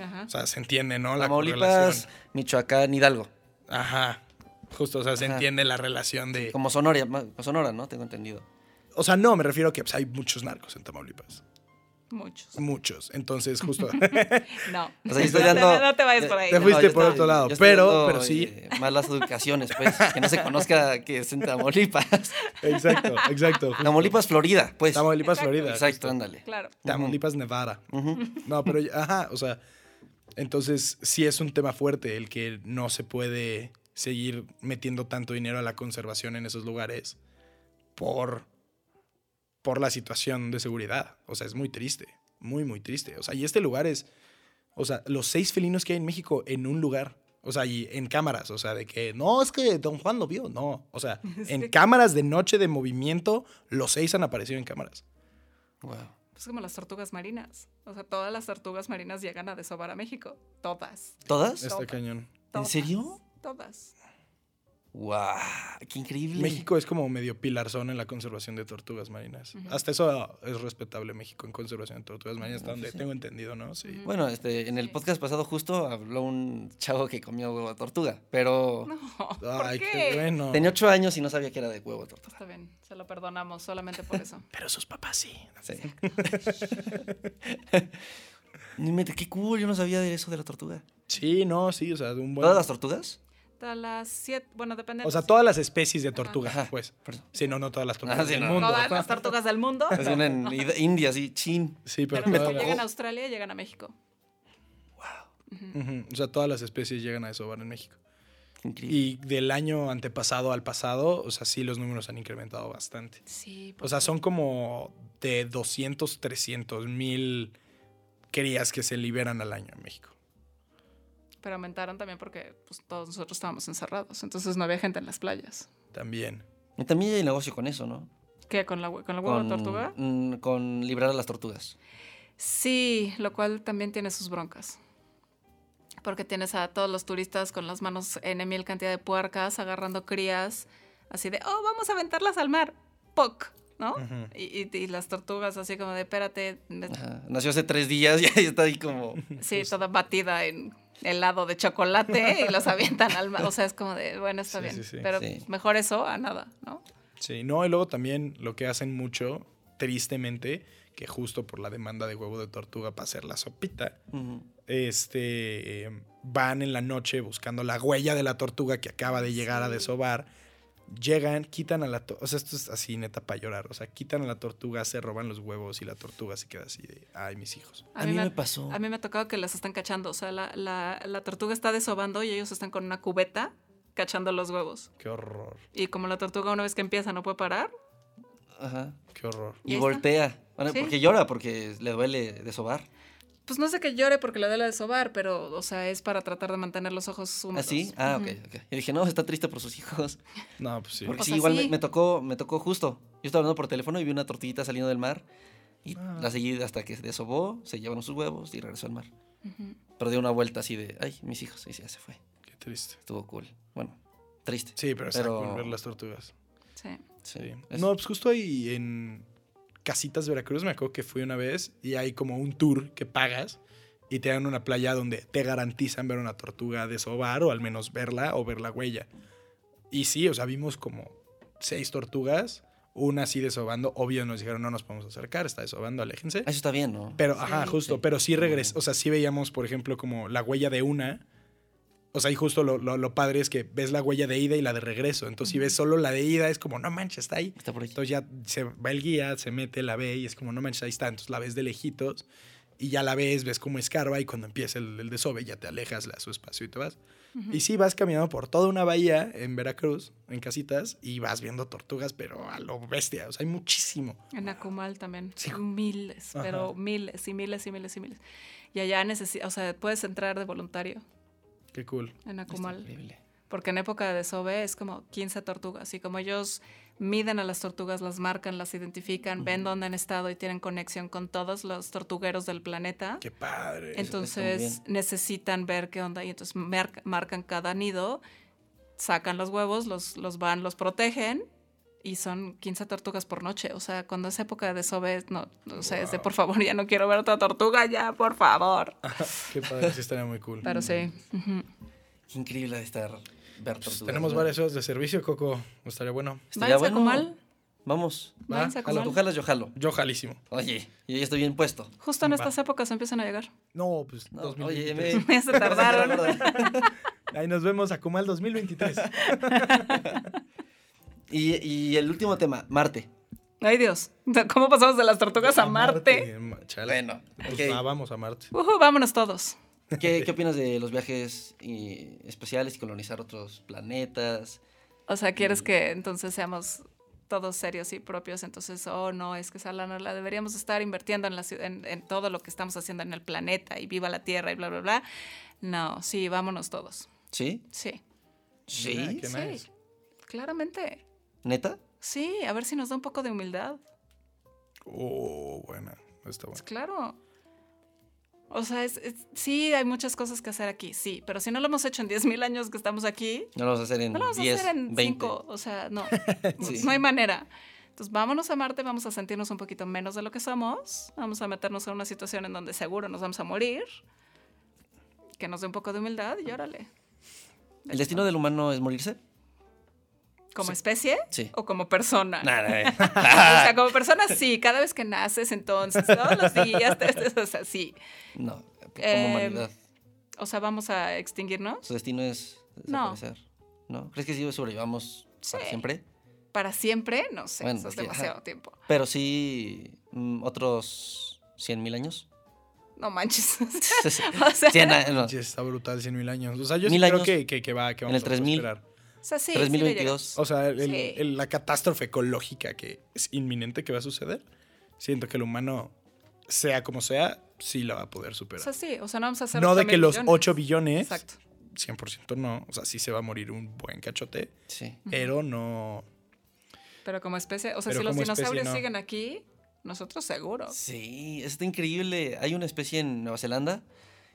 Speaker 3: Ajá.
Speaker 4: O sea, se entiende, ¿no? La correlación.
Speaker 2: Tamaulipas, Michoacán, Hidalgo.
Speaker 4: Ajá. Justo, o sea, se
Speaker 2: Ajá.
Speaker 4: entiende la relación de.
Speaker 2: Como Sonora, ma- Sonora, ¿no? Tengo entendido.
Speaker 4: O sea, no, me refiero a que pues, hay muchos narcos en Tamaulipas.
Speaker 3: Muchos.
Speaker 4: Muchos. Entonces, justo.
Speaker 3: No.
Speaker 2: O sea, yo estoy
Speaker 3: no, te-
Speaker 2: dando-
Speaker 3: no te vayas por ahí.
Speaker 4: Te
Speaker 3: no.
Speaker 4: fuiste
Speaker 2: yo
Speaker 4: por
Speaker 2: estoy-
Speaker 4: otro lado,
Speaker 2: yo estoy
Speaker 4: pero-
Speaker 2: dando,
Speaker 4: pero sí.
Speaker 2: eh, malas educaciones, pues. Que no se conozca que es en Tamaulipas.
Speaker 4: exacto, exacto. justo.
Speaker 2: Tamaulipas, Florida, pues.
Speaker 4: Tamaulipas,
Speaker 3: Exacto.
Speaker 4: Florida.
Speaker 2: Exacto, ándale.
Speaker 3: Claro.
Speaker 4: Tamaulipas, Nevada.
Speaker 2: Ujú.
Speaker 4: No, pero, ya- ajá, o sea. Entonces, sí es un tema fuerte el que no se puede seguir metiendo tanto dinero a la conservación en esos lugares por, por la situación de seguridad. O sea, es muy triste, muy, muy triste. O sea, y este lugar es, o sea, los seis felinos que hay en México en un lugar. O sea, y en cámaras, o sea, de que no, es que Don Juan lo vio, no. O sea, en cámaras de noche de movimiento, los seis han aparecido en cámaras.
Speaker 2: Wow.
Speaker 3: Es pues como las tortugas marinas. O sea, todas las tortugas marinas llegan a desovar a México. Todas.
Speaker 2: ¿Todas?
Speaker 4: Está
Speaker 3: Topa.
Speaker 4: cañón.
Speaker 2: ¿En
Speaker 3: Todas.
Speaker 2: serio?
Speaker 3: Todas.
Speaker 2: ¡Wow! ¡Qué increíble!
Speaker 4: México es como medio pilarzón en la conservación de tortugas marinas.
Speaker 3: Ujú.
Speaker 4: Hasta eso ah, es respetable México en conservación de tortugas marinas, hasta
Speaker 2: Ah,
Speaker 4: donde
Speaker 2: sí.
Speaker 4: tengo entendido, ¿no? Sí.
Speaker 3: Ujú.
Speaker 2: Bueno, este, en el podcast pasado justo habló un chavo que comió huevo de tortuga, pero
Speaker 3: No. ¿Por
Speaker 4: Oh. Ay,
Speaker 3: qué? Pues
Speaker 4: qué bueno.
Speaker 2: tenía ocho años y no sabía que era de huevo de tortuga.
Speaker 3: Está bien, se lo perdonamos solamente por eso.
Speaker 4: Pero sus papás sí.
Speaker 2: Sí. Ni me- ¡Qué cool! Yo no sabía de eso de la tortuga.
Speaker 4: Sí, no, sí, o sea, de un buen...
Speaker 2: ¿Todas las tortugas?
Speaker 3: Hasta las 7, bueno, depende.
Speaker 4: o sea, todas las especies de tortugas,
Speaker 2: Ajá.
Speaker 4: pues.
Speaker 2: Perdón.
Speaker 4: Sí, no, no todas las tortugas
Speaker 2: Ah, sí,
Speaker 4: del
Speaker 2: no.
Speaker 4: mundo.
Speaker 3: todas las tortugas del mundo.
Speaker 2: Es una en Id- India, así, chin.
Speaker 4: Sí,
Speaker 3: Pero
Speaker 4: pero,
Speaker 3: las que
Speaker 4: todas
Speaker 3: llegan a
Speaker 4: las...
Speaker 3: Australia llegan a México.
Speaker 4: Ujú, O sea, todas las especies llegan a desovar en México.
Speaker 2: Qué Increíble.
Speaker 4: Y del año antepasado al pasado, o sea, sí, los números han incrementado bastante.
Speaker 3: Sí,
Speaker 4: O sea, son como de 200, 300 mil crías que se liberan al año en México.
Speaker 3: pero aumentaron también porque pues, todos nosotros estábamos encerrados. Entonces no había gente en las playas.
Speaker 4: También.
Speaker 2: Y también hay negocio con eso, ¿no?
Speaker 3: ¿Qué? ¿Con la, hue- con la huevo de tortuga?
Speaker 2: mm, con librar a las tortugas.
Speaker 3: Sí, lo cual también tiene sus broncas. Porque tienes a todos los turistas con las manos en mil cantidad de puercas, agarrando crías, así de, oh, vamos a aventarlas al mar. ¡Poc! ¿No?
Speaker 4: Ujú.
Speaker 3: y, y- y las tortugas así como de, espérate, me-
Speaker 2: Ajá, Nació hace tres días y ahí está ahí como...
Speaker 3: Sí, toda batida en helado de chocolate y los avientan al mar. O sea, es como de, bueno, está
Speaker 4: Sí,
Speaker 3: bien.
Speaker 4: sí, sí.
Speaker 3: Pero
Speaker 2: Sí.
Speaker 3: mejor eso a nada, ¿no?
Speaker 4: Sí, no, y luego también lo que hacen mucho, tristemente, que justo por la demanda de huevo de tortuga para hacer la sopita,
Speaker 2: Ujú.
Speaker 4: este, eh, van en la noche buscando la huella de la tortuga que acaba de llegar a
Speaker 3: Sí.
Speaker 4: desovar. Llegan, quitan a la tortuga, o sea, esto es así neta para llorar, o sea, quitan a la tortuga, se roban los huevos y la tortuga se queda así de, ay, mis hijos.
Speaker 2: A, mí me, pasó.
Speaker 3: a mí me ha tocado que las están cachando. O sea, la, la- la tortuga está desobando y ellos están con una cubeta cachando los huevos.
Speaker 4: Qué horror,
Speaker 3: Y como la tortuga una vez que empieza no puede parar,
Speaker 2: Ajá.
Speaker 4: qué horror.
Speaker 2: Y
Speaker 3: Ahí está.
Speaker 2: voltea. Bueno,
Speaker 3: Sí.
Speaker 2: Porque llora, porque le duele desovar.
Speaker 3: pues no sé que llore porque le da la desovar, pero, o sea, es para tratar de mantener los ojos húmedos.
Speaker 2: ¿Así? Ah,
Speaker 3: Ujú.
Speaker 2: ok, ok. Y dije, no, está triste por sus hijos.
Speaker 4: No, pues sí.
Speaker 2: Porque
Speaker 3: O
Speaker 2: sí,
Speaker 3: sea,
Speaker 2: igual me-
Speaker 3: sí.
Speaker 2: Me, tocó, me tocó justo. Yo estaba hablando por teléfono y vi una tortillita saliendo del mar y
Speaker 4: Ah.
Speaker 2: la seguí hasta que se desobó, se llevaron sus huevos y regresó al mar.
Speaker 3: Ujú.
Speaker 2: Pero dio una vuelta así de, ay, mis hijos, y ya se fue.
Speaker 4: Qué triste.
Speaker 2: Estuvo cool. Bueno, triste.
Speaker 4: Sí, pero, está
Speaker 2: Pero-
Speaker 4: cool ver las tortugas.
Speaker 3: Sí.
Speaker 2: Sí. Es-
Speaker 4: No, pues justo ahí en Casitas Veracruz me acuerdo que fui una vez y hay como un tour que pagas y te dan una playa donde te garantizan ver una tortuga desovar o al menos verla o ver la huella. Y sí, o sea, vimos como seis tortugas, una así desobando. Obvio nos dijeron no nos podemos acercar, está desobando, aléjense.
Speaker 2: Ah, Eso está bien, ¿no?
Speaker 4: Pero, ajá, justo,
Speaker 2: Sí.
Speaker 4: pero sí regres, o sea, sí veíamos, por ejemplo, como la huella de una. O sea, y justo lo, lo- lo padre es que ves la huella de ida y la de regreso. Entonces, si ves solo la de ida, es como, no manches, está ahí.
Speaker 2: Está por ahí.
Speaker 4: Entonces ya se va el guía, se mete, la ve y es como, no manches, ahí está. Entonces la ves de lejitos y ya la ves, ves cómo escarba y cuando empieza el, el desove ya te alejas, le das su espacio y te vas. Y sí, vas caminando por toda una bahía en Veracruz, en casitas, y vas viendo tortugas, pero a lo bestia. O sea, hay muchísimo.
Speaker 3: En Akumal también.
Speaker 4: Sí.
Speaker 3: Miles,
Speaker 4: Ajá.
Speaker 3: pero miles y miles y miles y miles. Y allá necesitas, o sea, puedes entrar de voluntario
Speaker 4: Qué cool.
Speaker 3: en
Speaker 2: Está
Speaker 3: Akumal.
Speaker 2: increíble.
Speaker 3: Porque en época de desove es como 15 tortugas. Y como ellos miden a las tortugas, las marcan, las identifican, ven dónde han estado y tienen conexión con todos los tortugueros del planeta.
Speaker 4: Qué
Speaker 2: Eso está
Speaker 4: padre.
Speaker 2: muy
Speaker 3: Entonces necesitan ver qué onda y entonces mar- marcan cada nido, sacan los huevos, los, los van, los protegen y son 15 tortugas por noche. O sea, cuando es época de desove, no, no sé, es de por favor, ya no quiero ver otra tortuga, ya, por favor.
Speaker 4: Qué padre, sí estaría muy cool.
Speaker 3: Pero sí. ujú.
Speaker 2: Qué increíble ha de estar ver tortugas.
Speaker 4: Pues, Tenemos
Speaker 2: ¿no?
Speaker 4: varias horas de servicio, Coco. Estaría bueno.
Speaker 2: Estaría
Speaker 3: ¿Vayas a Comal?
Speaker 2: Vamos.
Speaker 4: Va,
Speaker 3: Váyanse a
Speaker 4: jalo.
Speaker 3: Comal.
Speaker 2: Tú jalas, yo jalo.
Speaker 4: Yo jalísimo.
Speaker 2: Oye, yo ya estoy bien puesto.
Speaker 3: Justo en estas épocas empiezan a llegar.
Speaker 4: No, pues
Speaker 2: No,
Speaker 4: 2023.
Speaker 2: oye, me...
Speaker 3: Ya se tardaron.
Speaker 4: Ahí nos vemos a Comal 2023.
Speaker 2: y, y el último tema, Marte.
Speaker 3: Ay Dios, ¿cómo pasamos de las tortugas a Marte?
Speaker 4: Ma- Chale.
Speaker 2: Bueno,
Speaker 4: Pues
Speaker 2: ok.
Speaker 4: va, vamos a Marte.
Speaker 3: Ujú, vámonos todos.
Speaker 2: ¿Qué, qué opinas de los viajes y- espaciales y colonizar otros planetas?
Speaker 3: O sea, quieres que entonces seamos todos serios y propios, entonces, oh no, es que esa lana la deberíamos estar invirtiendo en, la, ciu- en, en todo lo que estamos haciendo en el planeta y viva la Tierra y bla, bla, bla. No, sí, vámonos todos.
Speaker 2: ¿Sí?
Speaker 3: Sí,
Speaker 4: Ah,
Speaker 2: ¿Sí?
Speaker 4: qué
Speaker 3: Sí.
Speaker 4: nice.
Speaker 3: claramente.
Speaker 2: ¿Neta?
Speaker 3: Sí, a ver si nos da un poco de humildad.
Speaker 4: Oh, buena. Está
Speaker 3: Pues
Speaker 4: bueno.
Speaker 3: claro. O sea, es- es- sí, hay muchas cosas que hacer aquí, sí, pero si no lo hemos hecho en 10.000 años que estamos aquí,
Speaker 2: No lo vas a hacer en
Speaker 3: No lo vamos
Speaker 2: 10,
Speaker 3: a hacer en
Speaker 2: 20.
Speaker 3: cinco, o sea, no,
Speaker 2: Sí.
Speaker 3: no hay manera. Entonces vámonos a Marte, vamos a sentirnos un poquito menos de lo que somos, vamos a meternos en una situación en donde seguro nos vamos a morir, que nos dé un poco de humildad y órale.
Speaker 2: ¿El destino del humano es morirse?
Speaker 3: ¿Como especie
Speaker 2: Sí.
Speaker 3: o como persona?
Speaker 2: Nada, eh.
Speaker 3: O sea, como persona sí, cada vez que naces entonces, todos los días, te- te- o sea, sí.
Speaker 2: No, como
Speaker 3: Eh,
Speaker 2: humanidad.
Speaker 3: O sea, vamos a extinguirnos
Speaker 2: Su destino es
Speaker 3: no.
Speaker 2: desaparecer. ¿No? ¿Crees que sí sobrevivamos para
Speaker 3: Sí.
Speaker 2: siempre?
Speaker 3: para siempre, no sé,
Speaker 2: Bueno, pues
Speaker 3: eso es
Speaker 2: sí, ajá.
Speaker 3: demasiado tiempo.
Speaker 2: Pero sí mm, otros 100 mil años.
Speaker 3: No manches. O sea,
Speaker 2: 100 años.
Speaker 4: Sí, está brutal, 100 mil años. O sea, yo sí
Speaker 2: Ah. Mil
Speaker 4: creo
Speaker 2: años.
Speaker 4: que, que, que va, que
Speaker 2: En
Speaker 4: vamos
Speaker 2: el 3000.
Speaker 4: a prosperar.
Speaker 3: o sea, sí, sí le llegamos.
Speaker 2: 3022.
Speaker 4: O sea, el-
Speaker 3: Sí.
Speaker 4: el- la catástrofe ecológica que es inminente que va a suceder. Siento que el humano, sea como sea, sí la va a poder
Speaker 3: O
Speaker 4: superar.
Speaker 3: sea, sí, o sea, no vamos a hacer
Speaker 4: no
Speaker 3: ocho
Speaker 4: de que
Speaker 3: mil
Speaker 4: los
Speaker 3: millones.
Speaker 4: 8 billones,
Speaker 3: Exacto.
Speaker 4: 100% no. O sea, sí se va a morir un buen cachote,
Speaker 2: Sí.
Speaker 4: pero no.
Speaker 3: Pero como especie, o sea,
Speaker 4: Pero
Speaker 3: si los
Speaker 4: como especie,
Speaker 3: dinosaurios
Speaker 4: no.
Speaker 3: siguen aquí, nosotros seguro.
Speaker 2: Sí, está increíble. Hay una especie en Nueva Zelanda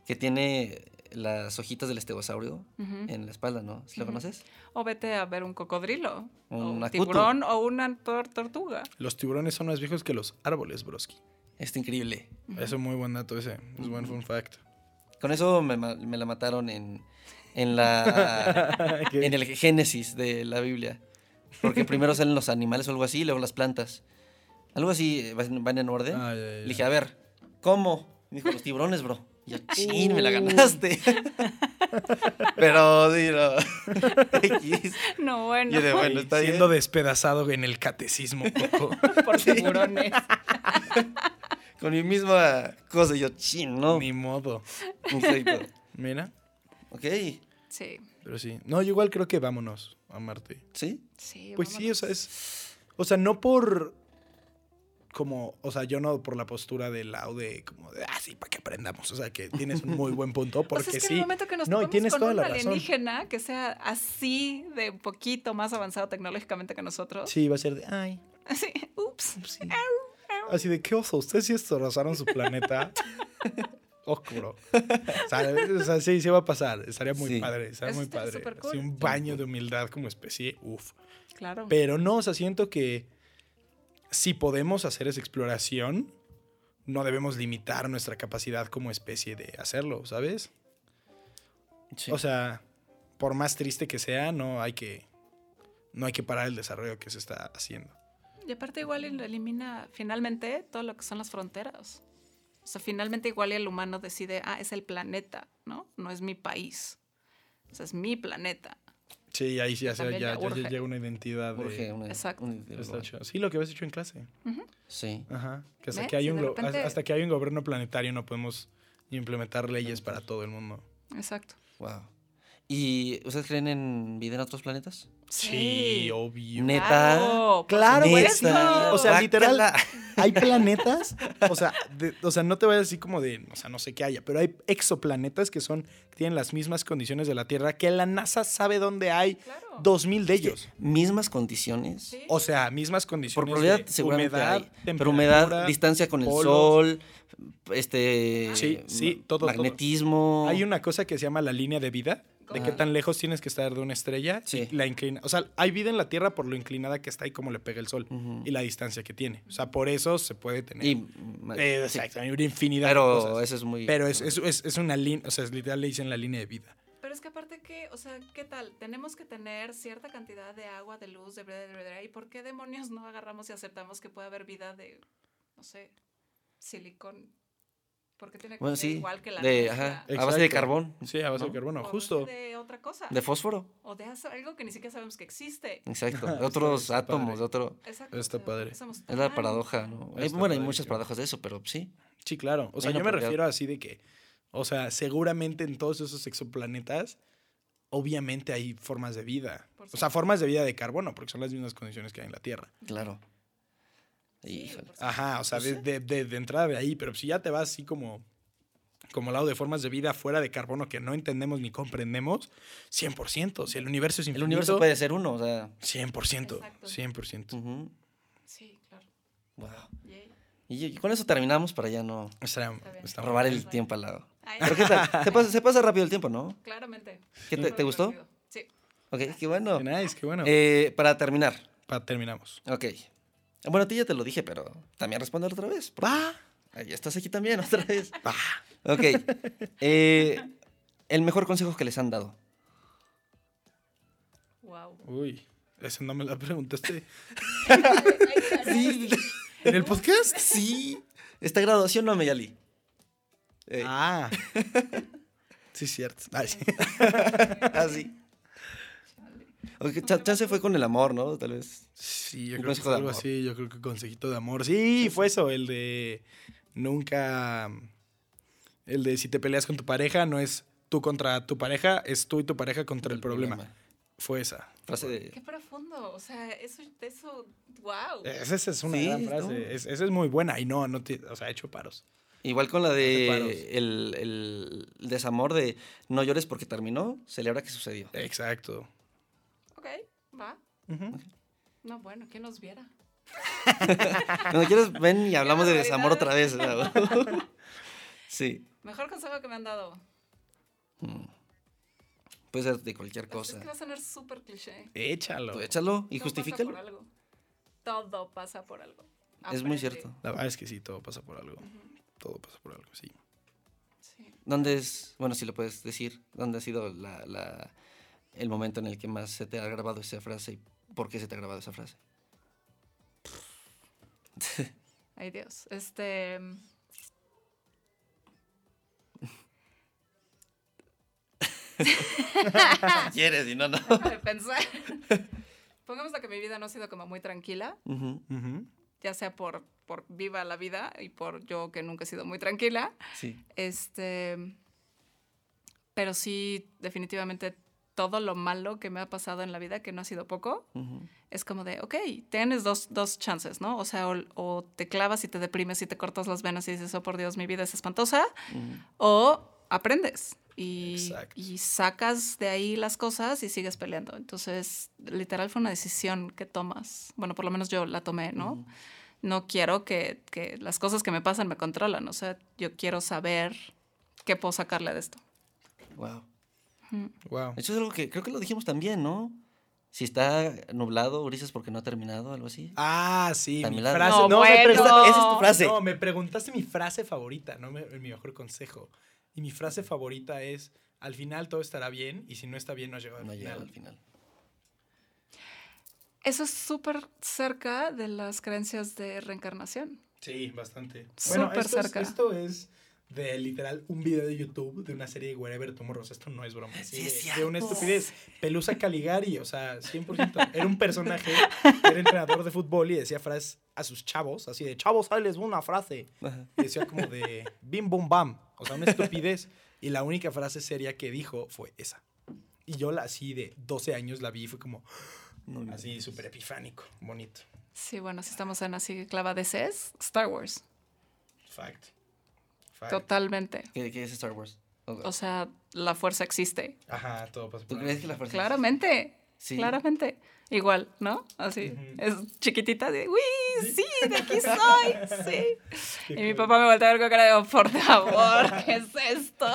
Speaker 2: que tiene las hojitas del estegosaurio
Speaker 3: Ujú.
Speaker 4: Eh.
Speaker 2: en la espalda, ¿no? ¿Sí lo conoces?
Speaker 3: O vete a ver un cocodrilo, o
Speaker 2: Un
Speaker 3: un
Speaker 2: acuto.
Speaker 3: tiburón o una tor- tortuga.
Speaker 4: Los tiburones son más viejos que los árboles, broski.
Speaker 2: Está increíble.
Speaker 4: Eso es muy buen dato ese. Es buen fun fact.
Speaker 2: Con eso me, ma- me la mataron en, en la en el Génesis de la Biblia. Porque primero salen los animales o algo así, y luego las plantas. Algo así eh, van van en orden.
Speaker 4: Ah, ya, ya, ya.
Speaker 2: Le dije, a ver, ¿cómo? Me dijo, los tiburones, bro. Y yo,
Speaker 4: Uh.
Speaker 2: chin, me la ganaste. Pero, digo,
Speaker 3: No, bueno,
Speaker 2: Yo de- bueno, está
Speaker 4: siendo
Speaker 2: bien.
Speaker 4: despedazado en el catecismo. Coco.
Speaker 3: por tiburones.
Speaker 2: con mi misma cosa. Y yo, chin, ¿no?
Speaker 4: Ni modo.
Speaker 2: Exacto.
Speaker 4: Mira,
Speaker 2: Ok,
Speaker 3: Sí,
Speaker 4: pero sí. No, yo igual creo que vámonos a Marte.
Speaker 2: ¿sí?
Speaker 3: sí.
Speaker 4: Pues sí, o
Speaker 3: vámonos.
Speaker 4: sea, es. O sea, no por. Como, o sea, yo no por la postura del lado de como de, ah, sí, para que aprendamos. O sea, que tienes un muy buen punto,
Speaker 3: Pues
Speaker 4: porque
Speaker 3: es que en
Speaker 4: sí.
Speaker 3: el momento que nos
Speaker 4: No, y
Speaker 3: topamos
Speaker 4: tienes
Speaker 3: con
Speaker 4: toda
Speaker 3: un
Speaker 4: la razón.
Speaker 3: alienígena que sea así de un poquito más avanzado tecnológicamente que nosotros,
Speaker 4: Sí, va a ser de, ay,
Speaker 3: Así, ups.
Speaker 4: Sí. Así de, ¿qué oso? ¿Ustedes sí destrozaron su planeta? Oscuro. O sea, o sea, sí, sí va a pasar. Estaría muy
Speaker 2: Sí.
Speaker 4: padre, estaría
Speaker 3: Eso
Speaker 4: muy
Speaker 3: estaría
Speaker 4: padre.
Speaker 3: súper cool.
Speaker 4: Así un baño de humildad como especie, uff.
Speaker 3: Claro.
Speaker 4: Pero no, o sea, siento que si podemos hacer esa exploración, no debemos limitar nuestra capacidad como especie de hacerlo, ¿sabes?
Speaker 2: Sí.
Speaker 4: O sea, por más triste que sea, no hay que no hay que parar el desarrollo que se está haciendo.
Speaker 3: Y aparte igual y lo elimina finalmente todo lo que son las fronteras. O sea, finalmente igual y el humano decide, ah, es el planeta, ¿no? No es mi país. O sea, es mi planeta.
Speaker 4: Sí, ahí sí ya, se-
Speaker 3: También
Speaker 4: ya-
Speaker 3: ya
Speaker 4: ya- ya
Speaker 3: urge.
Speaker 4: llega una identidad de-
Speaker 2: Urge una-
Speaker 3: Exacto.
Speaker 2: un-
Speaker 4: Está chido. Sí, lo que habías hecho en clase.
Speaker 2: Sí.
Speaker 4: Ajá. Que hasta,
Speaker 3: ¿Ves?
Speaker 4: que hay
Speaker 3: Y
Speaker 4: un
Speaker 3: de
Speaker 4: glo-
Speaker 3: repente-
Speaker 4: hasta que hay un gobierno planetario no podemos implementar leyes para todo el mundo.
Speaker 3: Exacto.
Speaker 2: Wow. ¿Y ustedes creen en vida en otros planetas?
Speaker 4: Sí, obvio.
Speaker 2: Neta.
Speaker 3: Claro, pues, por
Speaker 4: Claro, güey,
Speaker 3: supuesto.
Speaker 4: o sea, literal,
Speaker 2: Guácala.
Speaker 4: Hay planetas, o sea, de- o sea, no te vayas así como de, o sea, no sé qué haya, pero hay exoplanetas que son, que tienen las mismas condiciones de la Tierra, que la NASA sabe dónde hay
Speaker 3: Claro.
Speaker 4: 2000 de ellos.
Speaker 2: Mismas condiciones.
Speaker 3: Sí.
Speaker 4: O sea, mismas
Speaker 2: Por
Speaker 4: condiciones.
Speaker 2: probabilidad
Speaker 4: de
Speaker 2: seguramente
Speaker 4: humedad,
Speaker 2: hay. Pero humedad,
Speaker 4: temperatura.
Speaker 2: distancia con el
Speaker 4: polos. Ah.
Speaker 2: sol, este
Speaker 4: Sí, sí, todo, todo.
Speaker 2: magnetismo.
Speaker 4: Hay una cosa que se llama la línea de vida, de qué
Speaker 2: Ajá.
Speaker 4: tan lejos tienes que estar de una estrella.
Speaker 2: Sí.
Speaker 4: y la inclina, o sea, hay vida en la Tierra por lo inclinada que está y cómo le pega el sol
Speaker 2: Ujú.
Speaker 4: y la distancia que tiene. O sea, por eso se puede tener.
Speaker 2: Y, ma-
Speaker 4: Eh,
Speaker 2: sí,
Speaker 4: exacto, hay una infinidad de
Speaker 2: Pero
Speaker 4: cosas.
Speaker 2: eso es muy.
Speaker 4: Pero es, es, es- es una línea, o sea, es literal le dicen la línea de vida.
Speaker 3: Pero es que aparte que, o sea, ¿qué tal? Tenemos que tener cierta cantidad de agua, de luz, de bla, bla, bla, bla, ¿Y por qué demonios no agarramos y aceptamos que puede haber vida de, no sé, silicón? Porque tiene que
Speaker 2: Bueno,
Speaker 3: ser
Speaker 2: sí.
Speaker 3: igual que la
Speaker 2: de,
Speaker 3: nuestra?
Speaker 2: ajá, a base de
Speaker 4: Exacto.
Speaker 2: carbón.
Speaker 4: Sí, a base
Speaker 2: ¿No?
Speaker 4: de
Speaker 3: O a
Speaker 4: carbono,
Speaker 3: base
Speaker 4: justo.
Speaker 3: de otra cosa.
Speaker 2: De fósforo.
Speaker 3: o de hacer algo que ni siquiera sabemos que existe.
Speaker 2: Exacto.
Speaker 4: Está-
Speaker 2: De otros
Speaker 4: está
Speaker 2: átomos,
Speaker 4: padre.
Speaker 2: de otro.
Speaker 3: Exacto.
Speaker 4: Está padre.
Speaker 3: somos
Speaker 2: Es la
Speaker 3: tan-
Speaker 2: paradoja, ¿no? Hay-
Speaker 4: Está
Speaker 2: bueno, hay
Speaker 4: padre,
Speaker 2: muchas
Speaker 4: creo.
Speaker 2: paradojas de eso, pero sí.
Speaker 4: Sí, claro. O sea,
Speaker 2: Hay una
Speaker 4: yo me
Speaker 2: propiedad.
Speaker 4: refiero así de que, o sea, seguramente en todos esos exoplanetas, obviamente hay formas de vida.
Speaker 3: Por
Speaker 4: O sea,
Speaker 3: supuesto.
Speaker 4: formas de vida de carbono, porque son las mismas condiciones que hay en la Tierra.
Speaker 2: Claro.
Speaker 3: Sí,
Speaker 2: Híjole.
Speaker 3: por supuesto.
Speaker 4: Ajá, o sea,
Speaker 2: No
Speaker 4: de,
Speaker 2: sé.
Speaker 4: de- de- de entrada de ahí, pero si ya te vas así como, como al lado de formas de vida fuera de carbono que no entendemos ni comprendemos, 100%. Si el universo es
Speaker 2: El
Speaker 4: infinito,
Speaker 2: universo puede Mm. ser uno, o sea.
Speaker 4: 100%,
Speaker 3: Exacto.
Speaker 4: 100%.
Speaker 2: ujú,
Speaker 3: Sí, claro.
Speaker 2: Wow.
Speaker 3: Yay.
Speaker 2: Y, y con eso terminamos para ya no
Speaker 4: O sea,
Speaker 3: bien.
Speaker 4: está-
Speaker 2: robar el
Speaker 3: Exacto.
Speaker 2: tiempo al lado.
Speaker 3: Ay,
Speaker 2: Pero ¿qué tal? Se pasa, se pasa rápido el tiempo, ¿no?
Speaker 3: Claramente.
Speaker 2: ¿Qué te,
Speaker 3: Fue
Speaker 2: te gustó?
Speaker 3: divertido. Sí.
Speaker 2: Ok, qué bueno.
Speaker 4: Qué nice, qué bueno.
Speaker 2: Eh, para terminar,
Speaker 4: Pa- terminamos.
Speaker 2: ok. Bueno, a ti ya te lo dije, pero también responder otra vez. porque
Speaker 4: Va,
Speaker 2: ahí estás aquí también otra vez.
Speaker 4: va.
Speaker 2: Ok. eh, el mejor consejo que les han dado.
Speaker 3: Wow.
Speaker 4: Uy, eso no me la preguntaste.
Speaker 2: Sí,
Speaker 4: ¿En el podcast?
Speaker 2: sí. ¿Esta graduación no, Meyali? Eh,
Speaker 4: Ah. Sí, cierto. Ah, sí.
Speaker 2: Así. ah, Ok, cha- chance fue con el amor, ¿no? Tal vez.
Speaker 4: Sí, yo
Speaker 2: Un
Speaker 4: creo que
Speaker 2: consejo de
Speaker 4: algo
Speaker 2: amor.
Speaker 4: así, yo creo que consejito de amor. Sí, fue eso, el de nunca, el de si te peleas con tu pareja, no es tú contra tu pareja, es tú y tu pareja contra el, problema. Fue esa.
Speaker 2: Frase de.
Speaker 3: Qué profundo. O sea, eso, eso, wow.
Speaker 4: Esa, esa es una
Speaker 2: Sí,
Speaker 4: gran
Speaker 2: ¿no?
Speaker 4: frase, es- esa es muy buena y no, no te, o sea, he hecho paros.
Speaker 2: Igual con la
Speaker 4: Separos.
Speaker 2: de el, el desamor de no llores porque terminó, celebra que sucedió.
Speaker 4: Exacto.
Speaker 3: Ok, va.
Speaker 4: Ujú.
Speaker 3: No, bueno, ¿quién nos viera?
Speaker 2: Cuando quieres, ven y hablamos de desamor otra vez. ¿no? sí.
Speaker 3: Mejor consejo que me han dado.
Speaker 2: Mm. Puede ser de cualquier
Speaker 3: Pues, Es
Speaker 2: cosa.
Speaker 3: que va a sonar súper cliché.
Speaker 4: Échalo.
Speaker 2: Tú échalo y
Speaker 3: Todo pasa por
Speaker 2: justifícalo.
Speaker 3: algo. Todo pasa por algo.
Speaker 2: Es muy
Speaker 3: Aprende.
Speaker 2: cierto.
Speaker 4: La verdad es que sí, todo pasa por algo. Todo pasa por algo, sí.
Speaker 3: Sí.
Speaker 2: ¿Dónde es, bueno, si lo puedes decir, dónde ha sido la, la- el momento en el que más se te ha grabado esa frase y por qué se te ha grabado esa frase?
Speaker 3: Ay, Dios. Este.
Speaker 2: Si quieres, y no, no.
Speaker 3: Déjame pensar. Pongamos que mi vida no ha sido como muy tranquila,
Speaker 2: Ujú,
Speaker 4: Ujú.
Speaker 3: ya sea por, por viva la vida y por yo que nunca he sido muy tranquila.
Speaker 2: Sí.
Speaker 3: Este. Pero sí, definitivamente todo lo malo que me ha pasado en la vida, que no ha sido poco,
Speaker 2: ujú.
Speaker 3: es como de, ok, tienes dos, dos chances, ¿no? O sea, o, o te clavas y te deprimes y te cortas las venas y dices, oh por Dios, mi vida es espantosa,
Speaker 2: Ujú.
Speaker 3: o aprendes y,
Speaker 4: Exacto.
Speaker 3: y sacas de ahí las cosas y sigues peleando. Entonces, literal fue una decisión que tomas. Bueno, por lo menos yo la tomé, ¿no?
Speaker 2: Ujú.
Speaker 3: No quiero que, que las cosas que me pasan me controlan. O sea, yo quiero saber qué puedo sacarle de esto.
Speaker 2: Wow.
Speaker 4: Wow.
Speaker 2: Eso es algo que creo que lo dijimos también, ¿no? Si está nublado, grises porque no ha terminado, algo así.
Speaker 4: Ah, sí.
Speaker 2: También
Speaker 4: mi
Speaker 2: la-
Speaker 4: frase.
Speaker 3: No,
Speaker 4: No, me
Speaker 3: bueno.
Speaker 2: Esa,
Speaker 4: preguntaste-
Speaker 2: esa es tu frase.
Speaker 4: No, me preguntaste mi frase favorita, no me- mi mejor consejo. Y mi frase favorita es, al final todo estará bien y si no está bien no llega al
Speaker 2: no llega
Speaker 4: final.
Speaker 2: al final.
Speaker 3: Eso es súper cerca de las creencias de reencarnación.
Speaker 4: Sí, bastante.
Speaker 3: Súper
Speaker 4: esto es-
Speaker 3: cerca.
Speaker 4: esto es de literal un video de YouTube de una serie de Wherever Tomorrow. O sea, esto no es broma.
Speaker 2: Sí,
Speaker 4: de-
Speaker 2: es
Speaker 4: de, una
Speaker 2: cierto.
Speaker 4: estupidez. Pelusa Caligari, o sea, 100%. Era un personaje, era entrenador de fútbol y decía frases a sus chavos, así de, chavos, ahí les va una frase.
Speaker 2: Ajá.
Speaker 4: Y decía como de, bim, bum, bam. O sea, una estupidez. Y la única frase seria que dijo fue esa. Y yo la así de 12 años la vi y fue como
Speaker 2: No, no.
Speaker 4: así súper epifánico, bonito.
Speaker 3: Sí, bueno, si estamos en así clavadeces, Star Wars,
Speaker 4: Fact. Fact.
Speaker 3: totalmente.
Speaker 2: ¿Qué, qué es Star Wars? O-
Speaker 3: O sea, la fuerza existe.
Speaker 4: Ajá, todo pasa
Speaker 2: ¿Tú
Speaker 4: por
Speaker 2: crees
Speaker 4: algo.
Speaker 2: que la fuerza
Speaker 3: Claramente,
Speaker 2: Sí.
Speaker 3: claramente. Igual, ¿no? Así,
Speaker 4: Ujú.
Speaker 3: es chiquitita de, uy, sí, de aquí soy, sí.
Speaker 4: Qué
Speaker 3: Y mi
Speaker 4: cool.
Speaker 3: papá me voltea a ver con cara de, "Oh, por favor, ¿qué es esto?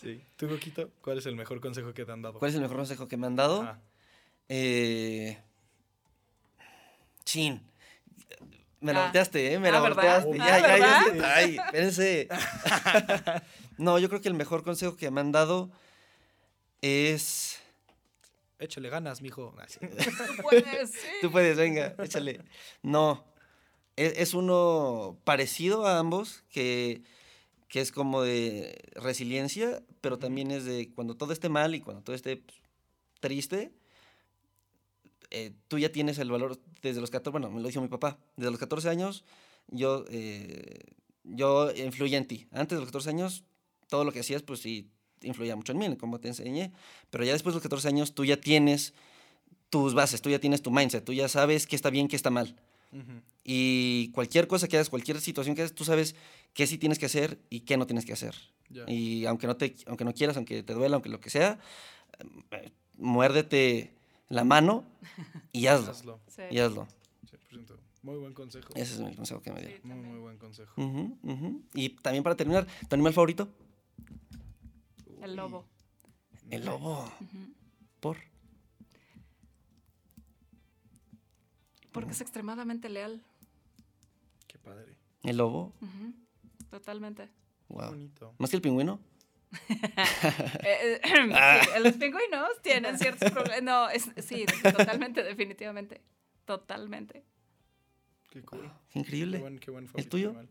Speaker 4: Sí. ¿Tú, Coquito, cuál es el mejor consejo que te han dado?
Speaker 2: ¿Cuál es el mejor consejo que me han dado?
Speaker 4: Ajá.
Speaker 2: Eh... Chin. Me la
Speaker 3: Ah.
Speaker 2: volteaste, ¿eh? Me
Speaker 3: Ah,
Speaker 2: la
Speaker 3: ¿verdad?
Speaker 2: volteaste.
Speaker 4: Ah,
Speaker 2: Ya, ya, ya.
Speaker 4: ¿verdad?
Speaker 2: sé- Ay, espérense. no, yo creo que el mejor consejo que me han dado es...
Speaker 4: Échale ganas, mijo. Ah, sí.
Speaker 3: Tú puedes, sí.
Speaker 2: Tú puedes, venga, échale. No, es, es uno parecido a ambos, que, que es como de resiliencia, pero también es de cuando todo esté mal y cuando todo esté pues, triste, eh, tú ya tienes el valor desde los 14, bueno, me lo dijo mi papá, desde los 14 años yo, eh, yo influía en ti. Antes de los 14 años, todo lo que hacías, pues sí, influía mucho en mí, en cómo te enseñé. Pero ya después de los 14 años, tú ya tienes tus bases, tú ya tienes tu mindset, tú ya sabes qué está bien, qué está mal.
Speaker 4: Ujú.
Speaker 2: Y cualquier cosa que hagas, cualquier situación que hagas, tú sabes qué sí tienes que hacer y qué no tienes que hacer.
Speaker 4: Ya.
Speaker 2: Y aunque no, te, aunque no quieras, aunque te duela, aunque lo que sea, eh, muérdete la mano y hazlo.
Speaker 4: Hazlo.
Speaker 3: Sí.
Speaker 2: Y hazlo.
Speaker 4: 100%. Muy buen consejo.
Speaker 2: Ese es el consejo que me dieron.
Speaker 3: Sí,
Speaker 4: Muy, muy
Speaker 3: también.
Speaker 4: buen consejo.
Speaker 2: Ujú, ujú. Y también para terminar, ¿tu animal favorito?
Speaker 3: El lobo.
Speaker 2: El lobo.
Speaker 3: Ujú.
Speaker 2: Por.
Speaker 3: Porque es extremadamente leal.
Speaker 4: Qué padre.
Speaker 2: El lobo.
Speaker 3: Ujú. Totalmente.
Speaker 4: Qué
Speaker 2: Wow.
Speaker 4: bonito.
Speaker 2: Más que el pingüino.
Speaker 3: Eh, eh, sí, los pingüinos tienen ciertos problemas. No, es- sí, totalmente, definitivamente. Totalmente.
Speaker 4: Qué cool.
Speaker 2: Qué
Speaker 4: Qué
Speaker 2: increíble.
Speaker 4: buen, qué buen favorito
Speaker 2: tuyo?
Speaker 4: animal.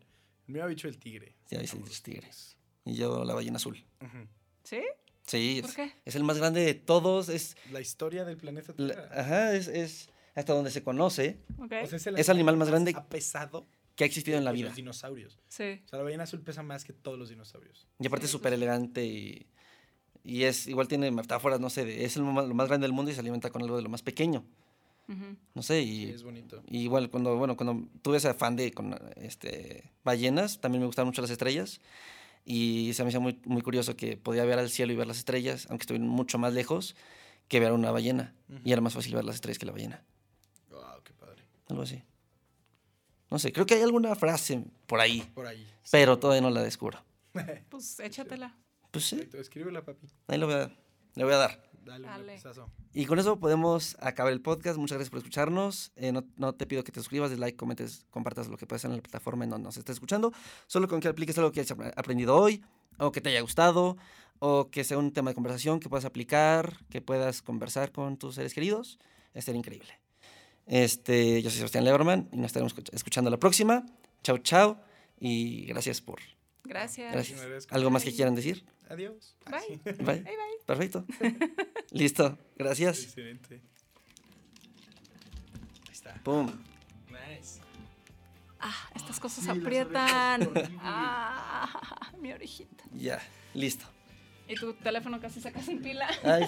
Speaker 4: El mío ha dicho el tigre.
Speaker 2: Ya dice
Speaker 4: Amo
Speaker 2: el
Speaker 4: los
Speaker 2: tigre.
Speaker 4: tigres.
Speaker 2: Y yo la ballena azul.
Speaker 4: Ujú.
Speaker 3: ¿Sí?
Speaker 2: Sí,
Speaker 3: ¿Por
Speaker 2: es,
Speaker 3: qué?
Speaker 2: es el más grande de todos. Es,
Speaker 4: La historia del planeta
Speaker 2: la- ah,
Speaker 4: Tierra.
Speaker 2: ajá, es, es hasta donde se conoce
Speaker 3: Ok.
Speaker 4: O sea, Pues es el
Speaker 2: Es animal más grande-
Speaker 4: Ha pesado
Speaker 2: que ha existido en la
Speaker 4: que
Speaker 2: vida.
Speaker 4: Los dinosaurios.
Speaker 3: Sí.
Speaker 4: O sea, la ballena azul pesa más que todos los dinosaurios.
Speaker 2: Y aparte es
Speaker 3: Sí, eso
Speaker 2: súper
Speaker 3: sí.
Speaker 2: elegante y, y es igual tiene metáforas, no sé, de, es el más- lo más grande del mundo y se alimenta con algo de lo más pequeño.
Speaker 3: Ujú.
Speaker 2: No sé,
Speaker 4: Sí,
Speaker 2: y
Speaker 4: es bonito.
Speaker 2: Y igual, cuando, bueno, cuando tuve ese afán de con, este, ballenas, también me gustaban mucho las estrellas. Y se me hacía muy, muy curioso que podía ver al cielo y ver las estrellas, aunque estuvieran mucho más lejos, que ver a una ballena.
Speaker 4: Ujú.
Speaker 2: Y era más fácil ver las estrellas que la ballena.
Speaker 4: Wow, qué padre.
Speaker 2: Algo así. No sé, creo que hay alguna frase por ahí,
Speaker 4: Por ahí.
Speaker 2: pero todavía no la descubro.
Speaker 3: Pues échatela.
Speaker 2: Pues sí,
Speaker 4: Perfecto. Escríbela, papi.
Speaker 2: ahí lo voy a, le voy a dar.
Speaker 4: Dale, un
Speaker 3: Dale.
Speaker 4: vistazo.
Speaker 2: Y con eso podemos acabar el podcast. Muchas gracias por escucharnos. Eh, no, no te pido que te suscribas, des like, comentes, compartas lo que puedas en la plataforma en donde nos estés escuchando. Solo con que apliques algo que hayas apre- aprendido hoy, o que te haya gustado, o que sea un tema de conversación que puedas aplicar, que puedas conversar con tus seres queridos. Es ser increíble. Este, yo soy Sebastián Leverman y nos estaremos escuch- escuchando la próxima. Chao, chao. Y gracias por.
Speaker 3: Gracias.
Speaker 2: Gracias.
Speaker 4: agradezco.
Speaker 2: ¿Algo más que
Speaker 3: Bye.
Speaker 2: quieran decir?
Speaker 4: Adiós. Ah, sí.
Speaker 3: Bye.
Speaker 2: Bye.
Speaker 3: Bye, bye.
Speaker 2: Perfecto. Listo. Gracias.
Speaker 4: Excelente. Ahí está.
Speaker 2: Pum.
Speaker 4: Nice.
Speaker 3: Ah, estas cosas
Speaker 4: Sí, las
Speaker 3: aprietan.
Speaker 4: orejas, horrible.
Speaker 3: Ah, mi orejita.
Speaker 2: Ya. Listo.
Speaker 3: Y tu teléfono casi saca sin pila.
Speaker 2: Ay.